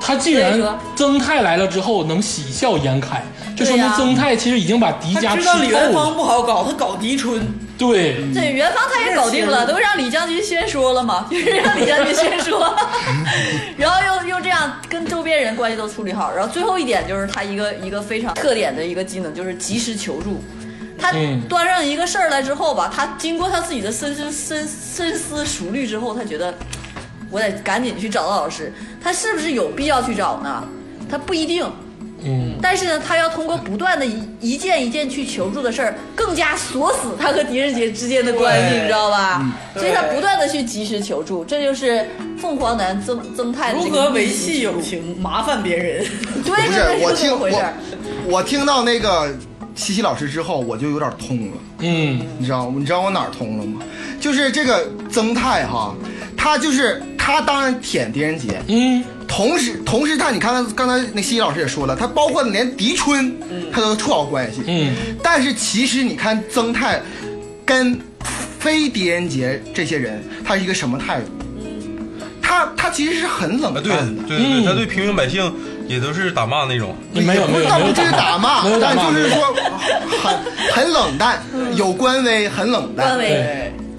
他既
所
然
以说
曾泰来了之后能喜笑颜开，就说
对
明
呀
曾泰其实已经把狄
他
家啊
知
吃
道李
透
元芳
了。
不好搞，他搞狄春，
对，
这元芳他也搞定了，都让李将军先说了嘛， 就是让李将军先说， 然后又又这样跟周边人关系都处理好，然后最后一点就是他一个一个非常特点的一个技能就是及时求助。他
嗯
端上一个事儿来之后吧，他经过他自己的深深深深思熟虑之后，他觉得我得赶紧去找到老师，他是不是有必要去找呢？他不一定，
嗯，
但是呢，他要通过不断的一一件一件去求助的事儿，更加锁死他和狄仁杰之间的关系，
对嗯
你知道吧？所以他
对
不断的去及时求助，这就是凤凰男曾曾泰的这
如
个
何
逆
维
袭
系
之路
友？情，麻烦别人。
对
不是
对对，
我
是这
听
么回事儿。
我我听到那个西西老师之后，我就有点通了。
嗯，
你知道你知道我哪儿通了吗？就是这个曾泰哈，他就是他当然舔狄仁杰，
嗯，
同时同时他你看刚才那西西老师也说了，他包括连狄春他都处好关系，
嗯，
但是其实你看曾泰跟非狄仁杰这些人，他是一个什么态度？他他其实是很冷淡
啊，对
的。
对对对，
嗯
他对平民百姓也都是打骂那种。
没有
不
没
是
有
倒
没
不
有
至于打骂
没，有打
但
骂，
就是
没有嗯
说很很冷淡，有官威，很冷淡。
官威
对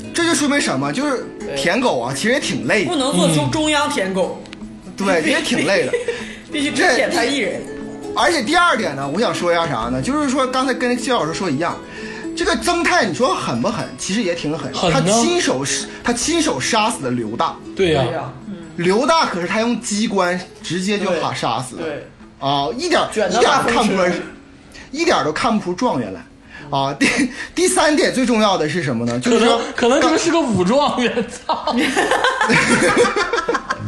对，
这就说明什么？就是舔狗啊，其实也挺累
不
的，
能做中中央舔狗，
对，也挺累的。
必须只舔他一人。
而且第二点呢，我想说一下啥呢？就是说刚才跟谢老师说一样，这个曾泰你说狠不狠？其实也挺狠，
狠啊
他
呢
亲手他亲手杀死了刘大，
对呀、
对呀，
刘大可是他用机关直接就把杀死的，
对，
啊，一点
卷
一
到
点
大风
看不出来
车，
一点都看不出状元来。啊，第 第三点最重要的是什么呢？就
可
是说
能可能这个是个武状元，操！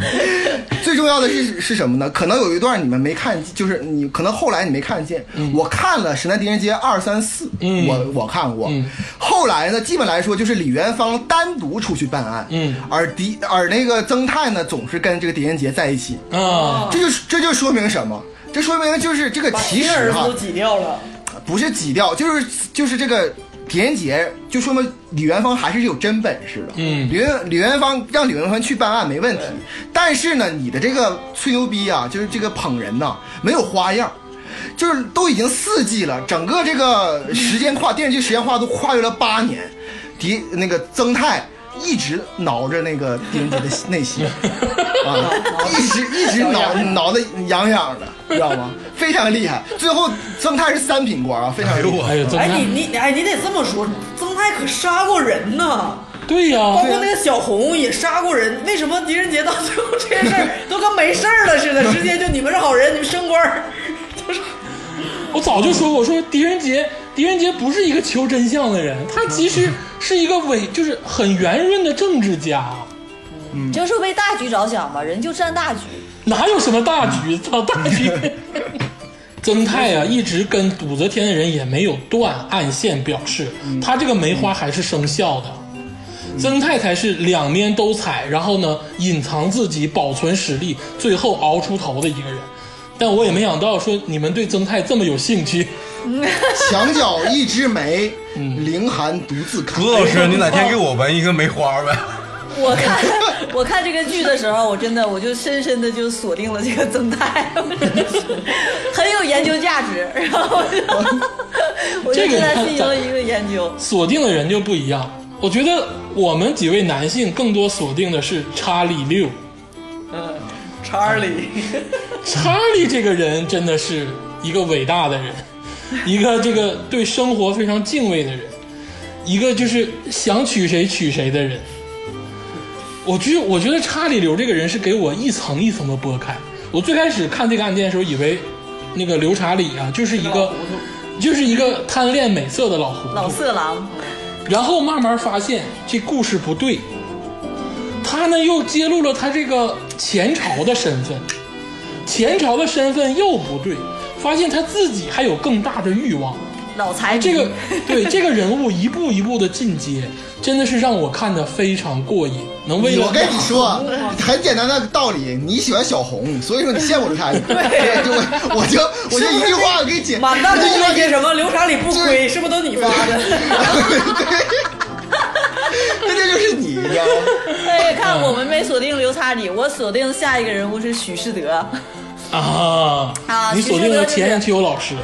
最重要的是是什么呢？可能有一段你们没看，就是你可能后来你没看见。我看了《神探狄仁杰》二三四，
嗯
我我看过。
嗯
后来呢，基本来说就是李元芳单独出去办案，
嗯
而狄而那个曾泰呢，总是跟这个狄仁杰在一起。
啊，
这就这就说明什么？这说明就是这个
把
其
亲
实啊
儿子
哈
都，挤掉了，
不是挤掉，就是就是这个狄仁杰，就说明李元芳还是有真本事的。
嗯
李元李元芳让李元芳去办案没问题，但是呢，你的这个吹牛逼啊，就是这个捧人呐、没有花样。就是都已经四季了，整个这个时间跨电视剧时间跨度跨越了八年，狄那个曾泰一直挠着那个狄仁杰的内心啊，一直一直挠挠的痒痒的，知道吗？非常厉害。最后曾泰是三品官啊，非常
哎呦
厉害。
哎呀，曾
哎，
泰，
你你哎，你得这么说，曾泰可杀过人呢，
对呀、
哦
包
啊
括那个小红也杀过人，为什么狄仁杰到最后这些事儿都跟没事儿了似的？直接就你们是好人，你们升官儿，就是
我早就说过，我说狄仁杰，狄仁杰不是一个求真相的人，他其实是一个伪，就是很圆润的政治家，
就是为大局着想嘛，人就占大局。
哪有什么大局？操，大局！ 曾泰啊，一直跟武则天的人也没有断，暗线表示他这个梅花还是生效的。曾泰才是两面都踩，然后呢，隐藏自己，保存实力，最后熬出头的一个人。但我也没想到说你们对曾泰这么有兴趣。
墙角一枝梅，凌寒独自看
卢。老师，你哪天给我纹一个梅花呗？
嗯
我看 我看这个剧的时候，我真的我就深深的就锁定了这个曾泰，我真的是 很有研究价值。然后我就我就对他进行了一个研究。
锁定的人就不一样。我觉得我们几位男性更多锁定的是查理六，
嗯，查理，
查理这个人真的是一个伟大的人，一个这个对生活非常敬畏的人，一个就是想娶谁娶谁的人。我觉我觉得查理刘这个人是给我一层一层的剥开。我最开始看这个案件的时候，以为那个刘查理啊，就是一个就是一个贪恋美色的老糊涂，
老色狼，
然后慢慢发现这故事不对，他呢又揭露了他这个前朝的身份，前朝的身份又不对，发现他自己还有更大的欲望。
老财迷
这个对 这个人物一步一步的进阶，真的是让我看的非常过瘾。能为了
哎我跟你说，很简单的道理，你喜欢小红，所以说你羡慕刘查理。对，就我我就我就一句话给解，
满大
我
街
就一句话
那些
给
什么刘查理不归，是不是都你发的？
这这就是你，你知道吗？
哎，看我们没锁定刘查理，我锁定下一个人物是许世德，
啊
啊
你锁定了
其实就是
钱雁秋老师，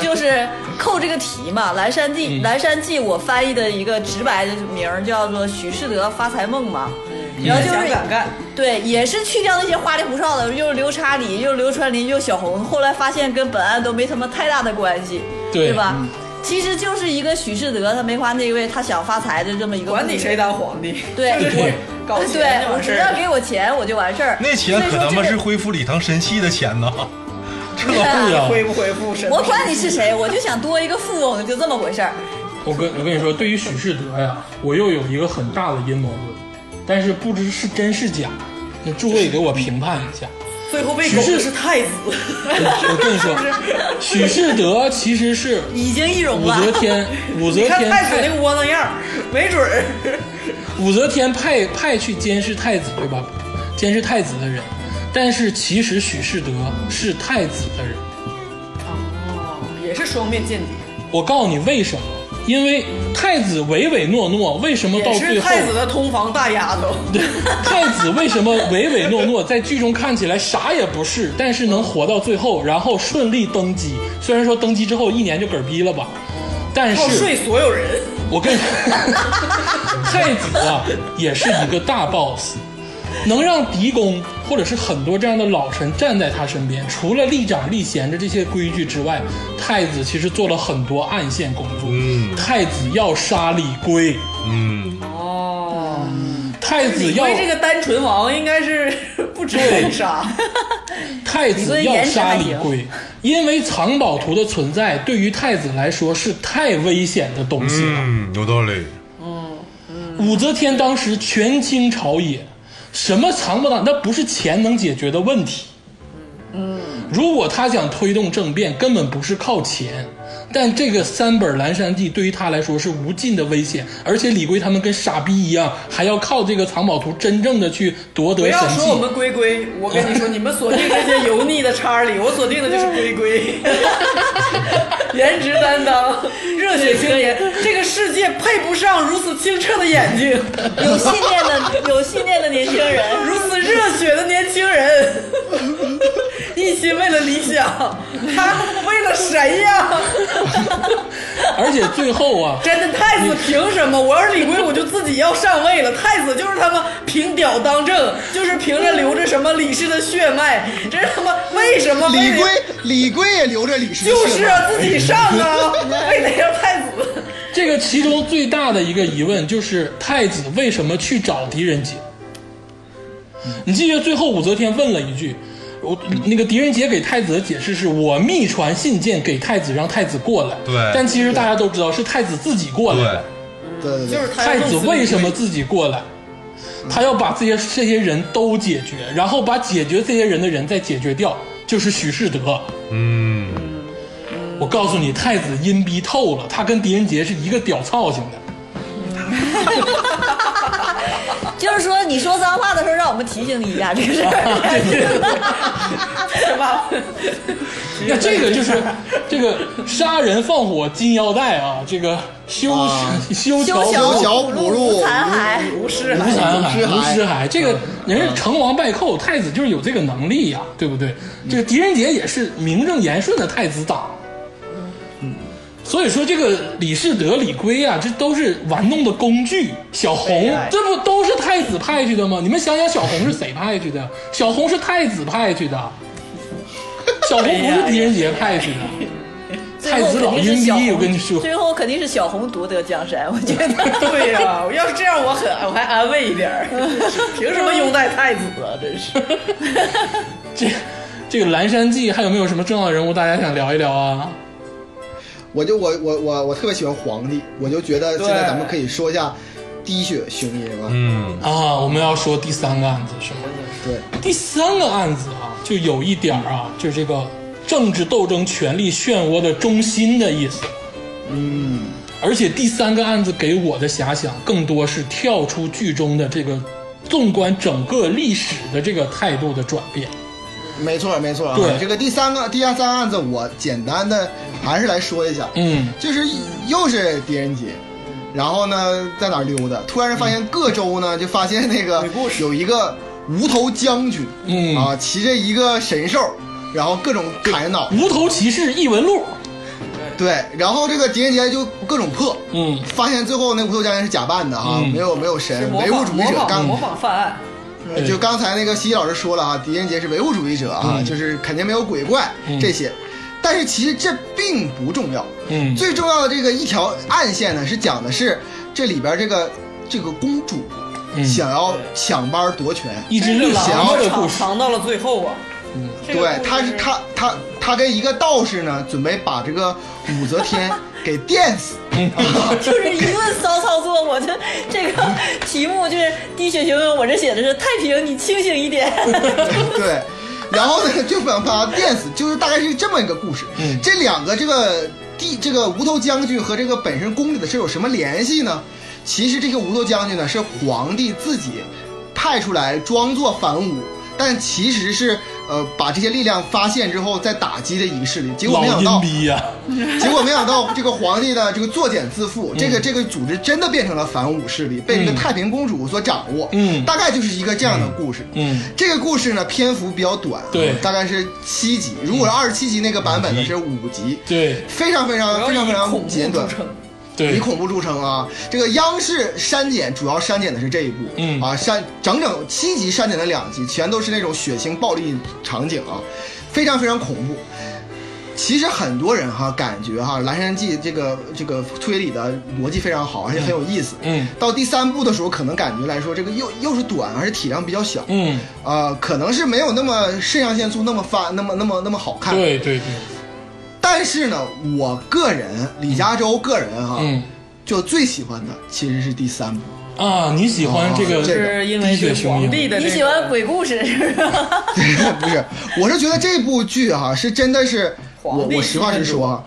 就是扣这个题嘛，《蓝山记》蓝山记》我翻译的一个直白的名儿叫做许世德发财梦嘛，然后就是
想敢干，
对，也是去掉那些花里胡哨的，又是刘查理，又是刘传林，又小红，后来发现跟本案都没什么太大的关系，
对
吧？其实就是一个许世德，他梅花那位，他想发财的这么一个。
管你谁？当皇帝，
对，
对
我
搞钱
对
就，
我
完事
只
儿
要
了。
给我钱我就完事儿。
那钱可他妈是恢复礼堂神器的钱呐！这
对
对
啊
哎呀、
恢不恢复神？
我管你是谁，我就想多一个富翁，就这么回事儿。
我跟我跟你说，对于许世德呀，我又有一个很大的阴谋论，但是不知是真是假，那诸位给我评判一下。
最后被狗
只
的
是
是太子，
我跟你说，许世德其实是
已经易容
武
了，
则天，武则
你看
天
太子
派
那个窝囊样儿，没准儿
武则天派派去监视太子，对吧？监视太子的人，但是其实许世德是太子的人。
也是双面间谍，
我告诉你为什么？因为太子唯唯诺诺，为什么到
也
最
是
后
太子的通房大丫头。
对， 太子为什么唯唯诺诺，在剧中看起来啥也不是，但是能活到最后，然后顺利登基。虽然说登基之后一年就嗝逼了吧，但
靠
是
睡所有人，
我跟你说，太子啊也是一个大 boss，能让狄公或者是很多这样的老臣站在他身边。除了立长、立贤的这些规矩之外，太子其实做了很多暗线工作。
嗯
太子要杀李圭，
嗯，
哦，
太子
因
要
为这个单纯王应该是不值 得杀，
太子要杀李圭，因为藏宝图的存在对于太子来说是太危险的东西了。
嗯，有道理。
武则天当时权倾朝野，什么藏不藏，那不是钱能解决的问题。嗯，如果他想推动政变，根本不是靠钱。但这个三本蓝山记对于他来说是无尽的危险，而且李圭他们跟傻逼一样，还要靠这个藏宝图真正的去夺
不
得神
要
器。
说我们龟龟，我跟你说，你们锁定那些油腻的叉里，我锁定的就是龟龟， 颜值担当，热血青年，这个世界配不上如此清澈的眼睛，
有信念的有信念的年轻人，
如此热血的年轻人，一心为了理想，他为了谁呀？
而且最后啊，
真的，太子凭什么？我要是李圭，我就自己要上位了。太子就是他妈凭屌当政，就是凭着流着什么李氏的血脉，真他妈为什么非
李
得
圭，李圭也留着李氏的
就
血
是
脉
啊，自己上 啊，非得让太子。
这个其中最大的一个疑问就是太子为什么去找狄仁杰？你记得最后武则天问了一句，我那个狄仁杰给太子的解释是我密传信件给太子，让太子过来。
对
但其实大家都知道是太子自己过来
对
的。，
对对对，
就是他
太子为什么自己过来？他要把这些这些人都解决，然后把解决这些人的人再解决掉，就是许世德。
嗯，
我告诉你，太子阴逼透了，他跟狄仁杰是一个屌操型的。
就是说你说脏话的时候，让我们提醒你一下这个事儿。
是吧？
那这个就是这个杀人放火金腰带啊，这个修、
啊
修桥
修
修桥
桥补路，
残骸，
不是啊
无残
无尸
骸
骸
无尸骸，这个人家成王败寇，太子就是有这个能力呀、对不对？这个狄仁杰也是名正言顺的太子党。嗯所以说，这个李世德、李圭啊，这都是玩弄的工具。小红，这不都是太子派去的吗？你们想想，小红是谁派去的？小红是太子派去的，小红不是狄仁杰派去的。太子老阴逼，我跟你 说，
最后肯定是小红夺得江山，我觉 得。
对呀、我要是这样，我很我还安慰一点儿。凭什么拥戴太子啊？真是。
这这个《蓝山记》还有没有什么重要人物大家想聊一聊啊？
我就我我我我特别喜欢皇帝，我就觉得现在
对
咱们可以说一下滴血雄鹰啊，
嗯，
啊，我们要说第三个案子是吗？
对，
第三个案子啊，就有一点儿啊，就是这个政治斗争、权力漩涡的中心的意思。
嗯，
而且第三个案子给我的遐想，更多是跳出剧中的这个纵观整个历史的这个态度的转变。
没错没错啊
对，
这个第三个第三个案子，我简单的还是来说一下，
嗯，
就是又是狄仁杰，然后呢在哪儿溜达，突然发现各州呢就发现那个有一个无头将军，
嗯
啊骑着一个神兽，然后各种砍脑，
无头骑士异闻录。
对，然后这个狄仁杰就各种破，
嗯，
发现最后那无头将军是假扮的哈，
嗯
没有没有
是
神，
模
唯物
仿
主义
模
者
仿
刚
模仿犯案，
呃就刚才那个西西老师说了啊，狄仁杰是唯物主义者啊，
嗯
就是肯定没有鬼怪
嗯
这些。但是其实这并不重要，
嗯
最重要的这个一条暗线呢，是讲的是这里边这个这个公主
嗯
想要抢班夺权，
一只
这
绿
个
邪
想
狼
猫的
藏
故事。
藏到了最后啊。这个故
对
事，
她是她她她跟一个道士呢，准备把这个武则 天给电死。
就是一顿骚操作，我这这个题目就是滴血雄鹰，我这写的是太平，你清醒一点。
对，然后呢就想把他电死，就是大概是这么一个故事。
嗯
这两个这个地这个无头将军和这个本身宫里的是有什么联系呢？其实这个无头将军呢是皇帝自己派出来装作反武，但其实是呃把这些力量发现之后再打击的一个势力。结果
老
没想
阴
到，
逼呀、
结果没想到这个皇帝呢，这个作茧自缚，这个这个组织真的变成了反武势力，被这
嗯
个太平公主所掌握。
嗯
大概就是一个这样的故事。
嗯
这个故事呢篇幅比较短，
对
大概是七集。如果是二十七集那个版本呢
嗯
是五集，
对，
非常非
我
常
要
非常非
以恐
常
怖
简短
著。称。
对
以恐怖著称啊。这个央视删减主要删减的是这一部，
嗯
啊，删整整七集删减了两集，全都是那种血腥暴力场景啊，非常非常恐怖。其实很多人哈感觉哈《蓝山记》这个这个推理的逻辑非常好，而且很有意思。
嗯
到第三部的时候，可能感觉来说这个又又是短，而且体量比较小。
嗯，
啊、可能是没有那么肾上腺素那么发那么那么那么好看。，
对对对，
但是呢，我个人李嘉洲个人哈、
嗯
就最喜欢的其实是第三部。
啊，你喜欢这个
哦这个
是因为
滴血
是
雄鹰
皇帝的这
你
个
喜欢鬼故事 是不是？
不是，我是觉得这部剧哈、是真的是，我
皇帝嗯
我实话实说啊，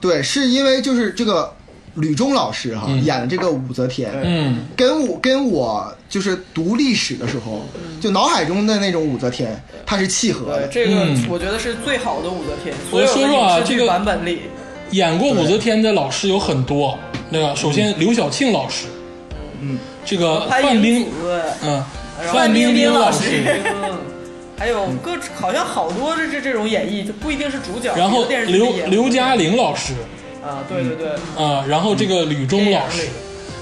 对，是因为就是这个吕中老师哈、演的这个武则天，
嗯，
跟我跟我就是读历史的时候，就脑海中的那种武则天，它是契合
嗯对
的。
这个
嗯，
我觉得是最好的武则天，所
我
有
说
的
实话
影视
这
剧
个
版本里，
演过武则天的老师有很多，那个首先刘晓庆老师，
嗯，
这个
潘
范
英
冰，
子，
嗯，
然后
范冰冰老师，
嗯，还有各好像好多这这这种演绎，就不一定是主角，
然后
有的电视剧里
刘
演
刘嘉玲老师
啊，对对对，
啊，然后这个
嗯
吕中老师
电影里，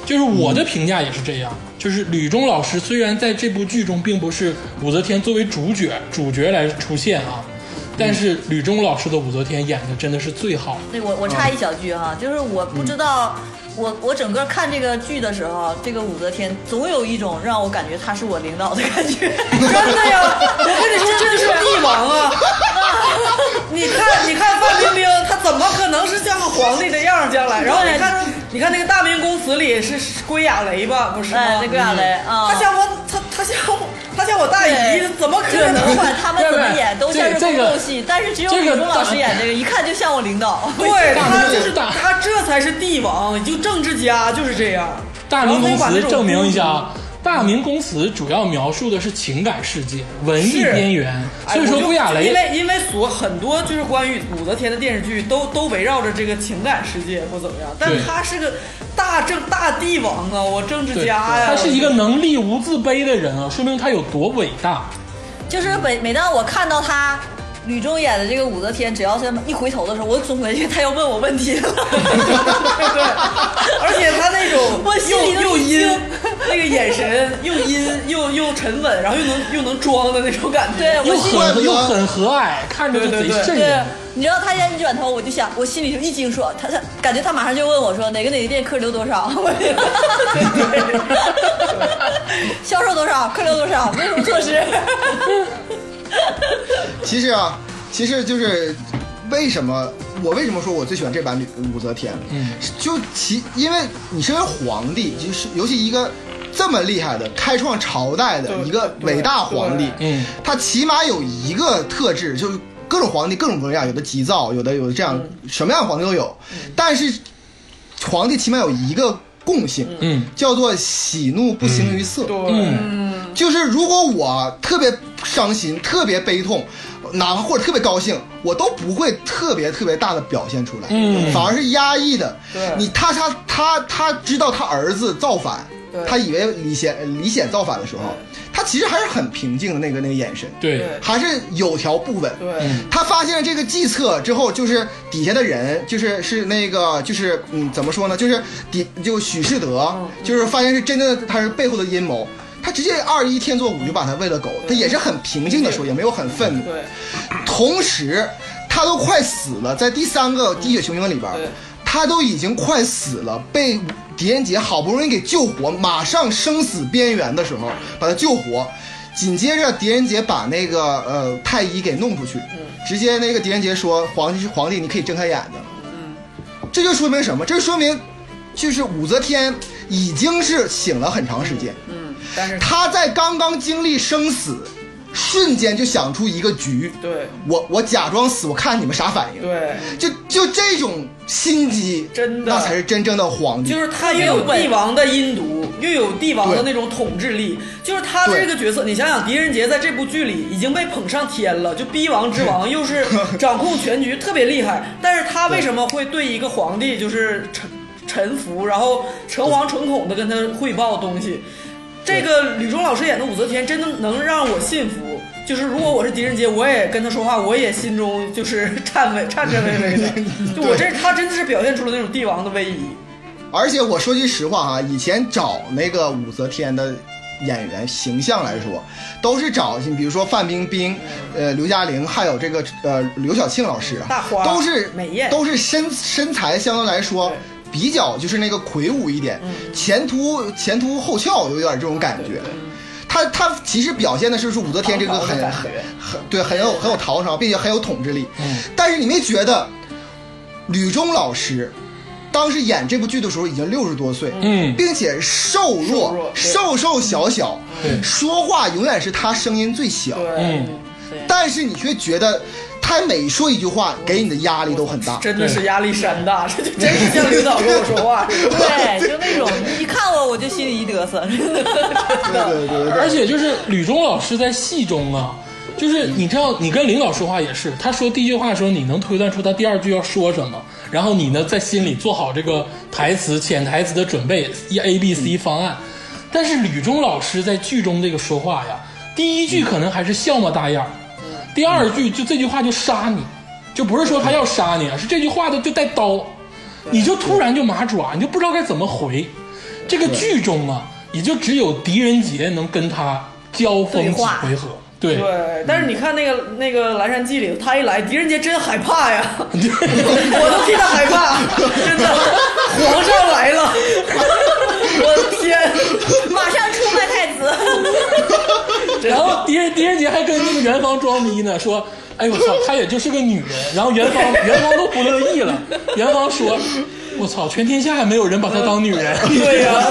就是我的评价也是这样，就是吕中老师虽然在这部剧中并不是武则天作为主角主角来出现啊，但是吕中老师的武则天演的真的是最好，
对我我插一小句哈，就是我不知道，我我整个看这个剧的时候，这个武则天总有一种让我感觉她是我领导的感觉，
真的呀！我跟你说，这就是帝 王啊！你看，你看范冰冰，她怎么可能是像个皇帝这样儿将来？然后你看，你看那个《大明宫词》里是是归亚蕾吧？不是吗？嗯
哎，那个亚蕾啊
她，像我，她她像我，她像我大姨
对，
怎么可
就是
能
不？管他们怎么演，
对
都
不对
像是
这
宫
个
斗戏，但是只有
这
李
个
忠
大
老师演这个，一看就像我 领导。
对，
大
她
明
就是
大
她，这才是帝王，就政治家就是这样。
大明宫
然后她就把那
词
种
证明一下啊，大明宫词主要描述的是情感世界、文艺
是
边缘，
哎
所以
我
说
就
归亚
因
蕾
为因为所很多就是关于武则天的电视剧都都围绕着这个情感世界或怎么样，但
对
他是个大政大帝王啊，我政治
对，
家呀、
他是一个能力无自卑的人啊，说明他有多伟大。
就是每每当我看到他吕中演的这个武则天，只要是一回头的时候，我总感觉他要问我问题了。
对对，而且他那种
我心里
又
都
又
已经
阴，那个眼神又阴又又沉稳，然后又能又能装的那种感觉。
对，
又
我心里
怪不
很
得
又很和蔼，看着就贼瘆
对
人。，
你知道他现在一转头，我就想，我心里就一惊说，他他感觉他马上就问我说哪个哪个店客流多少， 销售多少，客流多少，没有什么措施。
其实啊，其实就是为什么我为什么说我最喜欢这版吕武则天？
嗯，
就其因为你身为皇帝，就是尤其一个这么厉害的开创朝代的
对
一个伟大皇帝，
对嗯，
他起码有一个特质，就是各种皇帝各种各样，有的急躁，有的有的这样，
嗯
什么样的皇帝都有，但是皇帝起码有一个共性，
嗯，
叫做喜怒不形于色，
对，
嗯，
就是如果我特别伤心、特别悲痛，哪怕或者特别高兴，我都不会特别特别大的表现出来，
嗯
反而是压抑的。
对
你他他他他知道他儿子造反
对，
他以为李显李显造反的时候，他其实还是很平静的那个那个眼神，
对
对
还是有条不紊。
对
他发现了这个计策之后，就是底下的人，就是是那个，就是嗯，怎么说呢？就是底就许世德，就是发现是真的，他是背后的阴谋。他直接二一天作五就把他喂了狗，他也是很平静的说，也没有很愤怒。
对
同时，他都快死了，在第三个《滴血雄鹰》里边
对，
他都已经快死了，被狄仁杰好不容易给救活，马上生死边缘的时候把他救活。紧接着，狄仁杰把那个呃太医给弄出去，
嗯
直接那个狄仁杰说：“皇帝是皇帝，你可以睁开眼睛。”
嗯
这就说明什么？这就说明，就是武则天已经是醒了很长时间。
嗯，但是
他在刚刚经历生死，瞬间就想出一个局，
对
我我假装死，我看你们啥反应。，
对，
就就这种心机，
真的
那才是真正的皇帝。
就是他又有帝王的阴毒，又有帝王的
对
那种统治力，就是他的这个角色，你想想，狄仁杰在这部剧里已经被捧上天了，就逼王之王，又是掌控全局，特别厉害。但是他为什么会对一个皇帝就是臣臣服，然后诚惶诚恐的跟他汇报东西？这个吕中老师演的武则天真的能让我信服，就是如果我是狄仁杰，我也跟他说话，我也心中 就是颤巍颤颤巍巍的。就我这他真的是表现出了那种帝王的威仪。
而且我说句实话哈，以前找那个武则天的演员形象来说，都是找你比如说范冰冰、呃刘嘉玲，还有这个呃刘晓庆老师啊，
嗯大花
都是
美艳
都是身身材相对来说
对。嗯
比较就是那个魁梧一点，前凸前凸后翘，有点这种感觉。他他其实表现的是说武则天这个
唐朝
很
的感
很
觉嗯
很对，很有很有陶勺，并且很有统治力。但是你没觉得吕中老师当时演这部剧的时候已经六十多岁，
嗯
并且瘦
瘦弱
弱、
对
瘦瘦小小
对，
说话永远是他声音最小，
对
嗯，
对，
但是你却觉得他每说一句话给你的压力都很大。
真的是压力山大，这就真是像领导跟我说话似的。
对，就那种一看我我就心里一嘚瑟，
对对对对
而
对，
且就是吕中老师在戏中啊，就是你知道，你跟领导说话也是，他说第一句话的时候，你能推断出他第二句要说什么，然后你呢在心里做好这个台词、潜台词的准备一 A、B、C 方案。但是吕中老师在剧中这个说话呀，第一句可能还是笑么大样儿，第二句就这句话就杀你，就不是说他要杀你啊，是这句话的就带刀，你就突然就麻爪，你就不知道该怎么回。这个剧中啊，也就只有狄仁杰能跟他交锋几回合。对，
对，但是你看那个那个《蓝山记》里，他一来，狄仁杰真害怕呀，我都替他害怕，真的，皇上来了，我的天，
马上出卖太子。
然后狄仁狄仁杰还跟那个元芳装逼呢，说：“哎呦我操，她也就是个女人。”然后元芳元芳都不乐意了，元芳说：“我操，全天下还没有人把她当女人。
对呀、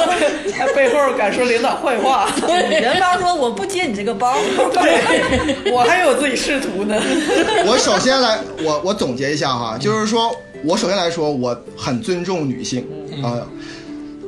还背后敢说领导坏话，
元芳说我不接你这个包，
对，我还有自己仕途呢，
我首先来，我我总结一下哈，就是说我首先来说，我很尊重女性
嗯
啊、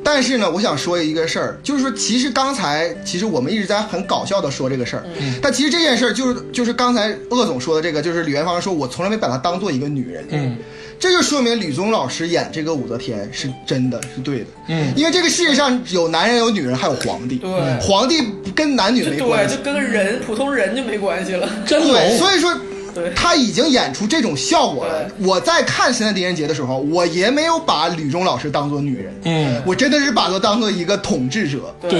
但是呢，我想说一个事儿，就是说，其实刚才其实我们一直在很搞笑的说这个事儿，
嗯
但其实这件事儿就是就是刚才鄂总说的这个，就是李元芳说我从来没把她当做一个女人，
嗯，
这就说明吕宗老师演这个武则天是真的是对的，
嗯
因为这个世界上有男人有女人还有皇帝，
对
皇帝跟男女没关
对，
系
就，跟个人普通人就没关系了。
真
对，
龙，
所以说
对
他已经演出这种效果了。我在看《神探狄仁杰》的时候，我也没有把吕中老师当做女人，
嗯，
我真的是把她当做一个统治者，
对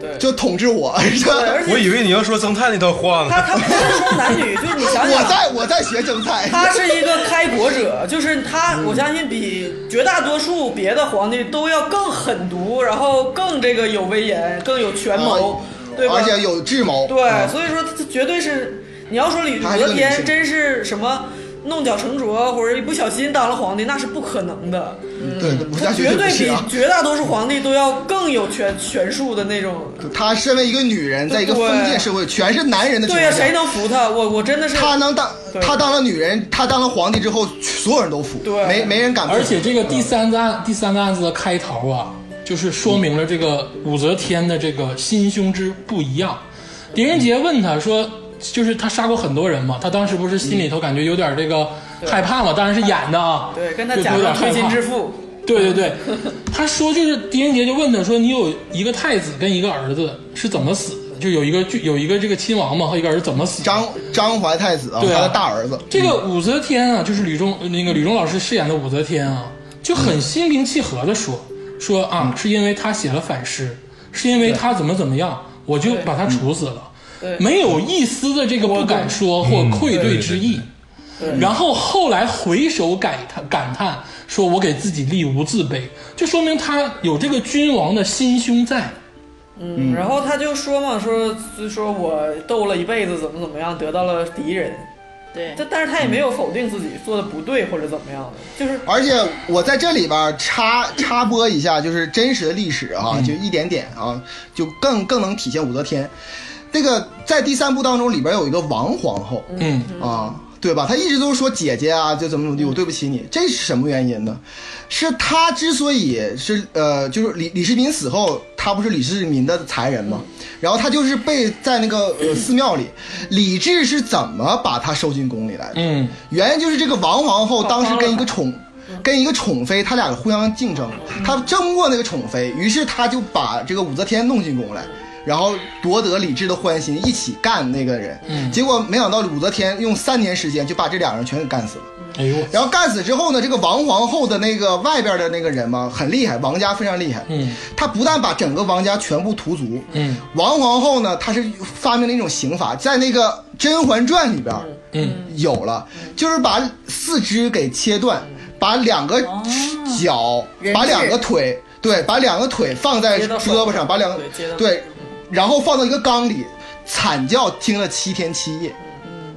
对，
就统治我。
对， 而
我
且
以为你要说曾太那段话
他
呢。
他不是说男女，就是你想想，
我在我在学蒸菜，
他是一个开国者，就是他，我相信比绝大多数别的皇帝都要更狠毒，然后更这个有威严，更有权谋，对吧？
哦啊而且有智谋，
对，
啊
所以说他绝对是，你要说李武
他还是
则
个女
天
性
真是什么弄巧成拙，或者一不小心当了皇帝，那是不可能的。
对，武
他
侠
绝
学
对
不是
比
啊。
绝大多数皇帝都要更有权权术的那种。
她身为一个女人，在一个封建社会，全是男人的情况
对呀、
下，
谁能服他？我我真的是
她能当
对
她当了女人，她当了皇帝之后，所有人都服，
对
没没人敢不服。
而且这个第三个案第三个案子的开头啊，就是说明了这个武则天的这个心胸之不一样。狄仁杰问他说，就是他杀过很多人嘛，他当时不是心里头感觉有点这个害怕嘛，当然是演的啊，
对，跟他
就
假
有点害
装推心
怕。
置腹。
对对 对，他说就是狄仁杰就问他说，你有一个太子跟一个儿子是怎么死的？就有一个就有一个这个亲王嘛和一个儿子怎么死的？
张张怀太子啊，
对啊
他的大儿子，
这个武则天啊，就是吕中那个吕中老师饰演的武则天啊，就很心平气和的说说啊，是因为他写了反诗，是因为他怎么怎么样，我就把他处死了
对，
没有一丝的这个不敢说或愧对之意。然后后来回首感叹感叹，说我给自己立无自卑，就说明他有这个君王的心胸在。
嗯，然后他就说嘛，说就说我斗了一辈子，怎么怎么样，得到了敌人。
对，
但但是他也没有否定自己做的不对或者怎么样的，就是
哦
而且我在这里边儿插插播一下，就是真实的历史啊，
嗯
就一点点啊，就更更能体现武则天。那个在第三部当中里边有一个王皇后
嗯，
啊，对吧？她一直都说姐姐啊，就怎么怎么地，我对不起你，这是什么原因呢？是她之所以是呃，就是李李世民死后，她不是李世民的才人吗？
嗯
然后她就是被在那个呃寺庙里，李治是怎么把她收进宫里来的？
嗯，
原因就是这个王皇后当时跟一个宠，跟一个宠妃，她俩互相竞争，她争不过那个宠妃，于是她就把这个武则天弄进宫来，然后夺得李治的欢心，一起干那个人。
嗯
结果没想到武则天用三年时间就把这俩人全给干死了。
哎呦，
然后干死之后呢，这个王皇后的那个外边的那个人嘛，很厉害，王家非常厉害。
嗯，
他不但把整个王家全部屠族，
嗯，
王皇后呢，她是发明了一种刑法，在那个《甄嬛传》里边，
嗯，
有了，就是把四肢给切断，把两个脚，
哦人
把
质
两个腿，对，把两个腿放在
接到手
胳膊上，把两个
对接到
对，然后放到一个缸里，惨叫听了七天七夜。
嗯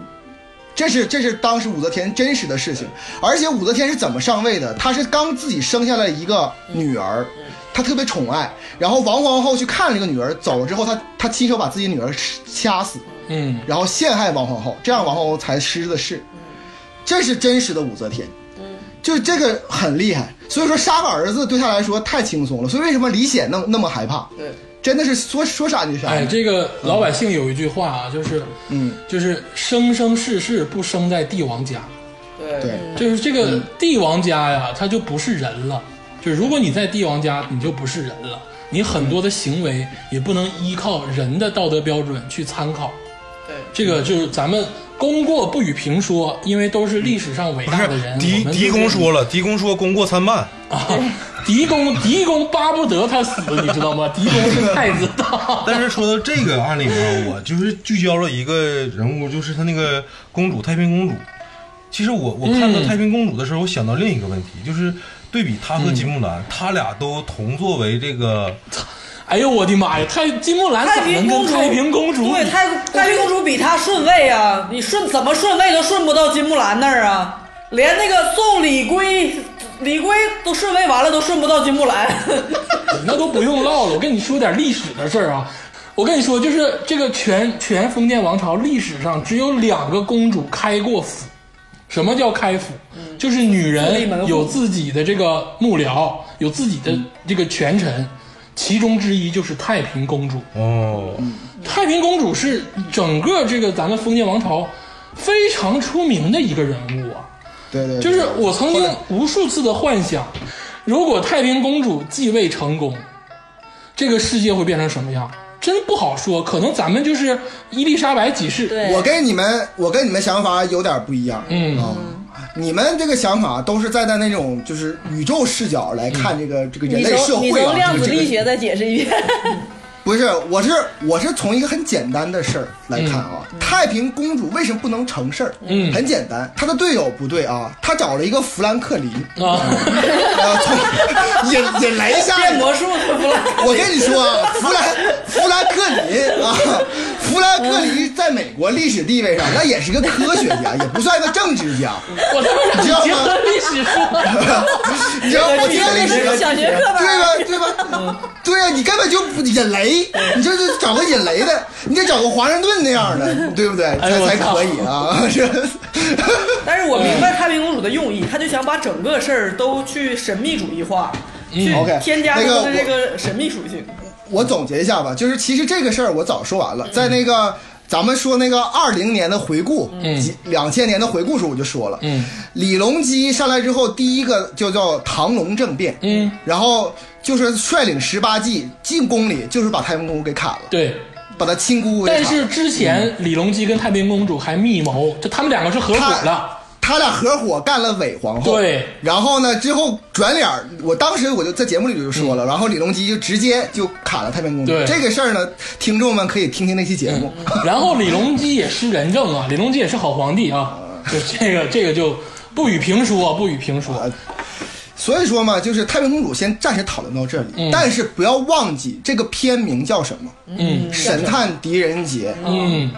这是这是当时武则天真实的事情，而且武则天是怎么上位的？她是刚自己生下来一个
嗯
女儿，她特别宠爱，然后王皇后去看了这个女儿，走了之后，她她亲手把自己女儿掐死，
嗯，
然后陷害王皇后，这样王皇后才失的势。这是真实的武则天，就是这个很厉害。所以说杀个儿子对她来说太轻松了，所以为什么李显那么那么害怕？
对，
真的是说说杀就杀。
哎，这个老百姓有一句话啊，就是
嗯，
就是生生世世不生在帝王家，
对
对，
嗯
嗯
就是这个帝王家呀，他就不是人了。就如果你在帝王家，你就不是人了，你很多的行为也不能依靠人的道德标准去参考。
对
这个就是咱们功过不与评说，因为都是历史上伟
不
大
是
的人。
狄
我们
狄公说了，狄公说功过参半，
啊， 狄公狄公巴不得他死，你知道 吗？狄公是太子党。
但是说到这个案例呢，我就是聚焦了一个人物，就是她那个公主太平公主。其实我我看到
嗯
太平公主的时候，我想到另一个问题，就是对比她
嗯
和金木兰，她俩都同作为这个，
哎呦我的妈呀！太金木兰
太
怎么
平
跟
公主，
太平公主比？
对太太平公主比她顺位啊，你顺怎么顺位都顺不到金木兰那儿啊，连那个送李圭，李圭都顺位完了都顺不到金木兰，
那都不用唠了，我跟你说点历史的事儿啊。我跟你说，就是这个全全封建王朝历史上只有两个公主开过府。什么叫开府？就是女
嗯自立门
人
户嗯
有自己的这个幕僚，有自己的这个权臣，其中之一就是太平公主。
哦，
嗯
太平公主是整个这个咱们封建王朝非常出名的一个人物啊。
对对，对
就是我曾经无数次的幻想，如果太平公主继位成功，这个世界会变成什么样？真不好说，可能咱们就是伊丽莎白几世。
对，
我跟你们，我跟你们想法有点不一样。
嗯
啊，你们这个想法都是站在那种就是宇宙视角来看这个、
嗯
这个人
你
类社
从
会
你
啊。
从量子
这个
力学再解释一遍，
不是，我是我是从一个很简单的事儿来看啊，太平公主为什么不能成事儿？
嗯
很简单，她的队友不对啊，她找了一个弗兰克林，
啊，
啊，从 引引来一下
变魔术的不来。
我跟你说啊，弗兰弗兰克林啊，弗兰克林在美国历史地位上，那也是个科学家，也不算一个政治家。
我他妈让你结合历史说，
你要不听历史，
小学课本儿。
对吧？对吧？对呀、你根本就不引雷，你就是找个引雷的，你得找个华盛顿那样的，对不对？
哎呦
才
我
才
操
可以啊！ 这，
但是我明白太平公主的用意，她就想把整个事儿都去神秘主义化，去
嗯 OK，
添加她
那个
的这
我
个神秘属性。
我总结一下吧，就是其实这个事儿我早说完了，在那个。咱们说那个二零年的回顾，几两千年的回顾时候我就说了，
嗯，
李隆基上来之后，第一个就叫唐隆政变，
嗯，
然后就是率领十八骑进宫里，就是把太平公主给砍了，
对。
把他亲姑姑给砍
但
了。
是之前
嗯
李隆基跟太平公主还密谋，就他们两个是合伙的。
他俩合伙干了伪皇后，
对
然后呢，之后转脸儿，我当时我就在节目里就说了，然后李隆基就直接就砍了太平公
嗯
主
对。嗯
这个事儿呢，听众们可以听听那期节目。
然后李隆基也是仁政啊，李隆基也是好皇帝啊，就这个这个就不与评说，不与评
啊
说。
所以说嘛，就是太平公主先暂时讨论到这里，但是不要忘记这个片名叫什么，
嗯
神探狄仁杰》。
嗯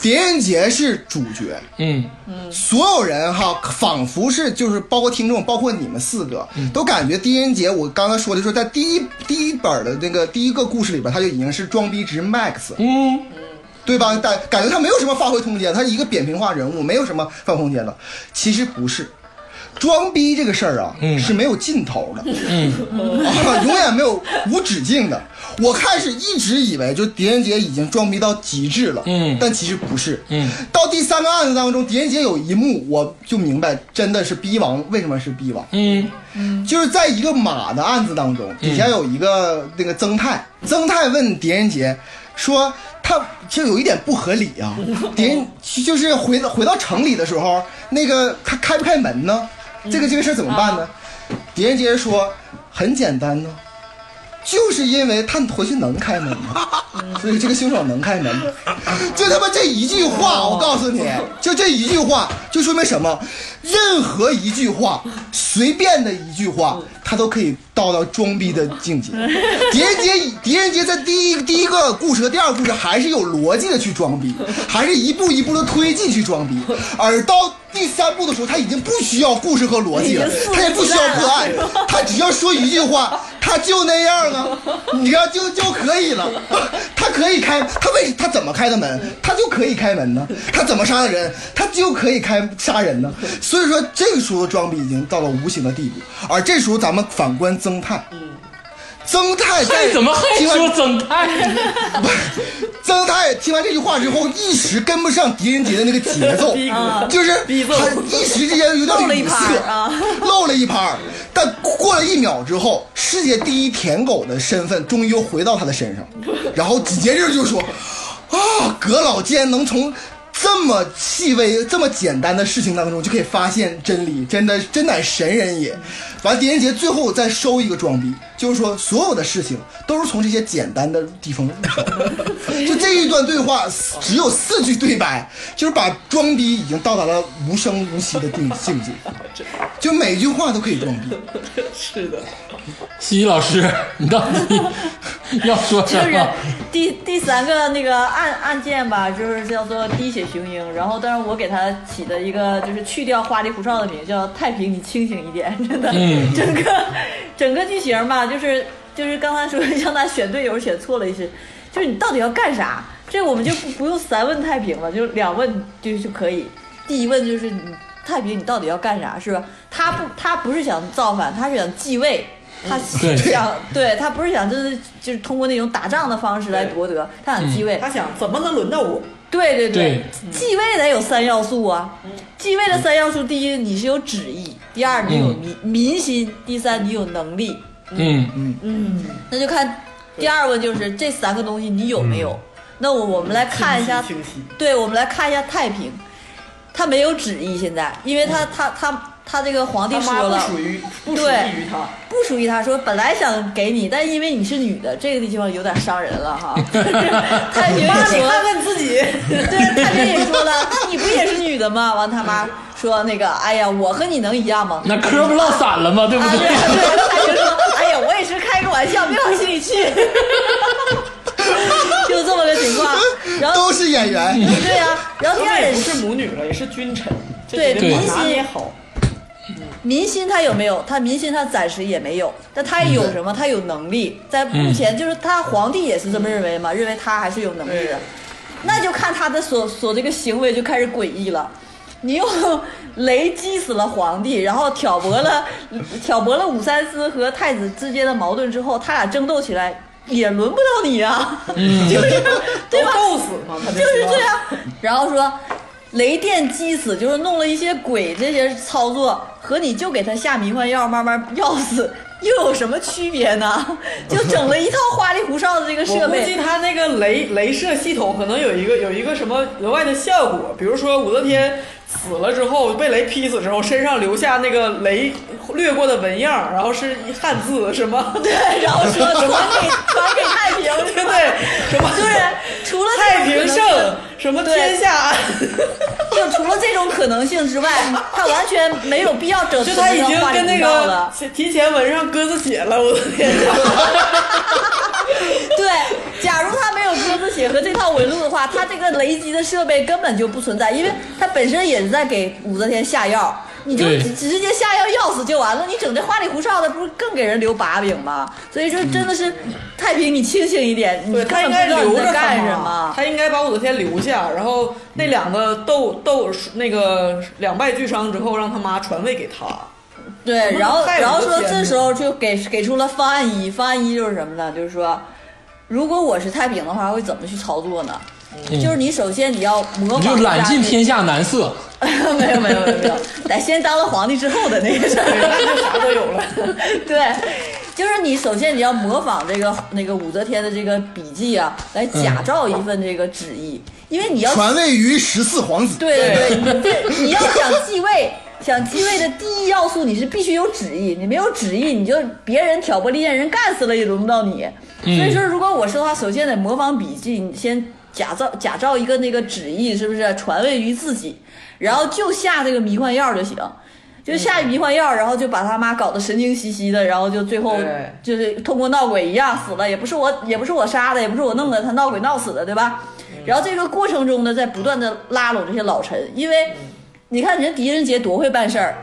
狄仁杰是主角，
嗯，
所有人哈，仿佛是就是包括听众，包括你们四个，都感觉狄仁杰，我刚才说的说，在第一第一本的那个第一个故事里边，他就已经是装逼值 max，
嗯，
对吧？但感觉他没有什么发挥空间，他是一个扁平化人物，没有什么发挥空间的。其实不是，装逼这个事儿啊，
嗯
是没有尽头的，啊，永远没有无止境的。我开始一直以为，就狄仁杰已经装逼到极致了，
嗯
但其实不是，
嗯，
到第三个案子当中，狄仁杰有一幕，我就明白，真的是逼王为什么是逼王，
嗯
就是在一个马的案子当中，底下有一个那个曾泰，曾泰问狄仁杰说。他就有一点不合理啊，狄仁就是回到回到城里的时候，那个他开不开门呢？这个这个事儿怎么办呢？狄仁杰说很简单呢，就是因为他回去能开门 吗？所以这个凶手能开门吗，就他妈这一句话，我告诉你，就这一句话，就说明什么？任何一句话，随便的一句话，他都可以到到装逼的境 界。狄仁杰，狄仁杰在第一第一个故事和第二个故事还是有逻辑的去装逼，还是一步一步的推进去装逼，而到。第三部的时候，他已经不需要故事和逻辑了
已经肆，无
他也不需要
忌惮了
破案，他只要说一句话，他就那样啊，你知道就就可以了。 他可以开，他为他怎么开的门，他就可以开门呢？他怎么杀的人，他就可以开杀人呢？所以说，这个时候装逼已经到了无形的地步。而这时候，咱们反观曾泰，曾泰在
你哎怎么还
听完
说曾太？
曾泰听完这句话之后，一时跟不上狄仁杰的那个节奏
逼格，
就是
逼奏
他一时之间有
漏了
点
一
语
拍
塞
儿啊，
漏了一拍儿。但过了一秒之后，世界第一舔狗的身份终于又回到他的身上，然后紧接着就说：“啊，阁老竟然能从。”这么细微、这么简单的事情当中，就可以发现真理，真的真乃神人也。完，狄仁杰最后再收一个装逼，就是说所有的事情都是从这些简单的地方入手的。就这一段对话只有四句对白，就是把装逼已经到达了无声无息的境境界，就每句话都可以装逼。
是的，
西西老师， 你到底要说什
就是
么？
第第三个那个案案件吧，就是叫做滴血雄鹰。然后，但是我给它起的一个就是去掉花里胡哨的名，叫太平，你清醒一点，真的。
嗯
整个整个剧情吧，就是就是刚才说让他选队友选错了一些，就是你到底要干啥？这我们就不不用三问太平了，就两问就就可以。第一问就是你太平，你到底要干啥是吧？他不他不是想造反，他是想继位。他
对
想，对他不是想就是就是通过那种打仗的方式来夺得，他想继位。
他想怎么能轮到我？
对对
对
继位得有三要素啊。继位的三要素，第一你是有旨意，第二你有民、民心，第三你有能力。
嗯
那就看第二问就是这三个东西你有没有？那我我们来看一下
清晰。
对，我们来看一下太平，他没有旨意，现在，因为他、他他他这个皇帝
他
说
妈不
了，
属于不属
对
于他，
不属于他说本来想给你，但因为你是女的，这个地方有点伤人了 哈。太平也
妈你
说，
看看你自己，
对，太平也说了，你不也是女的吗？完他妈说那个，哎呀，我和你能一 样吗？
那嗑不落散了吗？对不
啊，对
对？
对，他就说，哎呀，我也是开个玩笑，别往心里去， 就这么个情况。然后
都是演员，
对呀、然后第二
也
点
不
是
是母女了，也是君臣，这
对
得把
民
拿
心
捏好。
民心他有没有？他民心他暂时也没有，但他有什么？他有能力，在目前就是他皇帝也是这么认为嘛，认为他还是有能力的
对，
那就看他的所所这个行为就开始诡异了。你又 雷击死了皇帝，然后挑拨了 挑拨了武三思和太子之间的矛盾之后，他俩争斗起来也轮不到你啊， 就是对吧？
都够死嘛，他
就是这
样。
样。然后说雷电击死，就是弄了一些鬼这些操作，和你就给他下迷幻药慢慢药死，又有什么区别呢？就整了一套花里胡哨的这个
我
设
估计
备。
他那个雷镭射系统可能有一个有一个什么额外的效果，比如说武则天死了之后被雷劈死之后，身上留下那个雷掠过的纹样，然后是一汉字什么，
对，然后说传给传给太平，
对不对？什么
就是除了
太
这
平
种可能性
盛，什么
对
天下安，
就除了这种可能性之外，他完全没有必要整
就
这
他已
么
经
花里
跟那
胡哨
个
了。
提前纹上鸽子血了，我的 天哪！
对，假如他没有鸽子血和这套纹路的话，他这个雷击的设备根本就不存在，因为他本身也是在给武则天下药。你就
对
直直接下药药死就完了，你整这花里胡哨的，不是更给人留把柄吗？所以说真的是太平，你清醒一点，你
对
根
他应该
本不知道你
留
在
着
干
他
什么。
他应该把武则天留下，然后那两个斗斗那个两败俱伤之后，让他妈传位给他。
对，
么
然后
太
然后
明
说
显
这
了
时候就给给出了方案一，方案一就是什么呢？就是说，如果我是太平的话，会怎么去操作呢？就是你首先你要模仿
嗯你
一下
就揽尽
那
天下难色，
没有没有没有没有，得先当了皇帝之后的那个事
对，
儿。
那 就啥都有了。
对，就是你首先你要模仿这个那个武则天的这个笔记啊，来假造一份这个旨意，因为你要
传位于十四皇子。
对对对，你这你要想继位，想继位的第一要素你是必须有旨意，你没有旨意，你就别人挑拨离间，人干死了也轮不到你。所以说，如果我是的话，首先得模仿笔记，你先假造假造一个那个旨意，是不是传位于自己，然后就下这个迷幻药就行。就下迷幻药，然后就把他妈搞得神经兮兮的，然后就最后
对
就是通过闹鬼一样死了，也不是我，也不是我杀的，也不是我弄的，他闹鬼闹死的，对吧？然后这个过程中呢，在不断的拉拢这些老臣，因为你看人狄仁杰多会办事儿。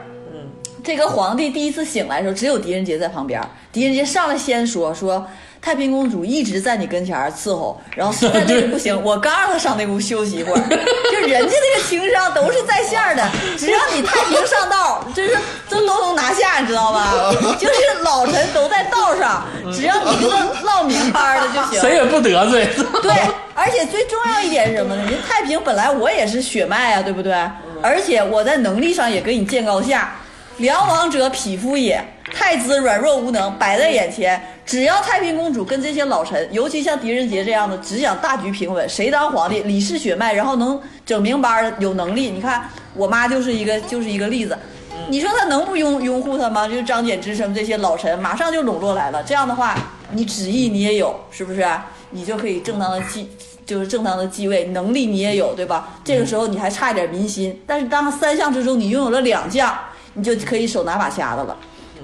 这个皇帝第一次醒来的时候，只有狄仁杰在旁边儿。狄仁杰上来先说说，太平公主一直在你跟前儿伺候，然后实在累得不行，我刚让她上那屋休息一会儿。就人家这个情商都是在线儿的，只要你太平上道，就是都都能拿下，你知道吧？就是老臣都在道上，只要你给我唠明白儿的就行。
谁也不得 罪。
对，而且最重要一点是什么呢？人太平本来我也是血脉啊，对不对？而且我在能力上也跟你见高下。梁王者匹夫也，太子软弱无能，摆在眼前。只要太平公主跟这些老臣，尤其像狄仁杰这样的，只想大局平稳，谁当皇帝，李氏血脉，然后能整明白儿的，有能力。你看我妈就是一个就是一个例子。你说他能不拥拥护他吗？就是张柬之什么这些老臣，马上就笼络来了。这样的话，你旨意你也有，是不是？你就可以正当的继，就是正当的继位，能力你也有，对吧？这个时候你还差一点民心，但是当三项之中你拥有了两项，你就可以手拿把掐的了。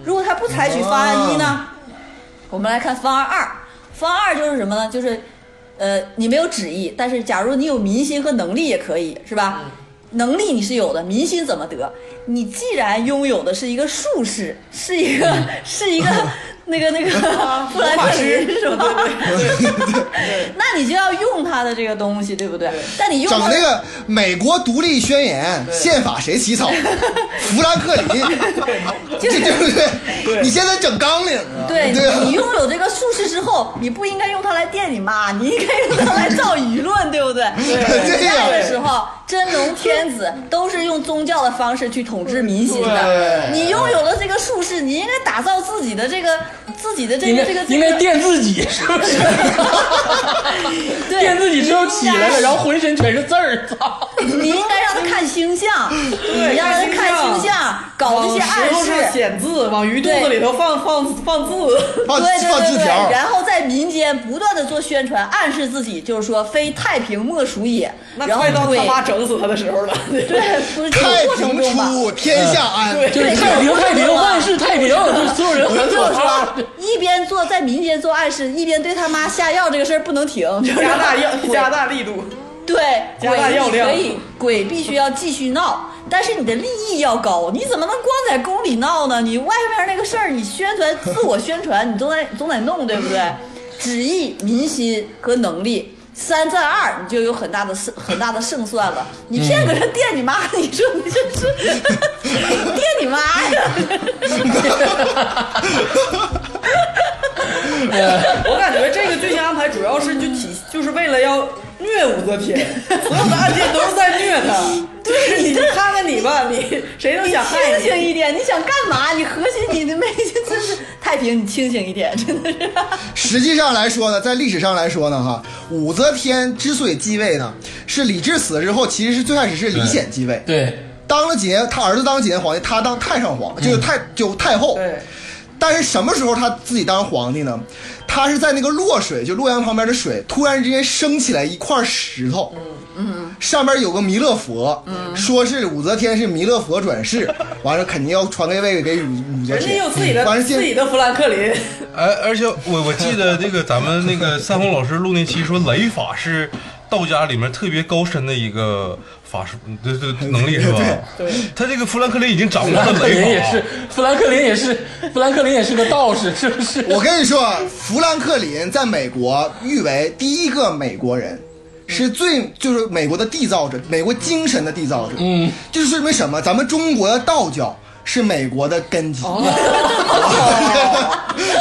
如果他不采取方案一呢？我们来看方案二，方案二就是什么呢？就是，呃，你没有旨意，但是假如你有民心和能力也可以，是吧？能力你是有的，民心怎么得？你既然拥有的是一个术士，是一个、 是一个那个那个布兰特林，是吧？ 那你就要用他的这个东西，对不对？但你用
整
他
那个美国独立宣言、宪法谁起 草？富兰克林，这
就是
对不对？你现在整纲领啊？
对
对啊
你拥有这个术士之后，你不应该用它来电你妈， 你应该用它来造舆论，对不对？
嗯对
古代的
呀
时候，真龙天子都是用宗教的方式去统治民心的。
对
你拥有了这个术士，你应该打造自己的这个自己的这
应
个
该
这个
应该
这个
电自己，是不是？
对
电自己之后起来了，然后
你应该
浑身全是字儿， 操！
你应该让他看星象，你让他看星象，搞
哦
这些暗
往石头上
示。
显字，往鱼肚子里头放放放 字。
放
对对
放
对
字
对，
条，
然后在民间不断的做宣传，暗示自己就是说非太平莫属也。
那
然后
快到
对
他妈整死他的时候了。
对，不是这
太
个过程
平
中吧，
出，天下安。
就是太平太平，万事太平，就是所有人合
就是
作啊
说！一边做在民间做暗示，一边对他妈下药这个事儿不能停，就 是
加大药，
鬼
加大力度。
对
加大药
鬼你
量
可以，鬼必须要继续闹，但是你的利益要高，你怎么能光在宫里闹呢？你外面那个事儿，你宣传自我宣传，你总得总得弄，对不对？旨意、民心和能力。三战二，你就有很大的胜很大的胜算了。你
嗯
骗个人电你妈，你说你这是 电你妈呀？
我感觉这个剧情安排主要是就体，就是为了要虐武则天，所有的案件都是在虐 她。对你看看你吧，你谁都想害
清醒
你。
一点，你想干嘛？你核心你的没，真是太平，你清醒一点，真的是。
实际上来说呢，在历史上来说呢，哈，武则天之所以继位呢，是李治死了之后，其实是最开始是李显继位，
对，
当了几年，他儿子当了几年皇帝，他当太上皇，就是太就太后。
对，
但是什么时候他自己当皇帝呢？他是在那个洛水，就洛阳旁边的水，突然之间升起来一块石头，嗯，上边有个弥勒佛，嗯，说是武则天是弥勒佛转 世，完了肯定要传给位给武武则
人家
天
有自己，的
嗯完了
自己
现
的富兰克林，
哎，而且我我记得那个咱们那个三红老师录那期说雷法是道家里面特别高深的一个法术，这这能力是吧？
对，
他这个弗兰克林已经掌握
富兰
了
克
雷
林
法，
也是，富兰克林也是，富兰克林也是个道士，是不是？
我跟你说，富兰克林在美国誉为第一个美国人，是最就是美国的缔造者，美国精神的缔造者。
嗯，
这就是说明什么？咱们中国的道教是美国的根基，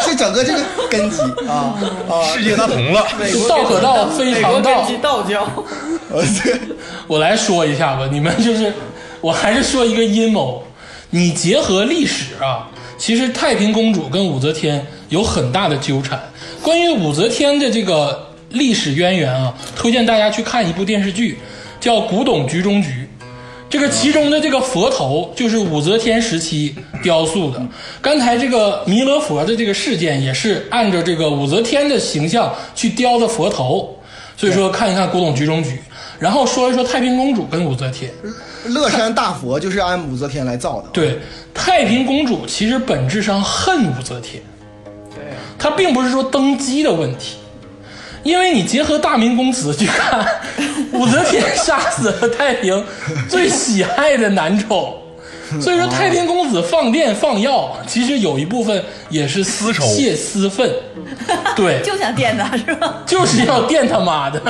是整个这个根基啊啊！
世界大同了。
美国
道可道非
美
常
国
道
根基道教，
呃对，
我来说一下吧，你们就是，我还是说一个阴谋。你结合历史啊，其实太平公主跟武则天有很大的纠缠。关于武则天的这个历史渊源啊，推荐大家去看一部电视剧，叫《古董局中局》。这个其中的这个佛头就是武则天时期雕塑的。刚才这个弥勒佛的这个事件也是按照这个武则天的形象去雕的佛头，所以说看一看《古董局中局》，然后说一说太平公主跟武则天。
乐山大佛就是按武则天来造的。
对，太平公主其实本质上恨武则天，
对，
她并不是说登基的问题，因为你结合大明宫词去看，武则天杀死了太平最喜爱的男宠，所以说太平公子放电放药，啊其实有一部分也是私
仇
泄私愤，对，
就想电他是吧？
就是要电他妈的。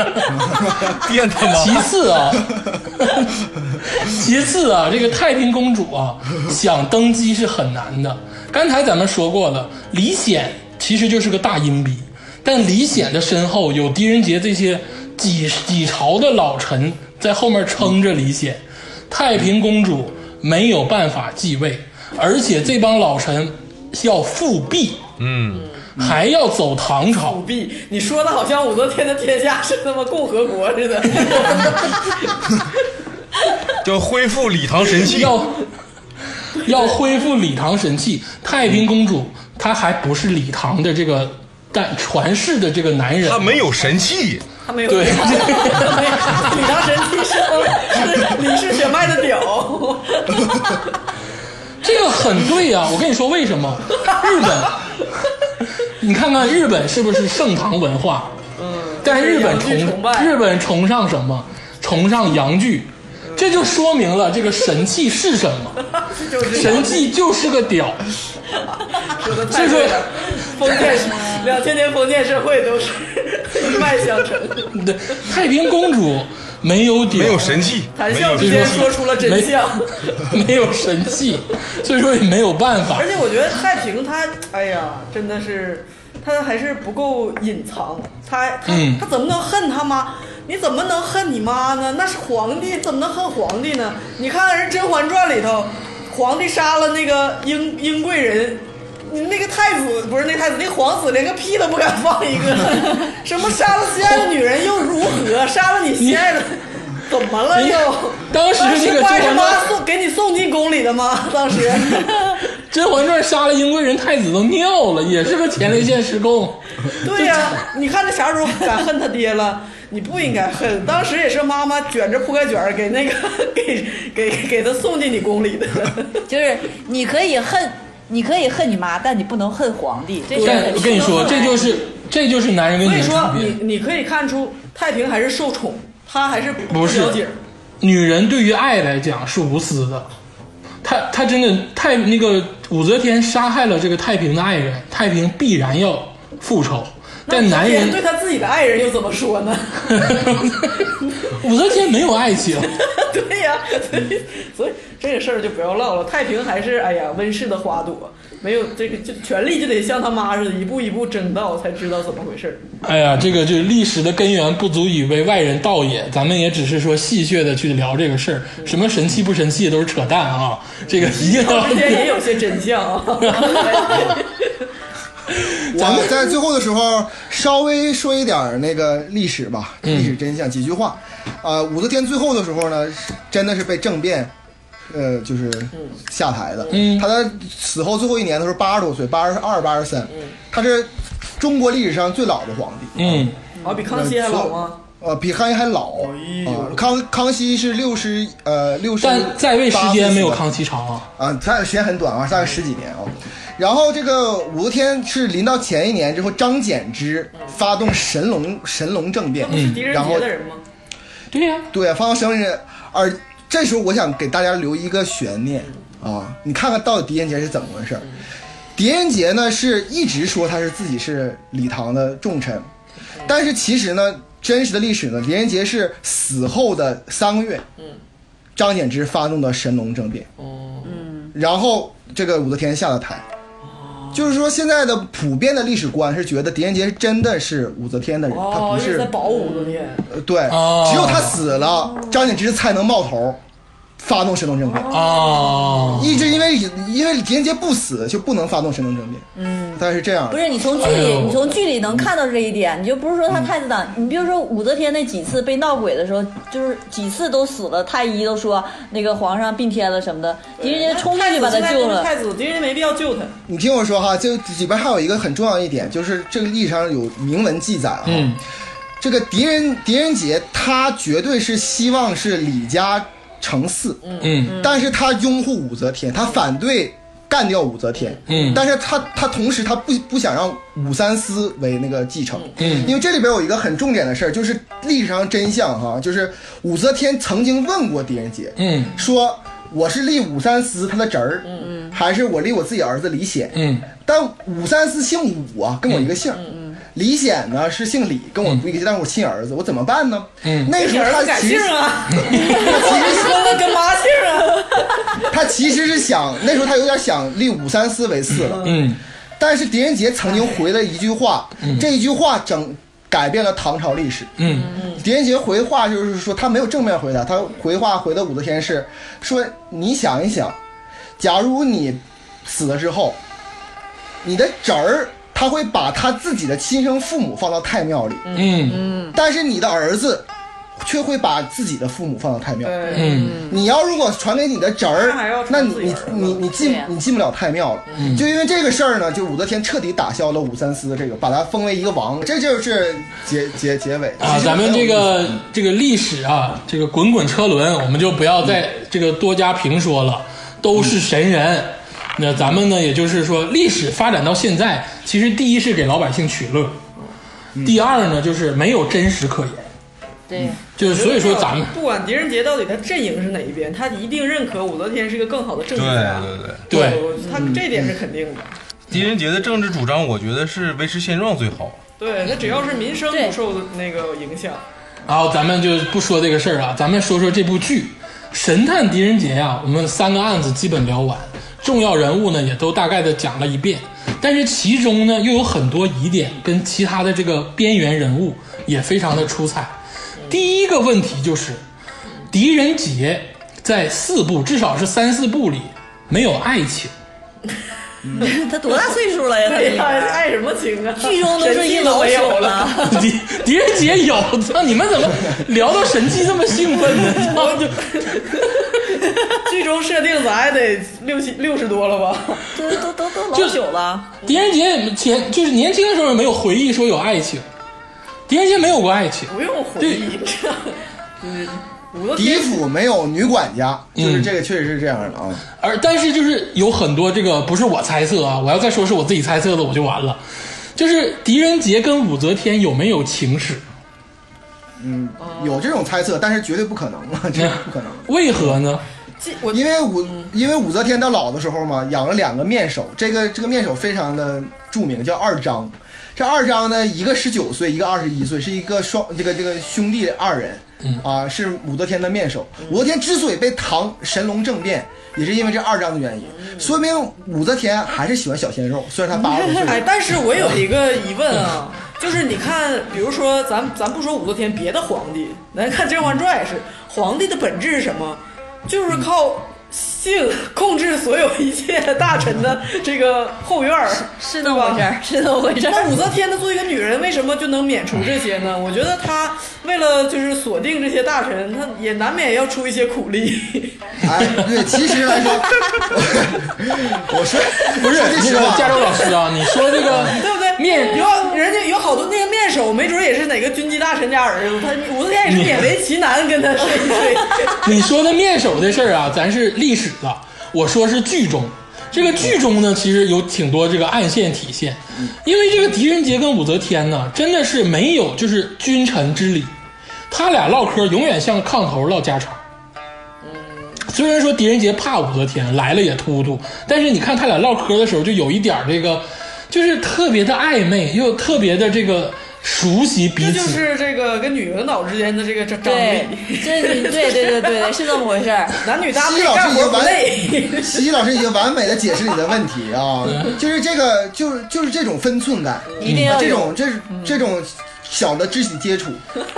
变他妈
其次啊，其次啊，这个太平公主啊，想登基是很难的。刚才咱们说过了，李显其实就是个大阴笔，但李显的身后有狄仁杰这些几几朝的老臣在后面撑着李显，太平公主没有办法继位，而且这帮老臣要复辟，
嗯，
还要走唐朝
舞。弊。你说的好像武则天的天下是他妈共和国似的，
叫恢复李唐神器。
要要恢复李唐神器，太平公主她还不是李唐的这个但传世的这个男人
他，没有神器，
他没 有
对
没有李大神替身是李氏血脉的屌，
这个很对啊！我跟你说为什么？日本，你看看日本是不是盛唐文化？但日本
嗯就是洋剧崇拜
日本崇尚什么？崇尚洋剧，
嗯
这就说明了这个神器是什 么？
就是
神器就是个屌，
说的
所
太
以
对
说
了。封建两千年封建社会都是一脉相承。
对太平公主没有屌，
没有神器，
谈
没
笑
有
之
神
间
器。
说出了真相，
没有神器，所以说也没有办法
而。且我觉得太平他，哎呀，真的是他还是不够隐藏，他他、
嗯
他怎么能恨他妈？你怎么能恨你妈呢？那是皇帝，怎么能恨皇帝呢？你看人《甄嬛传》里头，皇帝杀了那个英英贵人。你那个太子不是那太子，那个皇子连个屁都不敢放一 个，什么杀了心爱的女人又如何？杀了你心爱的，怎么了
人家
又？
当时那个
当
甄
时是
嬛
妈
传，
送给你送进宫里的吗？当时
甄嬛传杀了英贵人太子都尿了，也是个前列腺失控。
对呀、你看他啥时候敢恨他爹了？你不应该恨，当时也是妈妈卷着铺盖卷儿给那个 给给给他送进你 宫里的。
就是你可以恨，你可以恨你妈，但你不能恨皇帝。这事儿
但
很
我跟你说，
奇怪
这就是这就是男人跟
所
女
以
人
说
差，别
你。你可以看出太平还是受宠，他还是不
不是
了解。
女人对于爱来讲是无私的，她她真的太那个武则天杀害了这个太平的爱人，太平必然要复仇。
那
但男人
对他自己的爱人又怎么说 呢？
武则天没有爱情，
对呀、所以所以这个事儿就不要唠了。太平还是哎呀温室的花朵，没有这个就权力就得像他妈似的，一步一步争到才知道怎么 回事儿。
哎呀，这个就是历史的根源不足以为外人道也，咱们也只是说戏谑的去聊这个事儿，什么神器不神器的都是扯淡啊，这个一定要
之间也有些真相 啊。
咱
我
们
在最后的时候稍微说一点儿那个历史吧，
嗯
历史真相几句话。呃，武则天最后的时候呢，是真的是被政变，呃，就是下台的。
嗯
她在死后最后一年的时候八十多岁，八十二、八十三，她是中国历史上最老的皇帝。
嗯，
啊，比康熙还老吗？
呃，比康熙还老。
哎
啊康康熙是六十呃六十，
但在位时间没有康熙长啊，
啊，他时间很短啊，大概十几年啊。然后这个武则天是临到前一年之后，张柬之发动神龙神龙政变
那不哦是狄，仁
嗯然
杰
后
的人吗？
对呀、
对发动神龙政变，而这时候我想给大家留一个悬念啊，你看看到底狄仁杰是怎么回事儿？狄仁杰呢是一直说他是自己是李唐的重臣，但是其实呢，真实的历史呢，狄仁杰是死后的三个月，张柬之发动的神龙政变，
哦，
然后这个武则天下了台。
哦
就是说，现在的普遍的历史观是觉得狄仁杰是真的是武则天的人，他
哦
不，
就是
是
在保武则天。
呃对，
哦
只有他死了，张柬之才能冒头发动神龙政变。
哦，
一直因为因为狄仁杰不死就不能发动神龙政变，嗯，但是这样的
不是你从剧
哎
里，
呦
你从剧里能看到这一点，你就不是说他太子党，你比如说武则天那几次被闹鬼的时候，就是几次都死了，太医都说那个皇上病天了什么的，狄仁杰冲出去把他救了。
太子狄仁杰没必要救他。
你听我说哈，这里边还有一个很重要一点，就是这个历史上有明文记载啊，
嗯，
这个狄仁狄仁杰他绝对是希望是李家承嗣，
嗯
但是他拥护武则天，他反对干掉武则天，
嗯
但是他他同时他不不想让武三思为那个继承，
嗯
因为这里边有一个很重点的事儿，就是历史上真相哈，就是武则天曾经问过狄仁杰，
嗯
说我是立武三思他的侄儿，还是我立我自己儿子李显，
嗯
但武三思姓武啊，跟我一个姓儿。李显呢是姓李，跟我不一个姓，但是我亲儿子，我怎么办呢？
嗯
嗯那时
你
候
儿 子
他
改
其
姓
实
啊？ 孙子跟妈 姓啊？
他其实是想，那时候他有点想立武三思为嗣了。
嗯，
但是狄仁杰曾经回了一句话，这一句话整改变了唐朝历史。
嗯，
狄仁杰回话就是说他没有正面回答，他回话回的武则天是说你想一想，假如你死了之后，你的侄儿他会把他自己的亲生父母放到太庙里，
嗯
但是你的儿子却会把自己的父母放到太庙。
对，
嗯
你要如果传给你的侄儿
他还要，
那
传
你
自己
你你
儿子
你进
对呀
你进不了太庙了。
嗯
就因为这个事儿呢，就武则天彻底打消了武三思这个，把他封为一个王，这就是结结结尾
啊，
其实
咱们
很有
这
意
个
思
这个历史啊，这个滚滚车轮，我们就不要再这个多加评说了，都是神人。那咱们呢，也就是说，历史发展到现在，其实第一是给老百姓取乐，第二呢，就是没有真实可言，
对，
就是所以说咱们
不管狄仁杰到底他阵营是哪一边，他一定认可武则天是个更好的政
对
治家。
对对，
对，
他
嗯
这点是肯定的。
狄仁杰的政治主张，我觉得是维持现状最好。
对，那只要是民生
对
不受那个影响，
然后咱们就不说这个事儿啊，咱们说说这部剧《神探狄仁杰》呀。我们三个案子基本聊完，重要人物呢也都大概的讲了一遍，但是其中呢又有很多疑点，跟其他的这个边缘人物也非常的出彩。第一个问题就是，狄仁杰在四部至少是三四部里没有爱情。
他多大岁数了呀？他
哎
这
呀，
个
爱什么情啊？
剧中都是一老
没
手
有了。。
狄狄仁杰有，操你们怎么聊到神器这么兴奋 呢？操 就
剧中设定咱还得六七六十多了吧？
都都都都老
就
朽了，
狄仁杰前就是年轻的时候没有回忆说有爱情，狄仁杰没有过爱情，
不用回忆，这嗯，武则
狄
天
府没有女管家，就是
嗯
这个确实是这样的啊。
而但是就是有很多这个不是我猜测啊，我要再说是我自己猜测的我就完了。就是狄仁杰跟武则天有没有情史？
嗯，
哦
有这种猜测，但是绝对不可能 啊，这是不可能的。
为何呢？
记我
因为武，因为武则天她老的时候嘛，养了两个面首，这个这个面首非常的著名，叫二张。这二张呢，一个十九岁，一个二十一岁，是一个双这个这个兄弟二人，啊，是武则天的面首。武则天之所以被唐神龙政变，也是因为这二张的原因，说明武则天还是喜欢小鲜肉，虽然她八十多岁了
哎，，但是我有一个疑问啊，就是你看，比如说咱咱不说武则天，别的皇帝，咱看《甄嬛传》也是，皇帝的本质是什么？就是靠性控制所有一切大臣的这个后院儿，对
是那
吧
么回事儿，是那么回事 儿。
那武则天呢，作为一个女人，为什么就能免除这些呢？我觉得她为了就是锁定这些大臣，她也难免要出一些苦力。
哎，对，其实来说， 我说
不是
说句
那
实
个
话
加州老师啊，你说这个
对不对？
面
有人家有好多那个面首，没准也是哪个军机大臣家儿子，他武则天也是勉为其难跟他睡一 睡。
你说的面首的事儿啊，咱是历史的，我说是剧中。这这个剧中呢，其实有挺多这个暗线体现，因为这个狄仁杰跟武则天呢，真的是没有就是君臣之礼，他俩唠嗑永远像炕头唠家常。虽然说狄仁杰怕武则天来了也突突，但是你看他俩唠嗑的时候，就有一点儿这个，就是特别的暧昧，又特别的这个熟悉彼此。
这就是这个跟女领导之间的这个张张
对
力，，
这对对对对对，是这么回事儿。
男女搭
西
配
老师
干
已
活
经
不
完
累。，
西西老师已经完美的解释你的问 题啊，就是这个，就是就是这种分寸感，
一定要有
这种这这种小的肢体接触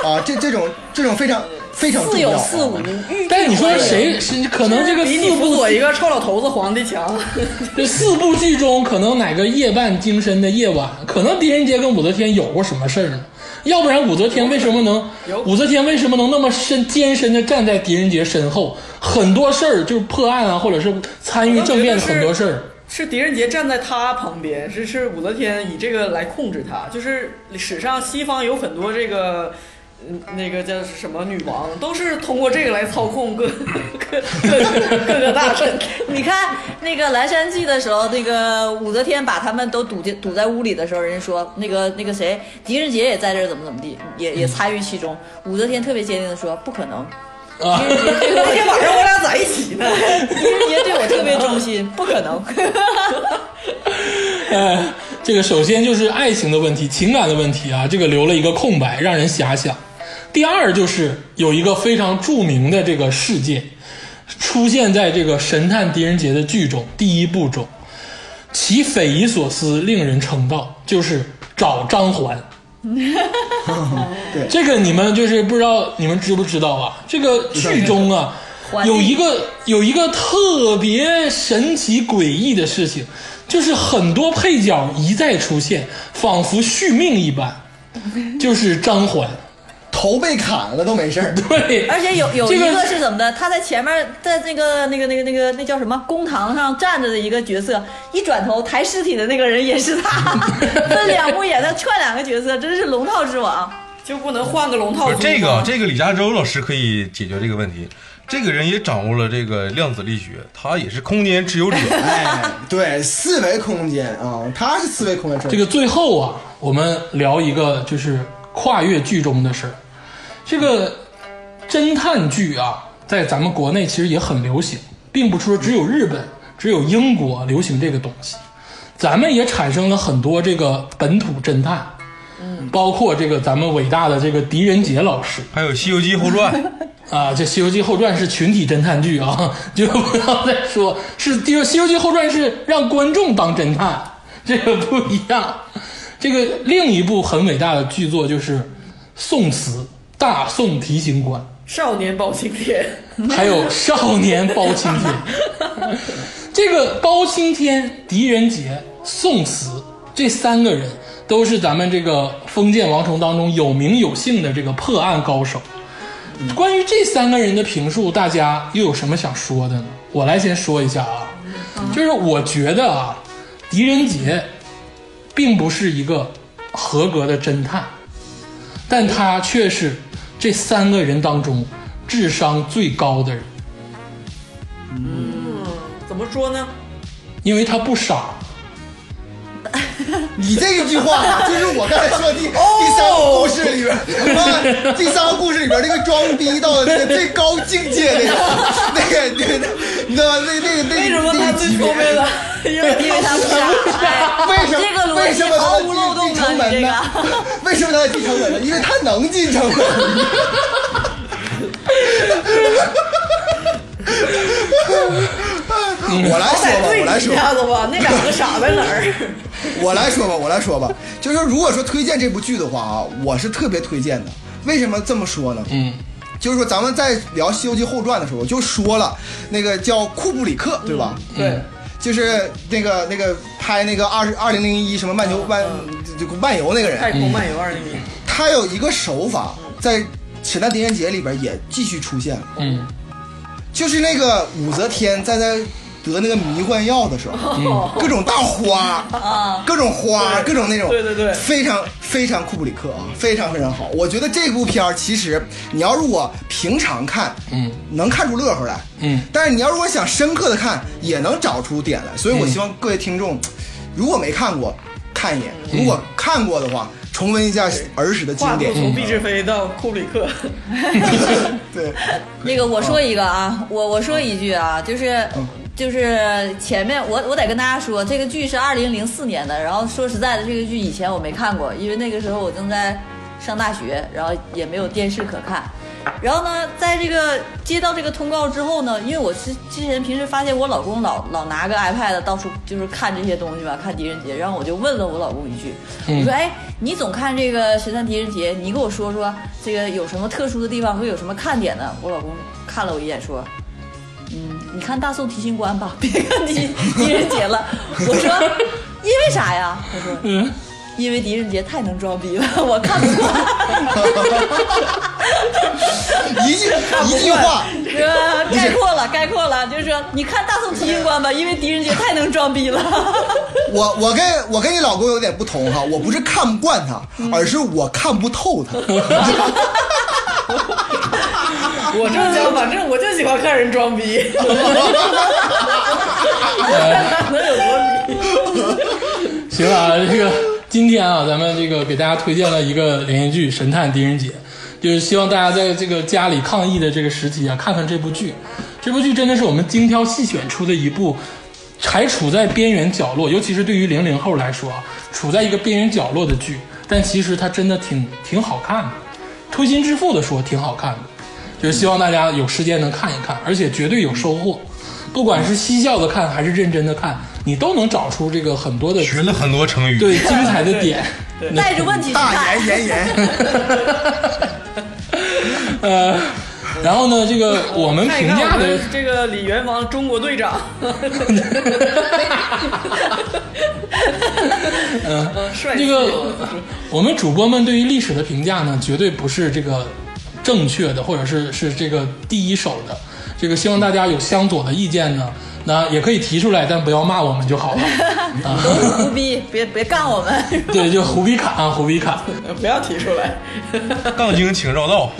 啊，这这种这种非常非常重
似
要
有
啊。
似无，欲
但你说谁是可能这个
比
四
你辅
部
佐一个臭老头子皇帝强，
这四部剧中，可能哪个夜半惊身的夜晚，可能狄仁杰跟武则天有过什么事儿呢？要不然武则天为什么能
有
武则天为什么能那么深艰深的站在狄仁杰身后？很多事儿就是破案啊，或者是参与政变的很多事儿。
是狄仁杰站在他旁边，是是武则天以这个来控制他。就是史上西方有很多这个，嗯，那个叫什么女王，都是通过这个来操控各各各各个大臣。
你看那个《蓝山记》的时候，那个武则天把他们都堵进堵在屋里的时候，人家说那个那个谁，狄仁杰也在这儿，怎么怎么地，也也参与其中。武则天特别坚定的说，不可能，
啊，
那天晚上我俩在一起呢，
狄仁杰对我特别忠心，不 可能。
呃，这个首先就是爱情的问题、情感的问题啊，这个留了一个空白，让人遐想。第二就是有一个非常著名的这个事件，出现在这个《神探狄仁杰》的剧中第一部中，其匪夷所思，令人称道，就是找张环。
对
这个你们就是不知道，你们知不知道啊？这个剧中啊，
环
有
境
一个有一个特别神奇诡异的事情，就是很多配角一再出现，仿佛续命一般，就是张环。
头被砍了都 没事儿，
对，
而且有有
这
一
个
个是怎么的？他在前面，在那个那个那个那个那叫什么公堂上站着的一个角色，一转头抬尸体的那个人也是他， 分两部演，他串两个角色，真是龙套之王。
就不能换个龙套
不
族
是
吗？
这个，这个李嘉洲老师可以解决这个问题。这个人也掌握了这个量子力学，他也是空间持有者。
哎，对，四维空间啊，他是四维空间
这
转。
个最后啊，我们聊一个就是跨越剧中的事儿。这个侦探剧啊，在咱们国内其实也很流行，并不是说只有日本、只有英国流行这个东西，咱们也产生了很多这个本土侦探，包括这个咱们伟大的这个狄仁杰老师
还有《西游记后传》，
啊，这《西游记后传》是群体侦探剧啊，就不要再说是《西游记后传》是让观众当侦探，这个不一样。这个另一部很伟大的剧作就是《宋词大宋提刑官》。
少年包青天，
还有少年包青天。这个包青天、狄仁杰、宋慈这三个人都是咱们这个封建王朝当中有名有姓的这个破案高手。关于这三个人的评述，大家又有什么想说的呢？我来先说一下啊，就是我觉得啊，狄仁杰并不是一个合格的侦探，但他却是这三个人当中智商最高的人，
怎么说呢？
因为他不傻。
你这一句话啊就是我刚才说的第
哦
第三个故事里边，啊，第三个故事里边那个装逼到那个最高境界那个那个那个，你知道吗？那那个那
为什么
那
他
个
最
级
聪
别
明了？因为
因为他不傻，哎
为什么
这个
为
逻辑
什么
毫
他
无漏洞
进城
啊！你
门
这
呢嗯
个。？
为什么他进城门呢？因为他能进城门。 我来
好
说
歹
吧，
对
我来
比
说
一，下子吧，那两个傻在哪儿？
我来说吧，我来说吧。就是说如果说推荐这部剧的话啊，我是特别推荐的。为什么这么说呢？
嗯，
就是说咱们在聊《西游记后传》的时候，我就说了，那个叫库布里克，对吧？
嗯
对，
就是那个那个拍那个二十二零零一什么漫游漫就漫游那个人，
嗯太空漫游
嗯
二零一，
他有一个手法在《神探狄仁杰》里边也继续出现了，
嗯，
就是那个武则天站在得那个迷幻药的时候，各种大花啊，各种花，各种那种，
哦对对对
非常非常库布里克啊，非常非常好。我觉得这部片儿其实你要如果平常看，
嗯，
能看出乐呵来，
嗯，
但是你要如果想深刻的看，也能找出点来。所以我希望各位听众，如果没看过，看一眼；如果看过的话，重温一下儿时的经
跨度
典。
从毕志飞到库布里克，
对，
那个我说一个啊，我我说一句啊，就是。
嗯
就是前面我我得跟大家说，这个剧是二零零四年的，然后说实在的，这个剧以前我没看过，因为那个时候我正在上大学，然后也没有电视可看。然后呢，在这个接到这个通告之后呢，因为我之之前平时发现我老公老老拿个 iPad 到处就是看这些东西吧，看狄仁杰，然后我就问了我老公一句，我
嗯
说：“哎，你总看这个《神探狄仁杰》，你给我说说这个有什么特殊的地方和有什么看点呢？”我老公看了我一眼说：“嗯，你看《大宋提刑官》吧， 别看狄狄仁杰了。”我说：“ 因为啥呀？”他说：“
嗯，
因为狄仁杰太能装逼了， 我看不惯。”
一句一句话，
是吧概括了，概括了，就是说你看《大宋提刑官》吧，因为狄仁杰太能装逼了。
我我跟我跟你老公有点不同哈，我不是看不惯他，而是我看不透他。
我正想，反正我就喜欢看人装逼，能有多逼？
行啊，这个今天啊，咱们这个给大家推荐了一个连续剧《神探狄仁杰》，就是希望大家在这个家里抗疫的这个时期啊，看看这部剧。这部剧真的是我们精挑细选出的一部，还处在边缘角落，尤其是对于零零后来说啊，处在一个边缘角落的剧，但其实它真的挺挺好看的。推心置腹的说，挺好看的，就是希望大家有时间能看一看，而且绝对有收获。不管是嬉笑的看还是认真的看，你都能找出这个很多的
学了很多成 语。
对，精彩的点。
带着问题去
大
看，
言炎炎，
呃，然后呢，这个我们
看一
评
看
价
我
的
们这个李元芳中国 队长，嗯，帅气
这个， 我们主播们对于历史的评价呢，绝对不是这个正确的，或者是是这个第一手的。这个希望大家有相左的意见呢，那也可以提出来，但不要骂我们就好了。
都是胡逼，别别干我们。
对，就胡逼侃啊，胡逼侃。
不要提出来。
杠精请绕道。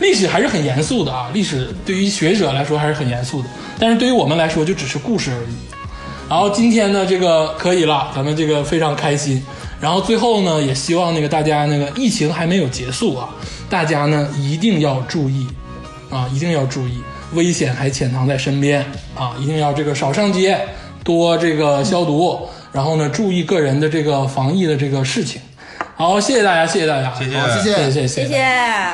历史还是很严肃的啊，历史对于学者来说还是很严肃的，但是对于我们来说就只是故事而已。然后今天呢，这个可以了，咱们这个非常开心。然后最后呢，也希望那个大家那个疫情还没有结束啊，大家呢一定要注意啊，一定要注意，危险还潜藏在身边啊，一定要这个少上街，多这个消毒，然后呢注意个人的这个防疫的这个事情。好，谢谢大家，谢谢大家，
谢谢
好
谢
谢谢谢
谢谢。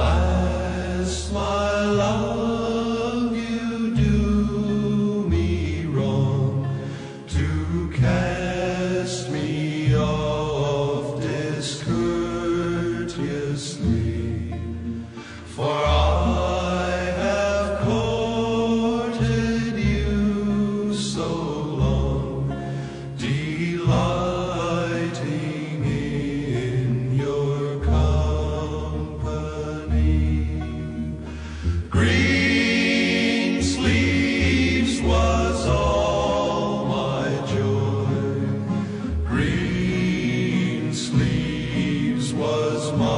Alas, my love, you do me wrong to cast me off discourteously. For I have courted you so long, delighting in your company. Green sleeves was all my joy. Green sleeves was my Oh,